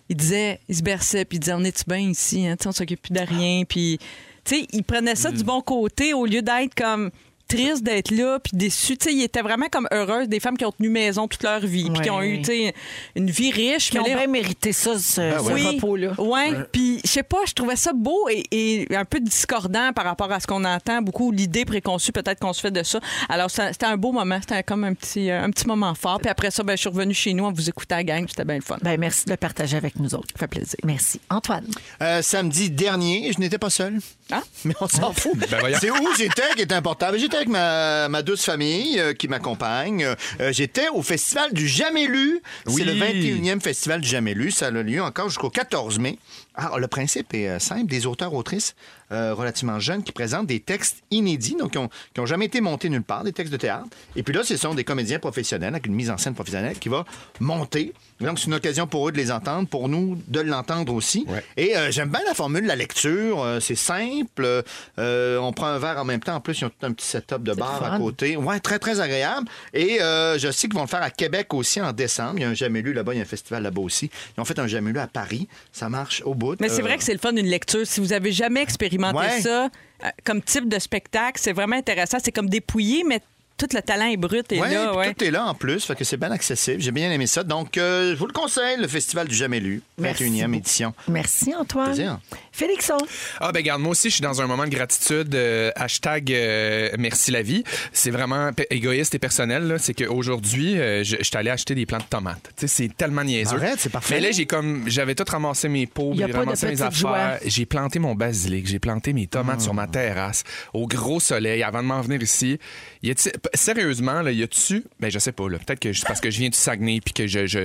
[SPEAKER 7] ils disaient, ils se berçaient, puis ils disaient, on est-tu bien ici? Hein? Tu sais, On s'occupe plus de rien. Puis, tu sais, ils prenaient ça du bon côté au lieu d'être comme. triste d'être là, puis déçue. Tu sais, ils étaient vraiment comme heureuses des femmes qui ont tenu maison toute leur vie, puis qui ont eu, tu sais, une vie riche.
[SPEAKER 6] Qui
[SPEAKER 7] mais
[SPEAKER 6] ont
[SPEAKER 7] là-
[SPEAKER 6] bien mérité ça,
[SPEAKER 4] Ben
[SPEAKER 6] ce, ce
[SPEAKER 7] oui,
[SPEAKER 6] repos-là.
[SPEAKER 7] ouais. Puis, je sais pas, je trouvais ça beau et, et un peu discordant par rapport à ce qu'on entend, beaucoup l'idée préconçue peut-être qu'on se fait de ça. Alors, ça- c'était un beau moment, c'était comme un petit, euh, un petit moment fort. Puis après ça, ben, je suis revenue chez nous, on vous écoutait à la gang, puis c'était bien le fun.
[SPEAKER 6] Ben, merci de le partager avec nous autres.
[SPEAKER 7] Ça fait plaisir.
[SPEAKER 6] Merci. Antoine.
[SPEAKER 5] Euh, samedi dernier, je n'étais pas seul.
[SPEAKER 7] Ah?
[SPEAKER 5] Mais on s'en fout.
[SPEAKER 4] Ben voyons.
[SPEAKER 5] C'est où j'étais qui est important. Ben, J'étais avec ma, ma douce famille euh, qui m'accompagne. Euh, euh, j'étais au Festival du Jamais Lu.
[SPEAKER 4] Oui.
[SPEAKER 5] C'est le 21e Festival du Jamais Lu. Ça a lieu encore jusqu'au 14 mai. Alors, le principe est euh, simple. Des auteurs-autrices euh, relativement jeunes qui présentent des textes inédits, donc qui n'ont jamais été montés nulle part, des textes de théâtre. Et puis là, ce sont des comédiens professionnels avec une mise en scène professionnelle qui va monter. Donc, c'est une occasion pour eux de les entendre, pour nous de l'entendre aussi.
[SPEAKER 4] Ouais.
[SPEAKER 5] Et euh, j'aime bien la formule de la lecture. euh, c'est simple. euh, euh, on prend un verre en même temps. En plus, ils ont tout un petit setup de bar à côté. Ouais, très, très agréable. Et euh, je sais qu'ils vont le faire à Québec aussi en décembre. Il y a un jamais lu là-bas. Il y a un festival là-bas aussi. Ils ont fait un jamais lu à Paris. Ça marche au bout.
[SPEAKER 7] Mais c'est
[SPEAKER 5] Euh,
[SPEAKER 7] vrai que c'est le fun d'une lecture. Si vous avez jamais expérimenté
[SPEAKER 5] Ouais.
[SPEAKER 7] ça euh, comme type de spectacle, c'est vraiment intéressant. C'est comme dépouillé, mais tout le talent est brut et
[SPEAKER 5] Ouais,
[SPEAKER 7] là.
[SPEAKER 5] puis
[SPEAKER 7] ouais.
[SPEAKER 5] Tout est là en plus, fait que c'est bien accessible. J'ai bien aimé ça. Donc, euh, je vous le conseille, le Festival du Jamais Lu,
[SPEAKER 6] Merci
[SPEAKER 5] 21e
[SPEAKER 6] beaucoup.
[SPEAKER 5] édition.
[SPEAKER 6] Merci, Antoine.
[SPEAKER 5] Plaisir.
[SPEAKER 6] Félixon.
[SPEAKER 4] Ah ben garde moi aussi je suis dans un moment de gratitude euh, hashtag euh, merci la vie c'est vraiment p- égoïste et personnel là. c'est qu'aujourd'hui euh, je je suis allé acheter des plants de tomates tu sais c'est tellement niaiseux
[SPEAKER 5] Arrête, c'est parfait.
[SPEAKER 4] mais là j'ai comme j'avais tout ramassé mes pots
[SPEAKER 6] Y a
[SPEAKER 4] j'ai
[SPEAKER 6] pas de
[SPEAKER 4] ramassé mes
[SPEAKER 6] petite
[SPEAKER 4] affaires
[SPEAKER 6] joie.
[SPEAKER 4] j'ai planté mon basilic j'ai planté mes tomates sur
[SPEAKER 5] Hmm.
[SPEAKER 4] ma terrasse au gros soleil avant de m'en venir ici y a sérieusement là y a-tu ben je sais pas là peut-être que je- parce que je viens du Saguenay puis que je, je...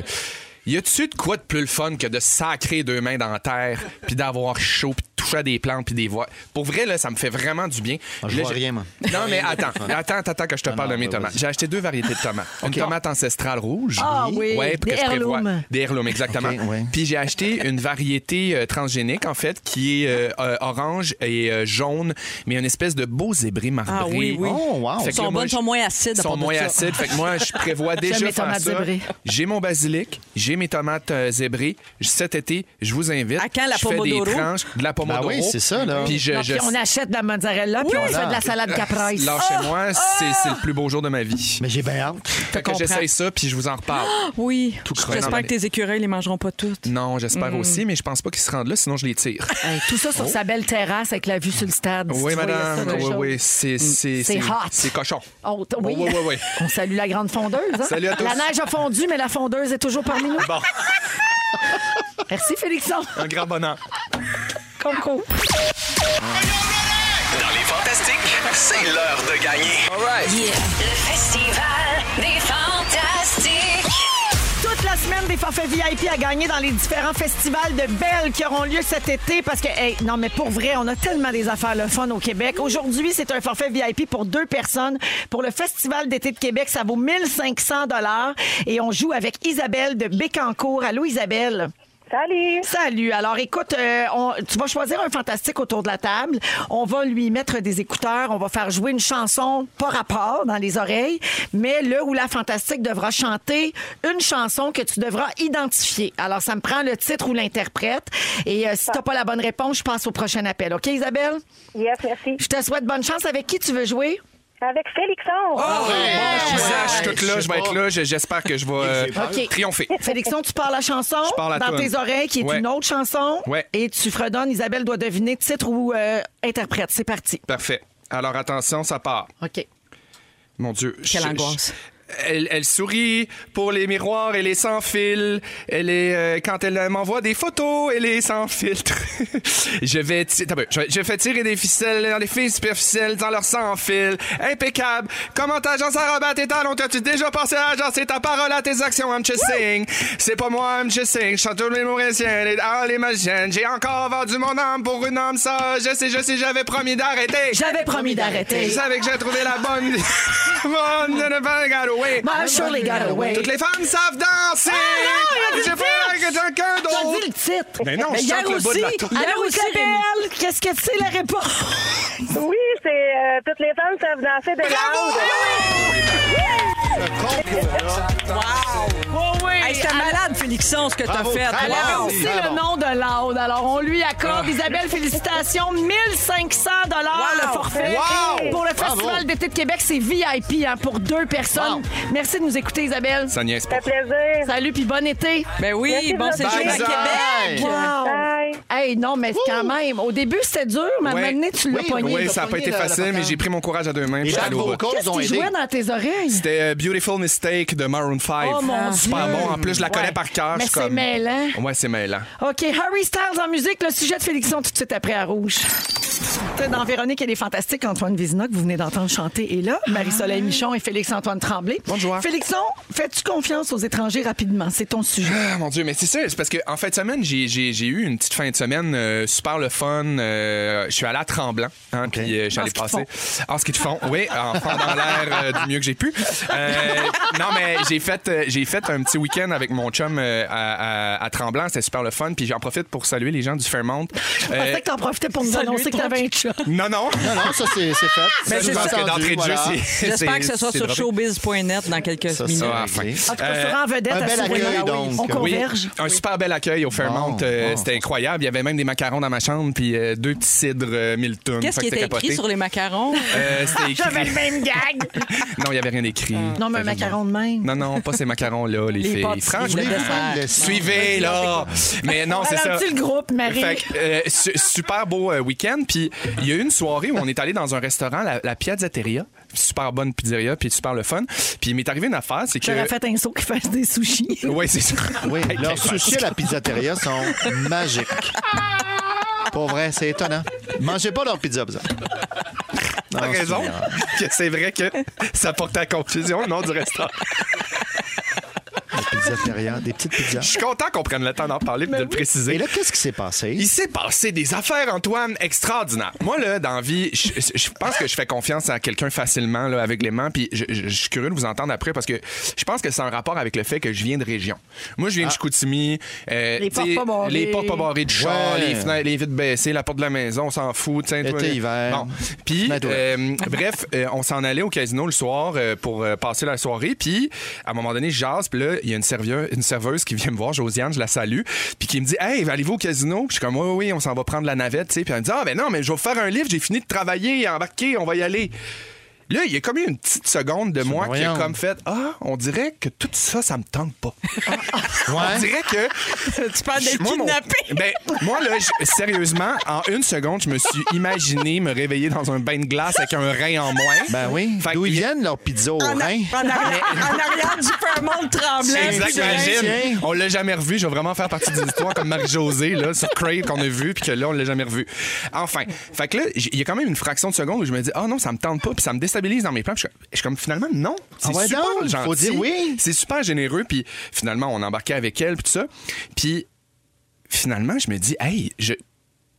[SPEAKER 4] Y a-tu de quoi de plus le fun que de sacrer deux mains dans la terre, puis d'avoir chaud, puis de toucher à des plantes, puis des voix? Pour vrai, là, ça me fait vraiment du bien.
[SPEAKER 5] Ah, je
[SPEAKER 4] Là,
[SPEAKER 5] vois rien, moi.
[SPEAKER 4] Non, mais attends, attends, attends que je te
[SPEAKER 5] Non,
[SPEAKER 4] parle
[SPEAKER 5] non,
[SPEAKER 4] de mes
[SPEAKER 5] ouais,
[SPEAKER 4] tomates.
[SPEAKER 5] vas-y.
[SPEAKER 4] J'ai acheté deux variétés de tomates. Une tomate ancestrale rouge.
[SPEAKER 6] Ah oui,
[SPEAKER 4] Ouais, pour
[SPEAKER 6] des
[SPEAKER 4] que je prévoie-
[SPEAKER 6] heirlooms.
[SPEAKER 4] Des heirlooms, exactement.
[SPEAKER 5] Ok, ouais.
[SPEAKER 4] Puis j'ai acheté une variété euh, transgénique, en fait, qui est euh, euh, orange et euh, jaune, mais une espèce de beau zébré marbré.
[SPEAKER 7] Ah oui, oui.
[SPEAKER 5] Oh, wow.
[SPEAKER 4] Fait que
[SPEAKER 7] Sont
[SPEAKER 4] là, moi,
[SPEAKER 7] bonnes,
[SPEAKER 4] je-
[SPEAKER 7] sont moins acides, à part
[SPEAKER 4] Sont
[SPEAKER 7] de
[SPEAKER 4] moins
[SPEAKER 7] ça.
[SPEAKER 4] acides. Fait que moi, je prévois déjà
[SPEAKER 6] mes
[SPEAKER 4] faire
[SPEAKER 6] tomates
[SPEAKER 4] ça.
[SPEAKER 6] zébrées.
[SPEAKER 4] J'ai mon basilic, j'ai mes tomates euh, zébrées. Cet été, je vous invite.
[SPEAKER 7] À quand la
[SPEAKER 4] je fais des
[SPEAKER 7] pomodoro?
[SPEAKER 4] tranches de la pomodoro.
[SPEAKER 5] Ben oui, c'est ça, là.
[SPEAKER 4] Puis je,
[SPEAKER 6] Non,
[SPEAKER 4] je-
[SPEAKER 6] puis on achète de la mozzarella, puis on
[SPEAKER 5] Voilà.
[SPEAKER 6] fait de la salade caprese.
[SPEAKER 4] Lâchez-moi, c'est c'est le plus beau jour de ma vie.
[SPEAKER 5] Mais j'ai bien hâte.
[SPEAKER 4] Fait que
[SPEAKER 7] Ah! comprends.
[SPEAKER 4] j'essaye ça, puis je vous en reparle.
[SPEAKER 7] Oui.
[SPEAKER 4] craint.
[SPEAKER 7] J'espère que tes écureuils les mangeront pas toutes.
[SPEAKER 4] Non, j'espère
[SPEAKER 6] Mm.
[SPEAKER 4] aussi, mais je pense pas qu'ils se rendent là, sinon je les tire.
[SPEAKER 6] Ah! Hey, tout ça sur sa belle terrasse avec la vue sur le stade. Si
[SPEAKER 4] Oh. Oui,
[SPEAKER 6] tu voyais ça,
[SPEAKER 4] madame.
[SPEAKER 6] quelque
[SPEAKER 4] Oui,
[SPEAKER 6] chose.
[SPEAKER 4] oui, c'est. C'est
[SPEAKER 6] Mm. C'est hot.
[SPEAKER 4] C'est cochon.
[SPEAKER 6] Oh, t- oui.
[SPEAKER 4] Oui, oui, oui.
[SPEAKER 6] On salue la grande fondeuse. hein?
[SPEAKER 4] Salut à tous.
[SPEAKER 6] La neige a fondu, mais la fondeuse est toujours parmi nous.
[SPEAKER 4] Bon,
[SPEAKER 6] Merci, Félixon.
[SPEAKER 4] un grand bonheur.
[SPEAKER 6] Concours.
[SPEAKER 13] Dans les fantastiques, c'est l'heure de gagner.
[SPEAKER 1] Le festival des fantastiques.
[SPEAKER 6] Toute la semaine, des forfaits VIP à gagner dans les différents festivals de Belle qui auront lieu cet été parce que, hey, non, mais pour vrai, on a tellement des affaires le fun au Québec. Aujourd'hui, c'est un forfait VIP pour deux personnes. Pour le Festival d'été de Québec, ça vaut 1500 et on joue avec Isabelle de Bécancourt. Allô, Isabelle?
[SPEAKER 14] Salut!
[SPEAKER 6] Salut. Alors, écoute, euh, on- tu vas choisir un fantastique autour de la table. On va lui mettre des écouteurs. On va faire jouer une chanson pas rapport dans les oreilles. Mais le ou la fantastique devra chanter une chanson que tu devras identifier. Alors, ça me prend le titre ou l'interprète. Et euh, si t'as pas la bonne réponse, je passe au prochain appel. OK, Isabelle?
[SPEAKER 14] Yes, merci.
[SPEAKER 6] Je te souhaite bonne chance. Avec qui tu veux jouer?
[SPEAKER 14] Avec Félixon.
[SPEAKER 4] Oh! ben, Je sache
[SPEAKER 5] ouais,
[SPEAKER 4] tout là,
[SPEAKER 5] je
[SPEAKER 4] je
[SPEAKER 5] sais
[SPEAKER 4] vais être
[SPEAKER 5] pas.
[SPEAKER 4] là. je- J'espère que je vais euh,
[SPEAKER 6] Ok.
[SPEAKER 4] triompher.
[SPEAKER 6] Félixon, tu parles la chanson
[SPEAKER 4] Je parle la
[SPEAKER 6] dans
[SPEAKER 4] toune.
[SPEAKER 6] tes oreilles, qui est
[SPEAKER 4] Ouais.
[SPEAKER 6] une autre chanson.
[SPEAKER 4] Ouais.
[SPEAKER 6] Et tu fredonnes. Isabelle doit deviner titre ou euh, interprète. C'est parti.
[SPEAKER 4] Parfait. Alors attention, ça part.
[SPEAKER 6] OK.
[SPEAKER 4] Mon Dieu.
[SPEAKER 7] Quelle
[SPEAKER 4] Je-
[SPEAKER 7] angoisse.
[SPEAKER 4] je- Elle, elle sourit pour les miroirs, elle est sans fil. Elle est euh, quand elle m'envoie des photos, elle est sans filtre. je vais, ti- Attends un peu. je, vais- je fais tirer des ficelles dans les filles superficielles dans leur sans fil. Impeccable. Comment t'agences à rabat tes talons T'as-tu déjà pensé à agencer ta parole à tes actions I'm chasing. C'est pas moi I'm chasing. Je chante tous les Mauriciens, les ah, les magiciennes. J'ai encore vendu mon âme pour une âme ça. Je sais, je sais, j'avais promis d'arrêter.
[SPEAKER 6] J'avais promis d'arrêter.
[SPEAKER 4] Je savais que j'ai trouvé la bonne. bonne de Never Got Away.
[SPEAKER 6] I'm surely got away.
[SPEAKER 4] Toutes les femmes savent danser.
[SPEAKER 6] Ah non, il a dit
[SPEAKER 4] J'ai
[SPEAKER 6] le
[SPEAKER 4] pas
[SPEAKER 6] titre.
[SPEAKER 4] que quelqu'un
[SPEAKER 6] T'as dit
[SPEAKER 4] d'autre.
[SPEAKER 6] le titre.
[SPEAKER 4] Mais non, je
[SPEAKER 6] hier
[SPEAKER 4] chante le bout de
[SPEAKER 6] aussi,
[SPEAKER 4] la tour.
[SPEAKER 6] alors
[SPEAKER 7] Hier aussi,
[SPEAKER 6] Isabelle, qu'est-ce que c'est la réponse?
[SPEAKER 14] Oui, c'est euh, toutes les femmes savent danser de l'âme.
[SPEAKER 5] Le concours.
[SPEAKER 7] Hey, C'était malade, Félixon, ce que t'as
[SPEAKER 5] Bravo,
[SPEAKER 7] fait.
[SPEAKER 5] très
[SPEAKER 6] Elle
[SPEAKER 5] Wow.
[SPEAKER 4] Ah
[SPEAKER 6] avait aussi
[SPEAKER 5] Très
[SPEAKER 6] le
[SPEAKER 5] bon.
[SPEAKER 6] nom de l'Aude. Alors, on lui accorde, Isabelle, félicitations, 1500 dollars le forfait.
[SPEAKER 5] Wow.
[SPEAKER 6] Pour le
[SPEAKER 5] Bravo.
[SPEAKER 6] Festival d'été de Québec, c'est VIP hein, pour deux personnes. Merci de nous écouter, Isabelle.
[SPEAKER 4] Ça niaise pas.
[SPEAKER 14] Ça fait plaisir.
[SPEAKER 6] Salut, puis bon été. Euh,
[SPEAKER 7] Ben oui,
[SPEAKER 14] Merci,
[SPEAKER 7] bon séjour
[SPEAKER 14] Isabelle.
[SPEAKER 7] à
[SPEAKER 5] Bye,
[SPEAKER 7] Québec.
[SPEAKER 5] Isabelle.
[SPEAKER 14] Bye.
[SPEAKER 6] Hey, non, mais quand même, au début, c'était dur, mais à un
[SPEAKER 4] Ouais.
[SPEAKER 6] moment donné, tu l'as
[SPEAKER 5] Oui,
[SPEAKER 6] pogné.
[SPEAKER 4] Oui,
[SPEAKER 5] t'as
[SPEAKER 4] ça n'a pas
[SPEAKER 5] pogné
[SPEAKER 4] été
[SPEAKER 6] euh,
[SPEAKER 5] la- la
[SPEAKER 4] facile, mais
[SPEAKER 5] patente.
[SPEAKER 4] j'ai pris mon courage à deux mains. puis je
[SPEAKER 5] Les
[SPEAKER 4] suis
[SPEAKER 5] Jack
[SPEAKER 4] allé au bas.
[SPEAKER 5] Vocals
[SPEAKER 6] Qu'est-ce
[SPEAKER 5] ont
[SPEAKER 6] qui
[SPEAKER 5] aidé.
[SPEAKER 6] jouait dans tes oreilles?
[SPEAKER 4] C'était euh, Beautiful Mistake de Maroon 5.
[SPEAKER 6] Oh, mon
[SPEAKER 4] Super
[SPEAKER 6] Dieu.
[SPEAKER 4] bon. En plus, je la connais
[SPEAKER 6] Ouais.
[SPEAKER 4] par cœur.
[SPEAKER 6] Mais
[SPEAKER 4] je suis
[SPEAKER 6] c'est
[SPEAKER 4] comme-
[SPEAKER 6] mêlant.
[SPEAKER 4] Ouais, c'est mêlant.
[SPEAKER 6] OK, Harry Styles en musique, le sujet de Félixon tout de suite après à Rouge. T'es Dans Véronique, elle est fantastique. Antoine Vézina, que vous venez d'entendre chanter, est là. Marie-Soleil Michon et Félix-Antoine Tremblay.
[SPEAKER 4] Bonjour.
[SPEAKER 6] Félixon, fais-tu confiance aux étrangers rapidement? C'est ton sujet.
[SPEAKER 4] Ah, mon Dieu, mais c'est ça, c'est parce que en fin de semaine, j'ai, j'ai- j'ai eu une petite fin de semaine euh, super le fun. euh, je suis allé à Tremblant, hein, puis euh, je suis
[SPEAKER 6] En
[SPEAKER 4] allé
[SPEAKER 6] ski de
[SPEAKER 4] passer. En ski de fond, oui, en fendant l'air euh, du mieux que j'ai pu. Euh, non, mais j'ai fait, euh, j'ai fait un petit week-end avec mon chum euh, à, à- à Tremblant, c'était super le fun, puis j'en profite pour saluer les gens du Fairmont.
[SPEAKER 6] Je
[SPEAKER 4] Euh,
[SPEAKER 6] pensais que t'en profitais pour nous
[SPEAKER 7] salut,
[SPEAKER 6] annoncer que
[SPEAKER 7] toi.
[SPEAKER 6] t'avais un chat.
[SPEAKER 4] non, non.
[SPEAKER 5] Non, non, ça, c'est c'est fait.
[SPEAKER 4] Mais
[SPEAKER 5] Ça,
[SPEAKER 4] je
[SPEAKER 5] nous
[SPEAKER 4] pense
[SPEAKER 5] a
[SPEAKER 4] que
[SPEAKER 5] entendu,
[SPEAKER 4] d'entrée de jeu,
[SPEAKER 5] voilà.
[SPEAKER 4] c'est.
[SPEAKER 7] J'espère
[SPEAKER 4] c'est-
[SPEAKER 7] que ce soit
[SPEAKER 4] c'est
[SPEAKER 7] sur
[SPEAKER 4] drôpe.
[SPEAKER 7] showbiz.net dans quelques
[SPEAKER 5] Ça,
[SPEAKER 7] minutes.
[SPEAKER 4] Ah,
[SPEAKER 5] c'est réglé.
[SPEAKER 6] En tout cas,
[SPEAKER 4] Euh,
[SPEAKER 6] tu seras en vedette
[SPEAKER 5] un
[SPEAKER 6] à
[SPEAKER 5] bel
[SPEAKER 6] ce
[SPEAKER 5] accueil,
[SPEAKER 6] moment-là.
[SPEAKER 5] donc.
[SPEAKER 6] On
[SPEAKER 5] Oui.
[SPEAKER 4] Oui,
[SPEAKER 6] converge.
[SPEAKER 4] un super bel accueil au Fairmont.
[SPEAKER 5] Bon,
[SPEAKER 4] euh,
[SPEAKER 5] bon,
[SPEAKER 4] c'était incroyable. Il y avait même des macarons dans ma chambre, puis euh, deux petits cidres euh, Milton.
[SPEAKER 7] Qu'est-ce
[SPEAKER 4] Fait
[SPEAKER 7] qui
[SPEAKER 4] que
[SPEAKER 7] était
[SPEAKER 4] c'était
[SPEAKER 7] écrit
[SPEAKER 4] capoté.
[SPEAKER 7] sur les macarons?
[SPEAKER 4] Euh, c'était
[SPEAKER 6] J'avais
[SPEAKER 4] écrit.
[SPEAKER 6] le même gag. Ah.
[SPEAKER 4] non, il n'y avait rien écrit.
[SPEAKER 6] Non, mais un
[SPEAKER 4] Fait que-
[SPEAKER 6] macaron de même.
[SPEAKER 4] Non, non, pas ces macarons-là, les,
[SPEAKER 7] Les
[SPEAKER 4] filles.
[SPEAKER 7] pâtisseries,
[SPEAKER 4] Franchement,
[SPEAKER 7] le dessert.
[SPEAKER 4] suivez, là. Mais non, c'est ça.
[SPEAKER 6] Ralentis le groupe, Marie.
[SPEAKER 4] Fait que, euh, su- super beau euh, week-end. Puis il y a eu une soirée où on est allé dans un restaurant, la, la Piazzateria. Super bonne pizzeria, puis super le fun. Puis il m'est arrivé une affaire, c'est que.
[SPEAKER 6] J'aurais fait un saut qui fasse des sushis.
[SPEAKER 4] Oui, c'est ça.
[SPEAKER 5] Oui,
[SPEAKER 4] Hey, ben,
[SPEAKER 5] leurs
[SPEAKER 4] quelle
[SPEAKER 5] sushis à la pizzateria sont magiques. Pour vrai, c'est étonnant. Mangez pas leur pizza, bizarre.
[SPEAKER 4] T'as raison. que c'est vrai que ça porte à confusion le nom du restaurant.
[SPEAKER 5] La pizzateria, hein, des petites
[SPEAKER 4] Je
[SPEAKER 5] pizzas.
[SPEAKER 4] suis content qu'on prenne le temps d'en parler et
[SPEAKER 6] Ben
[SPEAKER 4] de le
[SPEAKER 5] Et
[SPEAKER 4] préciser.
[SPEAKER 5] là, qu'est-ce qui s'est passé?
[SPEAKER 4] Il s'est passé des affaires, Antoine, extraordinaires. Moi, là, dans la vie, je, je pense que je fais confiance à quelqu'un facilement, là, avec les mains, puis je, je- je suis curieux de vous entendre après parce que je pense que c'est un rapport avec le fait que je viens de région. Moi,
[SPEAKER 5] Ah.
[SPEAKER 4] je viens de Chicoutimi. euh,
[SPEAKER 6] Les
[SPEAKER 4] t'sais,
[SPEAKER 6] portes pas barrées.
[SPEAKER 4] Les portes pas barrées du char,
[SPEAKER 5] Ouais.
[SPEAKER 4] les fenêtres, les vitres baissées, la porte de la maison, on s'en fout. t'sais,
[SPEAKER 5] Été,
[SPEAKER 4] toi, les-
[SPEAKER 5] hiver.
[SPEAKER 4] Bon. Puis,
[SPEAKER 5] Fenêtre ouverte.
[SPEAKER 4] euh, euh, bref, euh, on s'en allait au casino le soir euh, pour euh, passer la soirée. Puis, à un moment donné, je jase. Puis là, il y a une, servieuse, une serveuse qui vient me voir, Josiane, je la salue. Puis qui me dit Hey, allez-vous au casino Puis je suis comme Oui, oui, on s'en va prendre la navette. tu sais. Puis elle me dit Ah, ben non, mais je vais vous faire un livre, j'ai fini de travailler, embarqué, on va y aller. Là, il y a comme eu une petite seconde de moi qui a
[SPEAKER 5] voyons.
[SPEAKER 4] comme fait Ah, on dirait que tout ça, ça me tente pas. On
[SPEAKER 5] Ouais.
[SPEAKER 4] dirait que
[SPEAKER 7] tu parles d'être
[SPEAKER 4] moi, mon-
[SPEAKER 7] kidnappé.
[SPEAKER 5] Eh
[SPEAKER 4] Ben, moi, là, je- sérieusement, en une seconde, je me suis imaginé me réveiller dans un bain de glace avec un rein en moins.
[SPEAKER 5] Ben oui.
[SPEAKER 4] Fait
[SPEAKER 5] D'où
[SPEAKER 4] que-
[SPEAKER 5] ils viennent, leurs pizzas au
[SPEAKER 7] En,
[SPEAKER 5] rein?
[SPEAKER 7] en arrière, en arrière du Fairmont tremblant.
[SPEAKER 4] Exact,
[SPEAKER 7] puis de-
[SPEAKER 4] j'imagine.
[SPEAKER 5] Tiens.
[SPEAKER 4] On l'a jamais revu. Je vais vraiment faire partie des histoires comme Marie-Josée, là, sur Crave qu'on a vu, puis que là, on l'a jamais revu. Enfin. Fait que là, j- il y a quand même une fraction de seconde où je me dis, ah non, ça me tente pas, puis ça me déstabilise dans mes plans. Puis je suis comme- je suis comme, finalement, non. C'est
[SPEAKER 5] Ah ouais,
[SPEAKER 4] super
[SPEAKER 5] donc,
[SPEAKER 4] gentil.
[SPEAKER 5] faut dire oui.
[SPEAKER 4] C'est super généreux, puis finalement, on embarquait avec elle, puis tout ça. Puis finalement, je me dis, hey, je.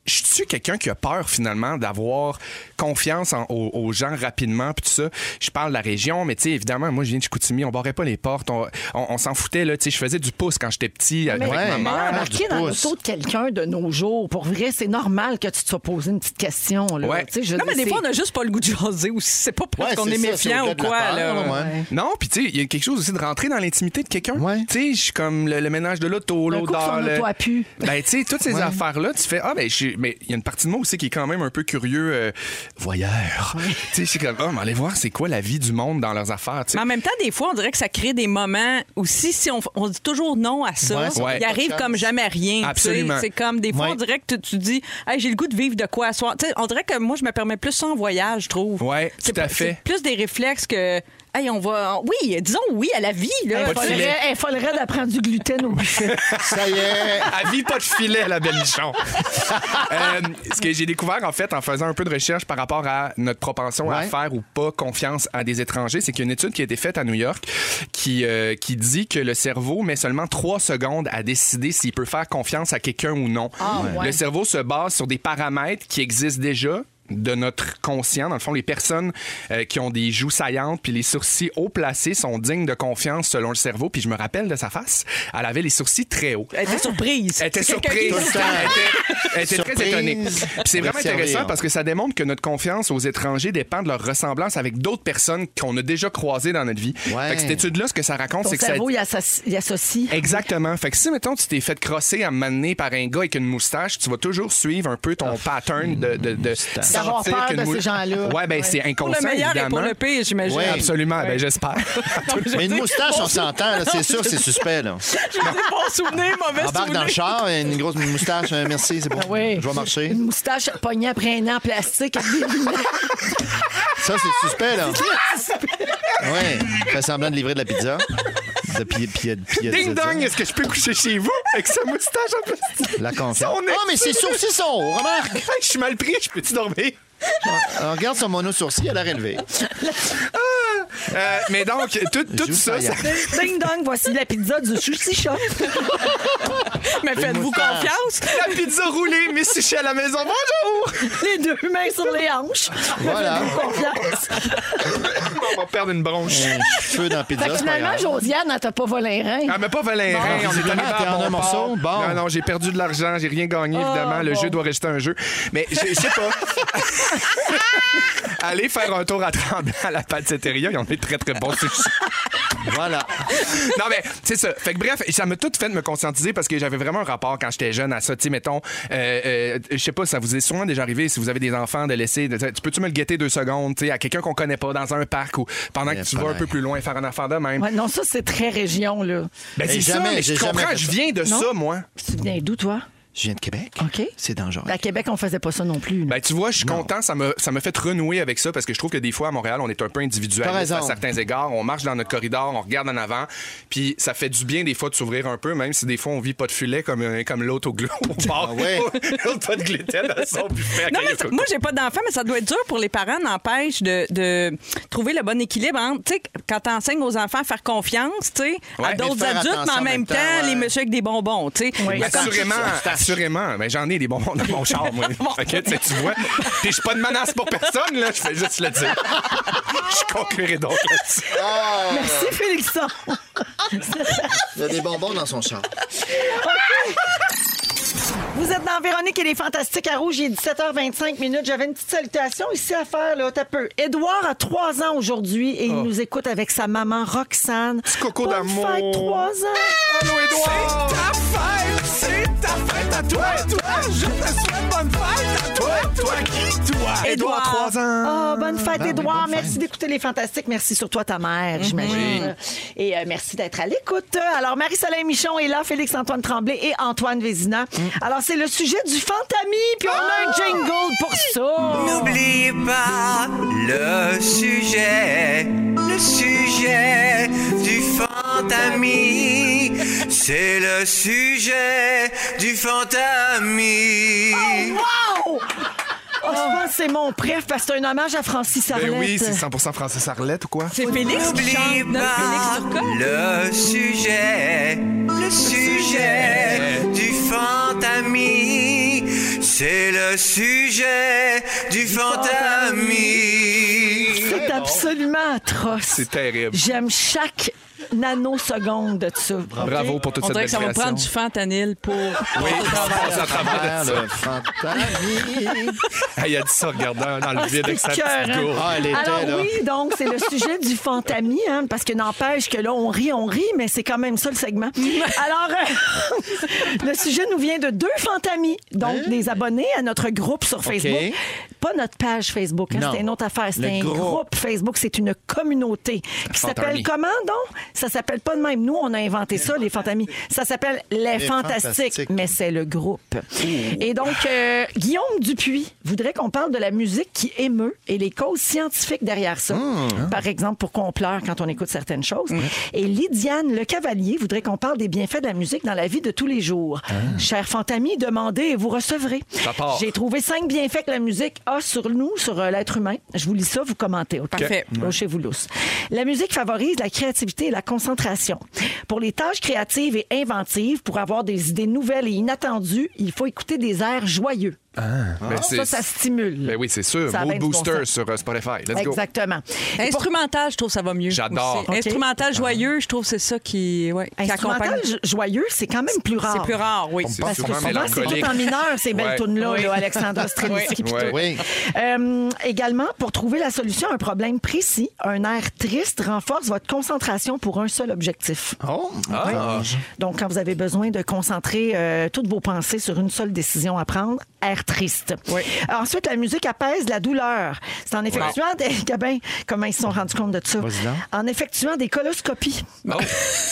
[SPEAKER 4] Je suis quelqu'un qui a peur finalement d'avoir confiance en- aux, aux gens rapidement puis tout ça. Je parle de la région, mais tu sais évidemment moi je viens de Chicoutimi, on barrait pas les portes, on, on- on s'en foutait là. Tu sais je faisais du pouce quand j'étais petit euh, avec
[SPEAKER 5] Ouais.
[SPEAKER 4] ma
[SPEAKER 6] Mais
[SPEAKER 4] mère.
[SPEAKER 6] là,
[SPEAKER 5] Ah,
[SPEAKER 6] embarquer
[SPEAKER 5] du
[SPEAKER 6] dans
[SPEAKER 5] pouce.
[SPEAKER 6] l'auto de quelqu'un de nos jours, pour vrai, c'est normal que tu te sois posé une petite question. Là.
[SPEAKER 4] Ouais.
[SPEAKER 6] Tu sais, je veux
[SPEAKER 7] Non, mais
[SPEAKER 6] dire,
[SPEAKER 7] des fois, on
[SPEAKER 6] c'est-
[SPEAKER 7] n'a juste pas le goût de jaser aussi. C'est pas parce
[SPEAKER 5] Ouais,
[SPEAKER 7] qu'on
[SPEAKER 5] c'est
[SPEAKER 7] est,
[SPEAKER 5] ça, c'est
[SPEAKER 7] méfiant
[SPEAKER 5] au-delà
[SPEAKER 7] ou
[SPEAKER 5] de la
[SPEAKER 7] quoi.
[SPEAKER 5] peur,
[SPEAKER 7] là.
[SPEAKER 5] là, ouais.
[SPEAKER 4] Non, puis tu sais, il y a quelque chose aussi de rentrer dans l'intimité de quelqu'un.
[SPEAKER 5] Ouais.
[SPEAKER 4] Tu sais, je suis comme le, le ménage de l'auto,
[SPEAKER 6] D'un coup,
[SPEAKER 4] l'odeur.
[SPEAKER 6] son
[SPEAKER 4] le-
[SPEAKER 6] auto a pu.
[SPEAKER 4] Ben, tu sais, toutes ces affaires-là, tu fais, ah, ben, je- mais il y a une partie de moi aussi qui est quand même un peu curieux, euh, voyeur. tu sais, je suis comme, ah, mais allez voir, c'est quoi la vie du monde dans leurs affaires, tu sais.
[SPEAKER 7] Mais en même temps, des fois, on dirait que ça crée des moments aussi, si on, on dit toujours non à ça,
[SPEAKER 5] Ouais,
[SPEAKER 4] ça fait
[SPEAKER 7] il
[SPEAKER 4] pas de
[SPEAKER 7] arrive
[SPEAKER 5] chance.
[SPEAKER 7] comme jamais rien. tu sais.
[SPEAKER 4] Absolument.
[SPEAKER 7] C'est comme des fois,
[SPEAKER 5] Ouais.
[SPEAKER 7] on dirait que tu, tu dis, hey, j'ai le goût de vivre de quoi à soir. Tu sais, on dirait que moi, je me permets plus ça en voyage, je trouve.
[SPEAKER 4] Ouais,
[SPEAKER 7] C'est
[SPEAKER 4] tout à
[SPEAKER 7] pas-
[SPEAKER 4] fait.
[SPEAKER 7] c'est Plus des réflexes que, hey, on va. Oui, disons oui à la vie, là.
[SPEAKER 6] Elle
[SPEAKER 4] Pas de
[SPEAKER 6] folle
[SPEAKER 4] filet.
[SPEAKER 6] raide- elle folle raide d'apprendre du gluten au buffet.
[SPEAKER 5] Ça y est.
[SPEAKER 4] Elle vit Euh, pas de filet, la belichon. Euh, ce que j'ai découvert, en fait, en faisant un peu de recherche par rapport à notre propension à
[SPEAKER 5] Ouais.
[SPEAKER 4] faire ou pas confiance à des étrangers, c'est qu'il y a une étude qui a été faite à New York qui, euh, qui dit que le cerveau met seulement trois secondes à décider s'il peut faire confiance à quelqu'un ou non.
[SPEAKER 6] Ah, ouais.
[SPEAKER 4] Le cerveau se base sur des paramètres qui existent déjà de notre conscient. Dans le fond, les personnes euh, qui ont des joues saillantes puis les sourcils haut placés sont dignes de confiance selon le cerveau. Puis je me rappelle de sa face. Elle avait les sourcils très hauts.
[SPEAKER 7] Elle était surprise.
[SPEAKER 4] Elle était
[SPEAKER 7] Quelqu'un
[SPEAKER 4] surprise.
[SPEAKER 7] qui-
[SPEAKER 4] Elle était, elle était très
[SPEAKER 5] Surprise.
[SPEAKER 4] étonnée. Puis C'est vraiment
[SPEAKER 5] Observer, hein.
[SPEAKER 4] intéressant parce que ça démontre que notre confiance aux étrangers dépend de leur ressemblance avec d'autres personnes qu'on a déjà croisées dans notre vie.
[SPEAKER 5] Ouais.
[SPEAKER 4] Fait que cette étude-là, ce que ça raconte,
[SPEAKER 6] Ton
[SPEAKER 4] c'est que ça...
[SPEAKER 6] cerveau, il, associe, il associe.
[SPEAKER 4] Exactement. Fait que si, mettons, tu t'es fait crosser à maner par un gars avec une moustache, tu vas toujours suivre un peu ton
[SPEAKER 5] Ah.
[SPEAKER 4] pattern de. de, de
[SPEAKER 6] D'avoir
[SPEAKER 4] sentir
[SPEAKER 6] peur
[SPEAKER 4] qu'une
[SPEAKER 6] de
[SPEAKER 4] mou-
[SPEAKER 6] ces gens-là.
[SPEAKER 4] Ouais, ben, c'est
[SPEAKER 7] Pour
[SPEAKER 4] inconscient.
[SPEAKER 7] le meilleur
[SPEAKER 4] évidemment.
[SPEAKER 7] et pour le pire, j'imagine.
[SPEAKER 4] Oui,
[SPEAKER 5] Ouais.
[SPEAKER 4] absolument. Ben, j'espère.
[SPEAKER 5] Mais une moustache, on s'entend. là, C'est sûr, c'est suspect. Là.
[SPEAKER 7] Bon souvenir, mauvais
[SPEAKER 5] Embarque dans le char, une grosse moustache. euh, Merci, c'est bon.
[SPEAKER 6] oui.
[SPEAKER 5] Je vais marcher.
[SPEAKER 6] Une moustache pognée après un an en plastique avec des lunettes.
[SPEAKER 5] Ça, c'est suspect, là. Oui. Fait semblant de livrer de la pizza. De pi- pi- pi-
[SPEAKER 4] Ding
[SPEAKER 5] pizza.
[SPEAKER 4] dong, est-ce que je peux coucher chez vous avec sa moustache en plastique?
[SPEAKER 5] La confiance.
[SPEAKER 4] Son
[SPEAKER 5] Ah, mais ses sourcils sont hauts, remarque.
[SPEAKER 4] Hey, Je suis mal pris, je peux-tu dormir?
[SPEAKER 5] Ah, regarde son mono sourcil, elle a relevé.
[SPEAKER 4] Euh, mais donc, tout, tout
[SPEAKER 5] Joue
[SPEAKER 4] ça, ça,
[SPEAKER 5] saillant.
[SPEAKER 6] Ding dong, voici la pizza du sushi shop.
[SPEAKER 7] Mais faites-vous
[SPEAKER 5] moustaches.
[SPEAKER 7] confiance?
[SPEAKER 4] la pizza roulée, Miss Sushi à la maison, bonjour!
[SPEAKER 6] Les deux mains sur les hanches.
[SPEAKER 5] Voilà.
[SPEAKER 6] Faites-vous confiance.
[SPEAKER 4] On va perdre une bronche.
[SPEAKER 5] Un cheveu dans la pizza.
[SPEAKER 6] Fait que
[SPEAKER 5] c'est
[SPEAKER 6] finalement,
[SPEAKER 5] pas grave.
[SPEAKER 6] Josiane, elle t'a pas volé un rein.
[SPEAKER 4] Ah, mais pas Valérin.
[SPEAKER 5] Bon,
[SPEAKER 4] on est
[SPEAKER 5] visiblement,
[SPEAKER 4] arrivé
[SPEAKER 5] t'es
[SPEAKER 4] à
[SPEAKER 5] en un
[SPEAKER 4] bon
[SPEAKER 5] morceau.
[SPEAKER 4] port.
[SPEAKER 5] Bon.
[SPEAKER 4] Non, non, j'ai perdu de l'argent. J'ai rien
[SPEAKER 6] Oh,
[SPEAKER 4] gagné, évidemment. le jeu doit rester un jeu. Mais je je sais pas. Allez faire un tour à Tremblant à la pâtisserie. Ils ont des très, très bons sushis.
[SPEAKER 5] Voilà.
[SPEAKER 4] non, mais c'est ça. Fait que bref, ça m'a tout fait de me conscientiser parce que j'avais vraiment un rapport quand j'étais jeune à ça. Tu sais, mettons, euh, euh, je sais pas, ça vous est sûrement déjà arrivé si vous avez des enfants de laisser. de- tu peux-tu me le guetter deux secondes, tu sais, à quelqu'un qu'on connaît pas dans un parc ou pendant
[SPEAKER 5] Mais
[SPEAKER 4] que tu vas un
[SPEAKER 5] pareil.
[SPEAKER 4] peu plus loin faire un affaire de même.
[SPEAKER 6] Ouais, non, ça, c'est très région, là.
[SPEAKER 4] Ben,
[SPEAKER 5] Hey,
[SPEAKER 4] c'est
[SPEAKER 5] jamais,
[SPEAKER 4] ça, mais je
[SPEAKER 5] j'ai jamais
[SPEAKER 4] comprends,
[SPEAKER 5] fait
[SPEAKER 4] je
[SPEAKER 5] ça.
[SPEAKER 4] viens de
[SPEAKER 6] Non.
[SPEAKER 4] ça, moi.
[SPEAKER 6] Tu viens d'où, toi?
[SPEAKER 5] Je viens de Québec.
[SPEAKER 6] OK.
[SPEAKER 5] C'est dangereux.
[SPEAKER 6] À Québec, on faisait pas ça non plus. là.
[SPEAKER 4] Ben, tu vois, je suis content. Ça m'a, ça m'a fait renouer avec ça parce que je trouve que des fois, à Montréal, on est un peu individuel
[SPEAKER 5] T'as
[SPEAKER 4] à
[SPEAKER 5] raison.
[SPEAKER 4] certains égards. On marche dans notre corridor, on regarde en avant. Puis ça fait du bien, des fois, de s'ouvrir un peu, même si des fois, on vit pas de filet comme, euh, comme l'autre au glo- au bar.
[SPEAKER 5] ouais.
[SPEAKER 4] l'autre pas de gluten à son buffet. à
[SPEAKER 7] Non, mais
[SPEAKER 4] Caillou.
[SPEAKER 7] ça- moi, j'ai pas d'enfant, mais ça doit être dur pour les parents, n'empêche, de, de trouver le bon équilibre. entre, Tu sais, quand t'enseignes aux enfants à faire confiance, tu sais,
[SPEAKER 4] Ouais,
[SPEAKER 7] à
[SPEAKER 4] mais
[SPEAKER 7] d'autres
[SPEAKER 5] faire
[SPEAKER 7] adultes, mais
[SPEAKER 5] attention
[SPEAKER 7] en même temps,
[SPEAKER 5] ouais.
[SPEAKER 7] les messieurs avec des bonbons, tu sais.
[SPEAKER 6] Oui.
[SPEAKER 7] Mais comme-
[SPEAKER 4] Assurément, assurément. Mais j'en ai des bonbons dans mon char, moi. OK, tu sais, tu vois. Puis je suis pas de menace pour personne, là. Je fais juste le dire. Je conclurai donc là-dessus.
[SPEAKER 6] Merci, Félixon.
[SPEAKER 5] Il y a des bonbons dans son char.
[SPEAKER 6] Vous êtes dans Véronique et les Fantastiques à Rouge. Il est 17h25 minutes. J'avais une petite salutation ici à faire, là. T'as peu. Édouard a trois ans aujourd'hui et il nous écoute avec sa maman Roxane.
[SPEAKER 4] Oh. Petit coco
[SPEAKER 6] Bonne
[SPEAKER 4] d'amour.
[SPEAKER 6] fête, trois ans.
[SPEAKER 4] Allô, Édouard! C'est ta fête, c'est ta fête à toi, toi! Je te souhaite bonne fête à toi, toi qui, toi!
[SPEAKER 7] Édouard, trois
[SPEAKER 4] ans!
[SPEAKER 6] Ah, bonne
[SPEAKER 4] Ben
[SPEAKER 6] fête,
[SPEAKER 5] oui,
[SPEAKER 6] Édouard.
[SPEAKER 5] bonne
[SPEAKER 6] merci
[SPEAKER 5] fête.
[SPEAKER 6] d'écouter les Fantastiques. Merci sur toi, ta
[SPEAKER 4] Mhm.
[SPEAKER 6] mère, j'imagine. Et euh, merci d'être à l'écoute. Alors, Marie-Soleil Michon est là, Félix-Antoine Tremblay et Antoine Vézina.
[SPEAKER 4] Mm.
[SPEAKER 6] Alors, c'est le sujet du Fantami, puis on
[SPEAKER 4] Ah!
[SPEAKER 6] a un jingle pour ça.
[SPEAKER 8] N'oubliez pas le sujet, le sujet du fantami. C'est le sujet du fantami.
[SPEAKER 6] Wow! Oh, je pense que c'est mon préf parce que c'est un hommage à Francis Arlette.
[SPEAKER 4] Ben oui, c'est 100% Francis Arlette ou quoi?
[SPEAKER 7] C'est Félix qui
[SPEAKER 8] N'oubliez
[SPEAKER 7] chante, notre
[SPEAKER 8] pas
[SPEAKER 7] Félix Turcotte.
[SPEAKER 8] le sujet, le sujet du fantami. C'est le sujet du fantami.
[SPEAKER 6] C'est absolument atroce.
[SPEAKER 4] C'est terrible.
[SPEAKER 6] J'aime chaque nanoseconde de ça.
[SPEAKER 4] Bravo pour toute
[SPEAKER 7] On
[SPEAKER 4] cette
[SPEAKER 7] dirait
[SPEAKER 4] belle
[SPEAKER 7] que ça va prendre du
[SPEAKER 4] création.
[SPEAKER 7] fentanyl pour...
[SPEAKER 4] Oui, ça
[SPEAKER 5] Ah, le fantami.
[SPEAKER 4] Il a dit ça en regardant dans le
[SPEAKER 6] Ah,
[SPEAKER 4] vide avec sa
[SPEAKER 6] c'est
[SPEAKER 4] petite
[SPEAKER 6] écœurant.
[SPEAKER 4] gourde.
[SPEAKER 5] Ah, elle était, là.
[SPEAKER 6] Alors oui, donc c'est le sujet du fantami, hein, parce que n'empêche que là, on rit, on rit, mais c'est quand même ça le segment. Alors, euh, le sujet nous vient de deux fantamis, donc des abonnés à notre groupe sur Facebook. Pas notre page Facebook, hein,
[SPEAKER 5] Non.
[SPEAKER 6] c'est une autre affaire. C'est
[SPEAKER 5] Le
[SPEAKER 6] un
[SPEAKER 5] groupe.
[SPEAKER 6] groupe. Facebook, c'est une communauté qui s'appelle
[SPEAKER 4] Fantami.
[SPEAKER 6] comment donc? Ça s'appelle pas de même. Nous, on a inventé ça, les fantamis. Ça s'appelle les,
[SPEAKER 5] Fantastiques.
[SPEAKER 6] fantastiques, mais c'est le groupe. Et donc, euh, Guillaume Dupuis voudrait qu'on parle de la musique qui émeut et les causes scientifiques derrière ça.
[SPEAKER 4] Mmh.
[SPEAKER 6] Par exemple, pourquoi on pleure quand on écoute certaines choses. Et Lydiane Le Cavalier voudrait qu'on parle des bienfaits de la musique dans la vie de tous les jours. Cher Fantami, demandez et vous recevrez.
[SPEAKER 4] Ah. Ça part.
[SPEAKER 6] J'ai trouvé cinq bienfaits que la musique a sur nous, sur euh, l'être humain. Je vous lis ça, vous commentez. OK?
[SPEAKER 7] Parfait.
[SPEAKER 6] chez vous lousse. La musique favorise la créativité et la concentration. Pour les tâches créatives et inventives, pour avoir des idées nouvelles et inattendues, il faut écouter des airs joyeux.
[SPEAKER 4] Ben, c'est-
[SPEAKER 6] Ça, ça stimule.
[SPEAKER 4] Ben oui, c'est sûr.
[SPEAKER 6] Ça a
[SPEAKER 4] Mood
[SPEAKER 6] bien du bon
[SPEAKER 4] booster
[SPEAKER 6] sens.
[SPEAKER 4] sur euh, Spotify. Let's go.
[SPEAKER 6] Exactement. Et pour-
[SPEAKER 7] Instrumental, je trouve ça va mieux.
[SPEAKER 4] J'adore.
[SPEAKER 7] aussi.
[SPEAKER 4] Ok.
[SPEAKER 7] Instrumental joyeux, je trouue que c'est ça qui, ouais, qui
[SPEAKER 6] Instrumental
[SPEAKER 7] accompagne.
[SPEAKER 6] jo- joyeux, c'est quand même plus rare.
[SPEAKER 7] C'est plus rare, oui.
[SPEAKER 4] C'est
[SPEAKER 6] Parce que
[SPEAKER 4] souvent
[SPEAKER 6] souvent, c'est
[SPEAKER 4] mélancolique. Ah,
[SPEAKER 6] tout en mineur, ces belles
[SPEAKER 4] Ouais.
[SPEAKER 6] tunes-là, là, Alexandra Strelitzky. puis
[SPEAKER 4] Ouais.
[SPEAKER 6] tout.
[SPEAKER 5] Oui.
[SPEAKER 6] Euh, également, pour trouver la solution à un problème précis, un air triste renforce votre concentration pour un seul objectif.
[SPEAKER 5] Oh,
[SPEAKER 4] Ah,
[SPEAKER 6] Donc, quand vous avez besoin de concentrer euh, toutes vos pensées sur une seule décision à prendre, air triste. Ensuite, la musique apaise la douleur. C'est en effectuant des... Gabin, comment ils se sont rendus compte de ça?
[SPEAKER 5] Vas-y donc.
[SPEAKER 6] En effectuant des coloscopies.
[SPEAKER 4] Oh.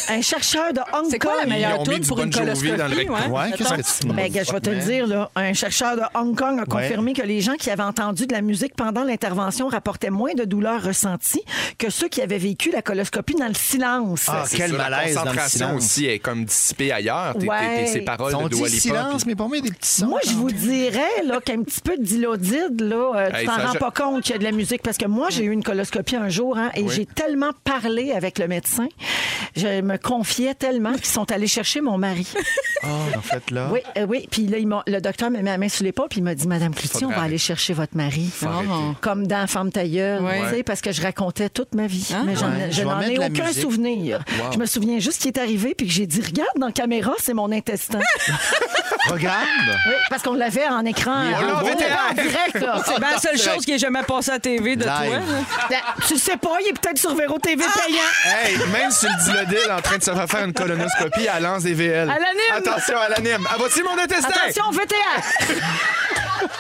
[SPEAKER 6] Un chercheur de Hong
[SPEAKER 7] C'est
[SPEAKER 6] Kong...
[SPEAKER 7] quoi la
[SPEAKER 4] Ils
[SPEAKER 7] meilleure
[SPEAKER 4] ont mis
[SPEAKER 7] tune
[SPEAKER 4] du
[SPEAKER 7] pour
[SPEAKER 4] Bon
[SPEAKER 7] une
[SPEAKER 4] Jovi dans le
[SPEAKER 7] coloscopie?
[SPEAKER 4] rectum.
[SPEAKER 7] ouais?
[SPEAKER 5] ouais, qu'est-ce que tu
[SPEAKER 6] Hein? Ben, gars, je vais te le dire, là, un chercheur de Hong Kong a confirmé que les gens qui avaient entendu de la musique pendant l'intervention rapportaient moins de douleurs ressenties que ceux qui avaient vécu la coloscopie dans le silence.
[SPEAKER 5] Ah,
[SPEAKER 4] C'est
[SPEAKER 5] quel
[SPEAKER 4] ça,
[SPEAKER 5] malaise
[SPEAKER 4] La
[SPEAKER 5] dans le
[SPEAKER 4] concentration
[SPEAKER 5] silence.
[SPEAKER 4] aussi est comme dissipée ailleurs. T'es- t'es- t'es- Ces paroles
[SPEAKER 5] On
[SPEAKER 4] de
[SPEAKER 5] dit
[SPEAKER 4] Dua Lipa,
[SPEAKER 5] silence,
[SPEAKER 4] puis-
[SPEAKER 5] mais pour moi, des petits sons.
[SPEAKER 6] Moi, je vous dirais là, qu'un petit peu de dilodide, là, euh, tu
[SPEAKER 4] Hey,
[SPEAKER 6] t'en
[SPEAKER 4] ça,
[SPEAKER 6] rends
[SPEAKER 4] je-
[SPEAKER 6] pas compte qu'il y a de la musique. Parce que moi, j'ai eu une coloscopie un jour hein, et j'ai tellement parlé avec le médecin, je me confiais tellement qu'ils sont allés chercher mon mari.
[SPEAKER 5] Ah, en fait, là.
[SPEAKER 6] Oui, euh, oui. Puis là, ils m'ont- le docteur me met la main sur l'épaule puis il m'a dit, Madame Cloutier, on va
[SPEAKER 4] Faudrait
[SPEAKER 6] aller chercher votre mari.
[SPEAKER 4] arrêter.
[SPEAKER 6] Comme dans Femme tailleure,
[SPEAKER 7] Ouais.
[SPEAKER 6] tu sais, parce que je racontais toute ma vie. Mais j'en-
[SPEAKER 5] Ouais.
[SPEAKER 6] je
[SPEAKER 5] Je vais
[SPEAKER 6] n'en
[SPEAKER 5] mettre
[SPEAKER 6] ai
[SPEAKER 5] la
[SPEAKER 6] aucun
[SPEAKER 5] musique.
[SPEAKER 6] souvenir. Je me souviens juste qui est arrivé puis que j'ai dit, regarde dans la caméra, c'est mon intestin.
[SPEAKER 5] Regarde.
[SPEAKER 6] Oui, parce qu'on l'avait en écran.
[SPEAKER 5] Mais on
[SPEAKER 6] en
[SPEAKER 5] l'a en
[SPEAKER 6] gros,
[SPEAKER 5] VTR.
[SPEAKER 6] en direct, là.
[SPEAKER 7] C'est bien la seule chose qui est jamais passée à TV de toi.
[SPEAKER 5] Live.
[SPEAKER 7] là.
[SPEAKER 6] Ben, tu le sais pas, il est peut-être sur Véro TV
[SPEAKER 5] Ah,
[SPEAKER 6] payant.
[SPEAKER 4] Hey, même sur le dilodile en train de se faire faire une colonoscopie, elle lance des VL.
[SPEAKER 6] Elle anime.
[SPEAKER 4] Attention, elle anime. Ah, vas-tu mon intestin?
[SPEAKER 6] Attention, VTR!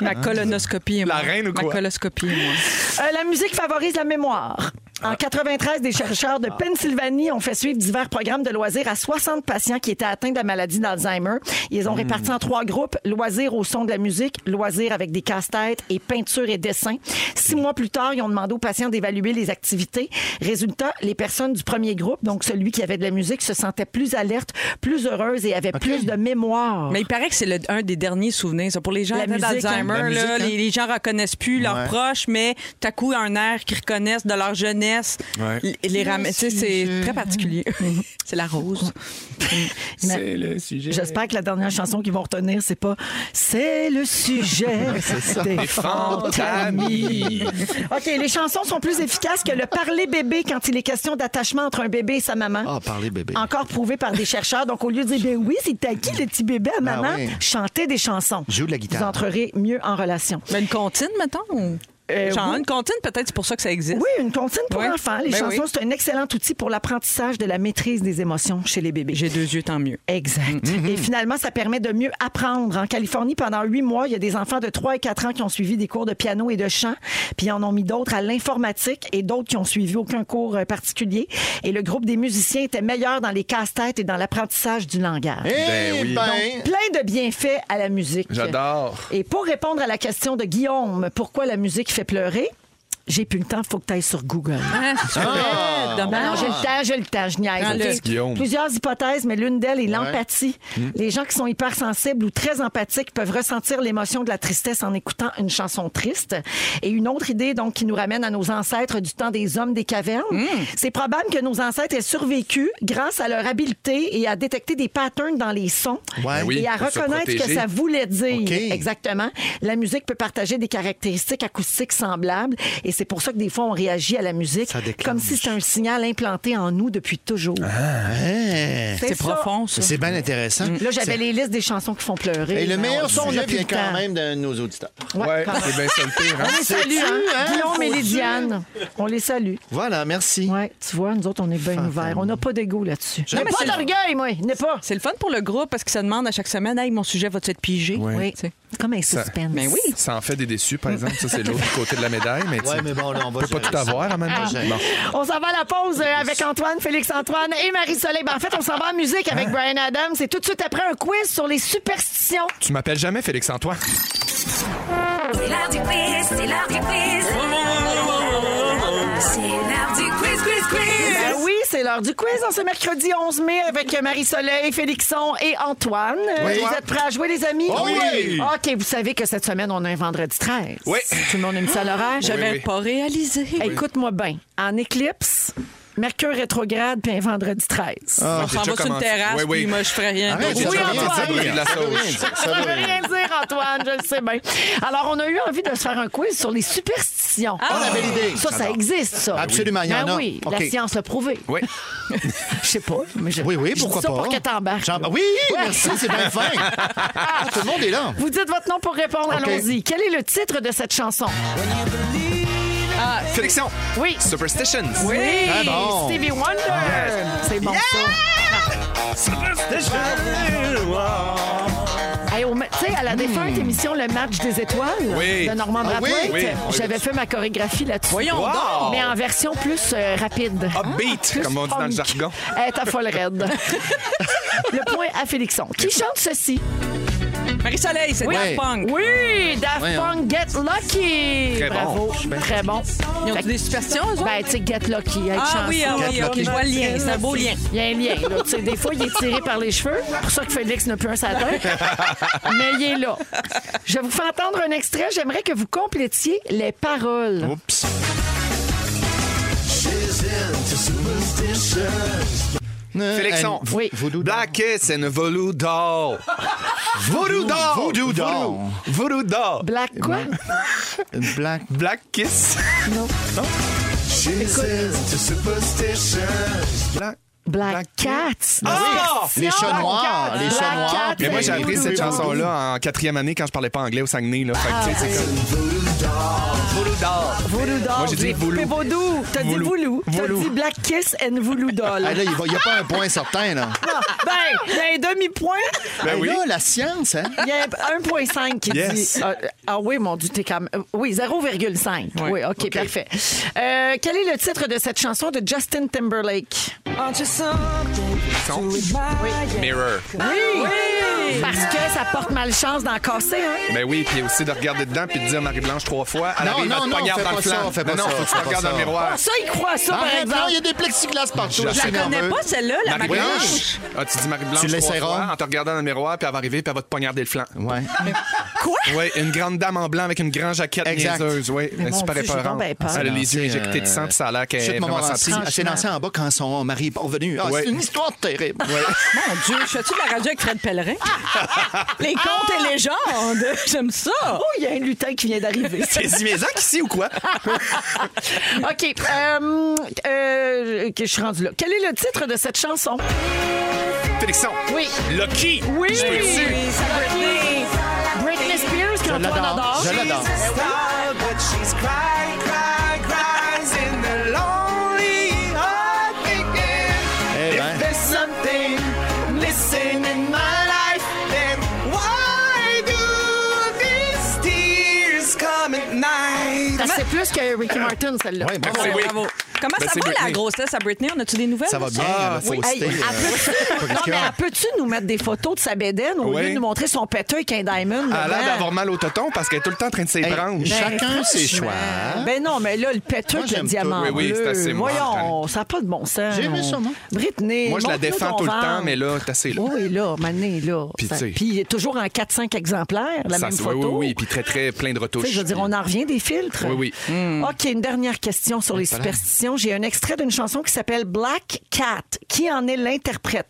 [SPEAKER 7] Ma colonoscopie. moi.
[SPEAKER 4] La reine ou
[SPEAKER 7] Ma
[SPEAKER 4] quoi?
[SPEAKER 7] coloscopie, moi.
[SPEAKER 6] Euh, la musique favorise la mémoire. En 93, des chercheurs de Pennsylvanie ont fait suivre divers programmes de loisirs à 60 patients qui étaient atteints de la maladie d'Alzheimer. Ils les ont répartis en trois groupes, loisirs au son de la musique, loisirs avec des casse-têtes et peinture et dessin. Six mois plus tard, ils ont demandé aux patients d'évaluer les activités. Résultat, les personnes du premier groupe, donc celui qui avait de la musique, se sentaient plus alertes, plus heureuses et avaient plus de mémoire.
[SPEAKER 7] Mais il paraît que c'est le- un des derniers souvenirs. ça. Pour les gens
[SPEAKER 6] La
[SPEAKER 7] atteints
[SPEAKER 6] musique, hein.
[SPEAKER 7] d'Alzheimer,
[SPEAKER 5] La musique,
[SPEAKER 7] là,
[SPEAKER 5] hein.
[SPEAKER 7] les, les gens reconnaissent plus leurs
[SPEAKER 5] Ouais.
[SPEAKER 7] proches, mais tout à coup, un air qu'ils reconnaissent de leur jeunesse,
[SPEAKER 4] Ouais.
[SPEAKER 7] l- les ramène. Tu sais, C'est très particulier.
[SPEAKER 6] Mm.
[SPEAKER 7] c'est la rose.
[SPEAKER 4] C'est le sujet.
[SPEAKER 6] J'espère que la dernière chanson qu'ils vont retenir, c'est pas C'est le sujet des fantamis.
[SPEAKER 4] fantamis.
[SPEAKER 6] OK, les chansons sont plus efficaces que le parler bébé quand il est question d'attachement entre un bébé et sa maman.
[SPEAKER 5] Ah, parler bébé.
[SPEAKER 6] Encore prouvé par des chercheurs. Donc, au lieu de dire, ben oui, c'est à qui le petit bébé à
[SPEAKER 5] Ben
[SPEAKER 6] maman,
[SPEAKER 5] oui.
[SPEAKER 6] chantez des chansons.
[SPEAKER 5] Joue de la guitare.
[SPEAKER 6] Vous entrerez mieux en relation.
[SPEAKER 7] Mais une comptine, mettons. ou-
[SPEAKER 6] Euh,
[SPEAKER 7] Genre,
[SPEAKER 6] oui.
[SPEAKER 7] une comptine, peut-être c'est pour ça que ça existe.
[SPEAKER 6] Oui, une comptine pour
[SPEAKER 7] Ouais.
[SPEAKER 6] enfants. Les
[SPEAKER 7] Ben
[SPEAKER 6] chansons,
[SPEAKER 7] oui.
[SPEAKER 6] c'est un excellent outil pour l'apprentissage de la maîtrise des émotions chez les bébés.
[SPEAKER 7] J'ai deux yeux, tant mieux.
[SPEAKER 6] Exact. Et finalement, ça permet de mieux apprendre. En Californie, pendant huit mois, il y a des enfants de 3 et 4 ans qui ont suivi des cours de piano et de chant, puis ils en ont mis d'autres à l'informatique et d'autres qui ont suivi aucun cours euh, particulier. Et le groupe des musiciens était meilleur dans les casse-têtes et dans l'apprentissage du langage.
[SPEAKER 5] Eh
[SPEAKER 4] Ben oui.
[SPEAKER 5] ben.
[SPEAKER 6] Plein de bienfaits à la musique.
[SPEAKER 4] J'adore.
[SPEAKER 6] Et pour répondre à la question de Guillaume, pourquoi la musique fait pleurer? J'ai plus le temps, faut que tu ailles sur Google.
[SPEAKER 7] Ah, c'est
[SPEAKER 6] Non,
[SPEAKER 7] vrai,
[SPEAKER 6] Ah, non,
[SPEAKER 7] dommage.
[SPEAKER 6] j'ai le temps, j'ai le temps, je
[SPEAKER 7] Prends-le.
[SPEAKER 6] niaise.
[SPEAKER 4] Petit Guillaume. Hmm.
[SPEAKER 6] Plusieurs hypothèses, mais l'une d'elles est l'empathie. Les gens qui sont hypersensibles ou très empathiques peuvent ressentir l'émotion de la tristesse en écoutant une chanson triste. Et une autre idée, donc, qui nous ramène à nos ancêtres du temps des hommes des cavernes, c'est probable que nos ancêtres aient survécu grâce à leur habileté et à détecter des patterns dans les sons
[SPEAKER 5] Ouais.
[SPEAKER 4] Ben oui.
[SPEAKER 6] et à
[SPEAKER 4] pour se
[SPEAKER 6] reconnaître ce que
[SPEAKER 4] protéger.
[SPEAKER 6] ça voulait dire.
[SPEAKER 5] OK.
[SPEAKER 6] Exactement. La musique peut partager des caractéristiques acoustiques semblables et c'est pour ça que des fois on réagit à la musique
[SPEAKER 5] Ça déclenche.
[SPEAKER 6] comme si c'était un signal implanté en nous depuis toujours.
[SPEAKER 5] Hein.
[SPEAKER 7] C'est
[SPEAKER 6] ça.
[SPEAKER 7] profond, ça.
[SPEAKER 5] C'est bien intéressant.
[SPEAKER 6] Là, j'avais les listes des chansons qui font pleurer.
[SPEAKER 5] Et le
[SPEAKER 6] Mais on-
[SPEAKER 5] meilleur
[SPEAKER 6] ça, on a
[SPEAKER 5] sujet
[SPEAKER 6] plus
[SPEAKER 5] vient
[SPEAKER 6] le temps.
[SPEAKER 5] quand même de nos auditeurs.
[SPEAKER 6] Ouais.
[SPEAKER 4] Ouais,
[SPEAKER 6] Quand-
[SPEAKER 4] c'est bien ça le pire. hein?
[SPEAKER 6] On les salue,
[SPEAKER 5] C'est-tu,
[SPEAKER 6] hein?
[SPEAKER 5] hein?
[SPEAKER 6] Guillaume et
[SPEAKER 5] Faut-tu?
[SPEAKER 6] Lydiane. On les salue.
[SPEAKER 5] Voilà, merci.
[SPEAKER 6] Ouais, tu vois, nous autres, on est bien ouverts. On n'a pas d'ego là-dessus. J'ai
[SPEAKER 7] mais
[SPEAKER 6] pas
[SPEAKER 7] c'est-
[SPEAKER 6] d'orgueil, moi. N'ai pas.
[SPEAKER 7] C'est le fun pour le groupe parce qu'ils se demandent à chaque semaine Hey, mon sujet va-tu être pigé
[SPEAKER 6] Oui.
[SPEAKER 7] Tu sais.
[SPEAKER 6] C'est comme un suspense.
[SPEAKER 7] Mais oui.
[SPEAKER 4] Ça en fait des déçus, par exemple. Ça, c'est l'autre côté de la médaille. Mais, tu
[SPEAKER 5] Ouais, mais bon, là, on va
[SPEAKER 4] peux pas
[SPEAKER 5] gérer
[SPEAKER 4] tout
[SPEAKER 5] ça.
[SPEAKER 4] avoir en même temps.
[SPEAKER 5] Ah.
[SPEAKER 4] Bon.
[SPEAKER 6] On s'en va à la pause euh, avec Antoine, Félix-Antoine et Marie-Soleil. Ben, en fait, on s'en va en musique avec Brian Adams. C'est tout de suite après un quiz sur les superstitions.
[SPEAKER 4] Tu m'appelles jamais Félix-Antoine?
[SPEAKER 8] C'est l'heure du quiz, c'est l'heure du quiz. C'est l'heure du quiz, quiz,
[SPEAKER 6] Ben
[SPEAKER 8] quiz.
[SPEAKER 6] oui, c'est l'heure du quiz en ce mercredi 11 mai avec Marie-Soleil, Félixon et Antoine. Euh,
[SPEAKER 4] Oui.
[SPEAKER 6] Vous êtes prêts à jouer, les amis?
[SPEAKER 5] Oh
[SPEAKER 4] Oui.
[SPEAKER 6] OK, vous savez que cette semaine, on a un vendredi 13.
[SPEAKER 4] Oui.
[SPEAKER 6] Tout le monde a mis ça à l'horaire.
[SPEAKER 7] Ah, J'avais
[SPEAKER 4] oui. Ah,
[SPEAKER 7] pas réalisé.
[SPEAKER 6] Écoute-moi bien. En éclipse, Mercure rétrograde, puis un vendredi
[SPEAKER 5] Ah,
[SPEAKER 6] 13.
[SPEAKER 7] on s'en
[SPEAKER 4] déjà
[SPEAKER 7] va sur une
[SPEAKER 4] commencé.
[SPEAKER 7] terrasse,
[SPEAKER 4] Oui, oui.
[SPEAKER 7] puis moi, je ferai rien.
[SPEAKER 5] Arrête,
[SPEAKER 7] d'autre.
[SPEAKER 5] ça
[SPEAKER 6] Oui,
[SPEAKER 5] veut rien
[SPEAKER 6] Antoine.
[SPEAKER 5] dire,
[SPEAKER 4] Il y a de la
[SPEAKER 5] ça veut
[SPEAKER 4] sauce.
[SPEAKER 5] rien dire, ça
[SPEAKER 6] Ça
[SPEAKER 5] veut
[SPEAKER 6] veut
[SPEAKER 5] rien dire.
[SPEAKER 6] rien dire, Antoine, je le sais bien. Alors, on a eu envie de se faire un quiz sur les superstitions.
[SPEAKER 5] Ah, la belle idée.
[SPEAKER 6] Ça, ça
[SPEAKER 5] J'adore.
[SPEAKER 6] existe, ça.
[SPEAKER 5] Absolument, il y en
[SPEAKER 6] Ben
[SPEAKER 5] a.
[SPEAKER 6] oui,
[SPEAKER 5] OK.
[SPEAKER 6] la science l'a prouvé.
[SPEAKER 4] Oui.
[SPEAKER 6] Je sais pas, mais je,
[SPEAKER 5] Oui, oui,
[SPEAKER 6] je dis
[SPEAKER 5] pourquoi
[SPEAKER 6] ça
[SPEAKER 5] pas.
[SPEAKER 6] pour que t'embarques.
[SPEAKER 5] J'en- Oui, merci, c'est bien fin. Ah, tout le monde est là.
[SPEAKER 6] Vous dites votre nom pour répondre,
[SPEAKER 5] OK.
[SPEAKER 6] allons-y. Quel est le titre de cette chanson?
[SPEAKER 4] Sélection.
[SPEAKER 6] Oui.
[SPEAKER 4] Superstitions.
[SPEAKER 6] Oui,
[SPEAKER 5] Ah bon.
[SPEAKER 6] Stevie Wonder. C'est bon, ça. Hey, au ma- tu sais, à la défunte émission Le Match des Étoiles
[SPEAKER 4] Hmm. Oui.
[SPEAKER 6] de Normand
[SPEAKER 5] Ah oui,
[SPEAKER 6] Brathwaite,
[SPEAKER 4] oui.
[SPEAKER 6] j'avais fait ma chorégraphie là-dessus.
[SPEAKER 7] Voyons
[SPEAKER 4] Wow.
[SPEAKER 7] donc.
[SPEAKER 6] Mais en version plus euh, rapide.
[SPEAKER 4] Upbeat,
[SPEAKER 6] Plus
[SPEAKER 4] Ah, comme on dit dans le
[SPEAKER 6] punk.
[SPEAKER 4] jargon.
[SPEAKER 6] Elle est à folle raide. le point à Félixon. Qui chante ceci?
[SPEAKER 7] Marie-Soleil, c'est
[SPEAKER 5] Ouais.
[SPEAKER 7] Daft Punk.
[SPEAKER 6] Oui, Daft
[SPEAKER 5] Ouais,
[SPEAKER 6] Punk, Get Lucky.
[SPEAKER 4] Très bon.
[SPEAKER 6] Bravo, très bon.
[SPEAKER 7] Ils ont des superstitions, eux autres?
[SPEAKER 6] Ben, tu sais, Get Lucky, être
[SPEAKER 7] Ah
[SPEAKER 6] chanceux.
[SPEAKER 7] oui,
[SPEAKER 4] hein.
[SPEAKER 7] ah oui, ok, je vois le lien. C'est un beau lien.
[SPEAKER 6] Il y a un lien. Là. Tu sais, des fois, il est tiré par les cheveux. C'est pour ça que Félix n'a plus un satin. Mais il est là. Je vous fais entendre un extrait. J'aimerais que vous complétiez les paroles.
[SPEAKER 5] Oups.
[SPEAKER 4] Félixon.
[SPEAKER 5] Euh,
[SPEAKER 6] Oui.
[SPEAKER 5] Voodoo doll.
[SPEAKER 4] Black Kiss and Voodoo Doll. Voodoo Doll.
[SPEAKER 5] Voodoo doll.
[SPEAKER 4] Voodoo Doll.
[SPEAKER 6] Black quoi?
[SPEAKER 5] Black.
[SPEAKER 4] Black Kiss.
[SPEAKER 6] Black, Cats.
[SPEAKER 4] Ah!
[SPEAKER 5] Les chats
[SPEAKER 6] Black
[SPEAKER 5] noirs.
[SPEAKER 6] Cat.
[SPEAKER 5] Les chats
[SPEAKER 6] Black
[SPEAKER 5] noirs.
[SPEAKER 6] Cat,
[SPEAKER 4] Mais moi,
[SPEAKER 6] Oui,
[SPEAKER 4] j'ai appris
[SPEAKER 6] oui,
[SPEAKER 4] cette
[SPEAKER 6] oui,
[SPEAKER 4] chanson-là en quatrième année quand je parlais pas anglais au Saguenay. Là. Fait que, tu sais, c'est comme-
[SPEAKER 6] Voodoo doll.
[SPEAKER 4] Moi, j'ai dit
[SPEAKER 6] Les
[SPEAKER 4] voulou.
[SPEAKER 6] poupées vaudou. T'as dit
[SPEAKER 4] Voulou.
[SPEAKER 6] voulou. T'as
[SPEAKER 4] Voulou.
[SPEAKER 6] dit Black Kiss and voodoo doll.
[SPEAKER 5] Ah, là, il n'y a pas un point certain, là.
[SPEAKER 6] ben, il y a un demi-point.
[SPEAKER 5] Ah,
[SPEAKER 4] Ben oui.
[SPEAKER 5] Là, la science, hein?
[SPEAKER 6] Il y a 1,5 qui
[SPEAKER 4] Yes.
[SPEAKER 6] dit. Ah, ah oui, mon Dieu, t'es quand même. Oui, 0,5. Oui, OK, parfait. Euh, quel est le titre de cette chanson de Justin Timberlake?
[SPEAKER 4] Mirror.
[SPEAKER 6] Oui! Parce que ça porte malchance d'en casser, hein?
[SPEAKER 4] Ben oui, puis aussi de regarder dedans puis de dire Marie-Blanche trois fois. Elle
[SPEAKER 5] Non,
[SPEAKER 4] arrive,
[SPEAKER 5] non,
[SPEAKER 4] elle te
[SPEAKER 5] non,
[SPEAKER 4] poignarde
[SPEAKER 5] fais
[SPEAKER 4] dans
[SPEAKER 5] pas
[SPEAKER 4] le flanc.
[SPEAKER 5] ça, fais pas
[SPEAKER 4] non,
[SPEAKER 5] ça,
[SPEAKER 4] non, faut que
[SPEAKER 5] fais
[SPEAKER 4] tu
[SPEAKER 5] pas
[SPEAKER 4] regardes
[SPEAKER 5] ça.
[SPEAKER 4] dans le miroir.
[SPEAKER 6] Ah, ça, il croit ça, par
[SPEAKER 5] Arrête, non,
[SPEAKER 6] exemple.
[SPEAKER 5] il y a des plexiglas partout.
[SPEAKER 4] Je
[SPEAKER 5] c'est
[SPEAKER 4] la
[SPEAKER 7] Je connais
[SPEAKER 5] nerveux.
[SPEAKER 7] pas celle-là, la Marie-Blanche.
[SPEAKER 4] Ah, tu dis Marie-Blanche
[SPEAKER 5] Tu
[SPEAKER 4] trois
[SPEAKER 5] l'essaieras.
[SPEAKER 4] fois en te regardant dans le miroir, puis elle va arriver, puis elle va te poignarder le flanc.
[SPEAKER 5] Ouais.
[SPEAKER 4] Oui, une grande dame en blanc avec une grande jaquette
[SPEAKER 5] Exact.
[SPEAKER 4] niaiseuse. Oui, elle est
[SPEAKER 6] mon
[SPEAKER 4] super
[SPEAKER 6] Dieu, j'ai
[SPEAKER 4] épeurante.
[SPEAKER 6] donc bien peur.
[SPEAKER 4] Elle a les yeux
[SPEAKER 5] C'est,
[SPEAKER 4] éjectés de sang,
[SPEAKER 5] euh,
[SPEAKER 4] puis ça a l'air qu'elle est
[SPEAKER 5] Chute
[SPEAKER 4] vraiment
[SPEAKER 5] Montmorency.
[SPEAKER 4] sensible.
[SPEAKER 5] Elle s'est lancée en bas quand son mari est revenu. Ah,
[SPEAKER 4] Ouais.
[SPEAKER 5] C'est une histoire terrible.
[SPEAKER 7] Mon Dieu, je fais-tu de la radio avec Fred Pellerin? Les contes et légendes, j'aime ça.
[SPEAKER 4] Ben
[SPEAKER 6] Oh, il y a un lutin qui vient d'arriver.
[SPEAKER 4] T'es Zimézac ici ou quoi?
[SPEAKER 6] OK. euh, euh, OK, je suis rendue là. Quel est le titre de cette chanson?
[SPEAKER 4] Félixon.
[SPEAKER 6] Oui.
[SPEAKER 4] Lucky.
[SPEAKER 6] Oui!
[SPEAKER 4] Je peux dessus.
[SPEAKER 6] Britney. Britney Spears,
[SPEAKER 5] Je
[SPEAKER 6] qu'Antoine
[SPEAKER 5] l'adore.
[SPEAKER 6] adore.
[SPEAKER 5] Je l'adore. Eh ben.
[SPEAKER 6] Ça, Ben, C'est plus que Ricky Martin, celle-là.
[SPEAKER 5] Ouais, bravo.
[SPEAKER 4] Merci, oui.
[SPEAKER 7] Bravo. Comment
[SPEAKER 4] Ben,
[SPEAKER 7] ça
[SPEAKER 4] c'est
[SPEAKER 7] va la
[SPEAKER 4] Britney.
[SPEAKER 7] grossesse à Britney? On a-tu des nouvelles?
[SPEAKER 5] Ça va bien,
[SPEAKER 4] Ah,
[SPEAKER 5] la
[SPEAKER 4] oui.
[SPEAKER 5] fausseté.
[SPEAKER 6] Hey,
[SPEAKER 5] euh,
[SPEAKER 6] elle peut- non, mais elle peux-tu nous mettre des photos de sa bédaine au lieu
[SPEAKER 4] Oui.
[SPEAKER 6] de nous montrer son péteux avec un diamond?
[SPEAKER 4] Elle a l'air
[SPEAKER 6] dedans?
[SPEAKER 4] d'avoir mal au toton parce qu'elle est tout le temps en train de
[SPEAKER 5] hey,
[SPEAKER 4] s'ébrancher.
[SPEAKER 5] chacun ses choix.
[SPEAKER 4] Hein?
[SPEAKER 6] Ben non, mais là, le péteux
[SPEAKER 5] Moi,
[SPEAKER 6] avec le
[SPEAKER 5] j'aime
[SPEAKER 6] diamant.
[SPEAKER 5] tout.
[SPEAKER 4] Oui, oui,
[SPEAKER 6] bleu.
[SPEAKER 4] c'est assez moche.
[SPEAKER 6] Voyons, ça n'a pas de bon sens.
[SPEAKER 5] J'ai aimé ça, moi.
[SPEAKER 6] Britney.
[SPEAKER 4] Moi, je la
[SPEAKER 6] montre-nous
[SPEAKER 4] défends
[SPEAKER 6] ton
[SPEAKER 4] tout le temps,
[SPEAKER 6] ventre.
[SPEAKER 4] mais là, t'as assez là.
[SPEAKER 6] Oui, Oh, là, mané, là.
[SPEAKER 4] Puis,
[SPEAKER 6] Ça-
[SPEAKER 4] tu sais.
[SPEAKER 6] Puis il est toujours en 4-5 exemplaires, la
[SPEAKER 4] Ça,
[SPEAKER 6] même
[SPEAKER 4] c'est-
[SPEAKER 6] photo.
[SPEAKER 4] Oui, oui, oui. Puis très, très plein de
[SPEAKER 6] Tu
[SPEAKER 4] retouches.
[SPEAKER 6] sais, je veux dire, on en revient des filtres.
[SPEAKER 4] Oui, Hmm. oui.
[SPEAKER 6] OK, une dernière question sur les superstitions. J'ai un extrait d'une chanson qui s'appelle Black Cat. Qui en est l'interprète?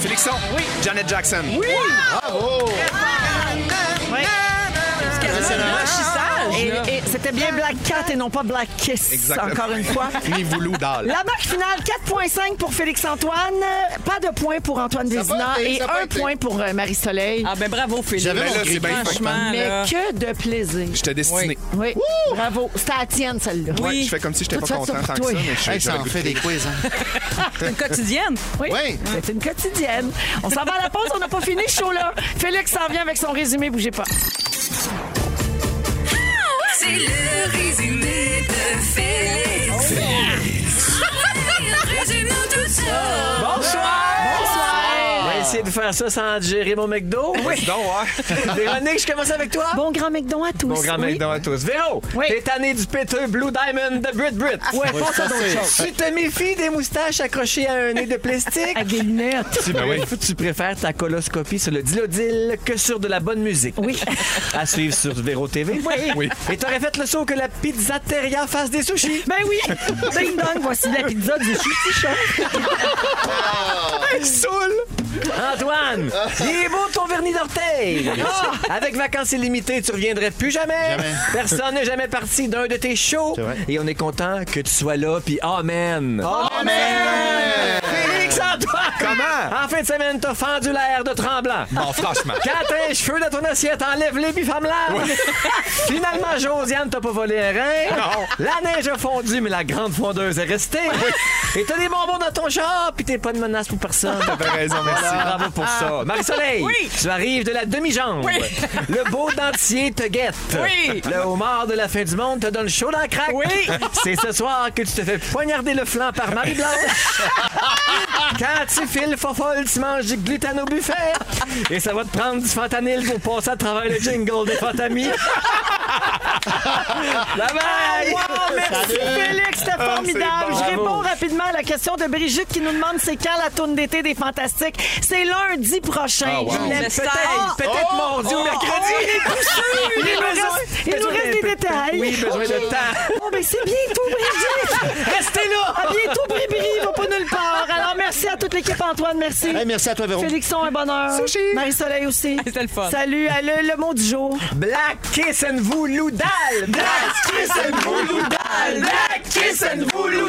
[SPEAKER 4] Félixon. Oui. Janet Jackson. Oui.
[SPEAKER 7] C'est un
[SPEAKER 6] Et-
[SPEAKER 7] rachissage, là.
[SPEAKER 6] et c'était bien Black Cat et non pas Black Kiss,
[SPEAKER 4] Exactement.
[SPEAKER 6] encore une fois.
[SPEAKER 4] Ni voulu dalle.
[SPEAKER 6] La marque finale, 4,5 pour Félix-Antoine. Pas de point pour Antoine Vézina
[SPEAKER 5] été,
[SPEAKER 6] et
[SPEAKER 5] ça a pas
[SPEAKER 6] un
[SPEAKER 5] été.
[SPEAKER 6] point pour euh, Marie-Soleil.
[SPEAKER 7] Ah ben bravo, Philippe.
[SPEAKER 5] J'avais
[SPEAKER 4] Ben
[SPEAKER 5] mon
[SPEAKER 4] là,
[SPEAKER 5] gris.
[SPEAKER 4] c'est bien
[SPEAKER 7] Franchement,
[SPEAKER 6] Mais
[SPEAKER 7] là.
[SPEAKER 6] que de plaisir.
[SPEAKER 4] J'étais destiné.
[SPEAKER 6] Oui, bravo. C'était à la tienne, celle-là.
[SPEAKER 7] Oui.
[SPEAKER 4] Je fais comme si j'étais
[SPEAKER 6] Tout
[SPEAKER 4] pas
[SPEAKER 6] ça
[SPEAKER 4] content
[SPEAKER 6] sur
[SPEAKER 4] tant que
[SPEAKER 6] toi.
[SPEAKER 4] ça, mais je suis
[SPEAKER 5] Hey, ça en fait des quiz. hein.
[SPEAKER 7] C'est une quotidienne.
[SPEAKER 6] Oui.
[SPEAKER 5] Oui.
[SPEAKER 6] C'est une quotidienne. On s'en va à la pause, on n'a pas fini ce show-là. Félix s'en vient avec son résumé, bougez pas.
[SPEAKER 8] C'est le résumé de Félix. Félix. Résume-nous tout ça.
[SPEAKER 6] Bonsoir!
[SPEAKER 5] Ouais, c'est
[SPEAKER 13] Ben, de faire ça sans gérer mon McDo. Oui.
[SPEAKER 4] Donc, ouais.
[SPEAKER 13] Véronique, je commence avec toi.
[SPEAKER 9] Bon grand McDon à tous.
[SPEAKER 13] Bon grand
[SPEAKER 9] Oui.
[SPEAKER 13] McDon à tous. Véro,
[SPEAKER 9] Oui.
[SPEAKER 13] t'es tanné du péteux Blue Diamond de Brit Brit. Ouais,
[SPEAKER 9] pense à d'autres choses.
[SPEAKER 13] Tu te méfies des moustaches accrochées à un nez de plastique. Ben
[SPEAKER 9] Avec des lunettes.
[SPEAKER 13] Tu, tu préfères ta coloscopie sur le dilodil que sur de la bonne musique.
[SPEAKER 9] Oui.
[SPEAKER 13] À suivre sur Véro TV.
[SPEAKER 4] Oui.
[SPEAKER 13] Et t'aurais fait le saut que la pizzateria fasse des sushis.
[SPEAKER 9] Ben oui! Ding dong, voici la pizza du Sushi Shop.
[SPEAKER 13] Antoine, il est beau ton vernis d'orteil. Ah, avec vacances illimitées, tu reviendrais plus jamais. Personne n'est jamais parti d'un de tes shows.
[SPEAKER 5] C'est vrai.
[SPEAKER 13] Et on est content que tu sois là, puis amen. Félix Antoine!
[SPEAKER 4] Comment?
[SPEAKER 13] En fin de semaine, t'as fendu l'air de tremblant.
[SPEAKER 4] Bon, franchement.
[SPEAKER 13] Quand t'as les cheveux dans ton assiette, enlève-les puis ferme-la. Finalement, Josiane t'a pas volé un rein. La neige a fondu, mais la grande fondeuse est restée. Et t'as des bonbons dans ton char, puis t'es pas de menace pour personne.
[SPEAKER 4] T'avais raison, merci. Ah.
[SPEAKER 13] Bravo pour ça. Marie-Soleil, tu arrives de la demi-jambe. Le beau dentier te guette.
[SPEAKER 7] Oui.
[SPEAKER 13] Le homard de la fin du monde te donne chaud dans la craque. C'est ce soir que tu te fais poignarder le flanc par Marie-Blanche. Quand tu files fofolle, tu manges du gluten au buffet. Et ça va te prendre du fentanyl pour passer à travers le jingle des fantamis. bye bye!
[SPEAKER 6] Merci Félix, c'était formidable.
[SPEAKER 4] bon.
[SPEAKER 6] Je réponds
[SPEAKER 13] Ah, Bravo.
[SPEAKER 6] rapidement à la question de Brigitte qui nous demande c'est quand la tourne d'été des Fantastiques. C'est lundi prochain.
[SPEAKER 5] Ah, wow.
[SPEAKER 6] Je l'aime.
[SPEAKER 7] Le
[SPEAKER 13] Peut-être,
[SPEAKER 7] stage.
[SPEAKER 13] peut-être
[SPEAKER 6] Oh,
[SPEAKER 13] mardi ou mercredi.
[SPEAKER 6] Il nous
[SPEAKER 13] besoin-
[SPEAKER 6] reste- il nous
[SPEAKER 13] besoin
[SPEAKER 6] reste
[SPEAKER 13] d'un
[SPEAKER 6] des
[SPEAKER 13] peu-
[SPEAKER 6] détails.
[SPEAKER 13] Oui, besoin de temps.
[SPEAKER 6] Bon, ben c'est bientôt, Brigitte.
[SPEAKER 13] Restez là!
[SPEAKER 6] À bientôt, Bribri. Il va pas nulle part. Alors, merci à toute l'équipe, Antoine. Merci.
[SPEAKER 5] Hey, merci à toi, Véro.
[SPEAKER 6] Félixon, un bonheur. Marie-Soleil aussi.
[SPEAKER 7] Ah, C'était le fun.
[SPEAKER 6] Salut, à le, le mot du jour.
[SPEAKER 13] Black Kiss and Voulou Dal! Black Kiss and Voulou Dal! Black Kiss and Voulou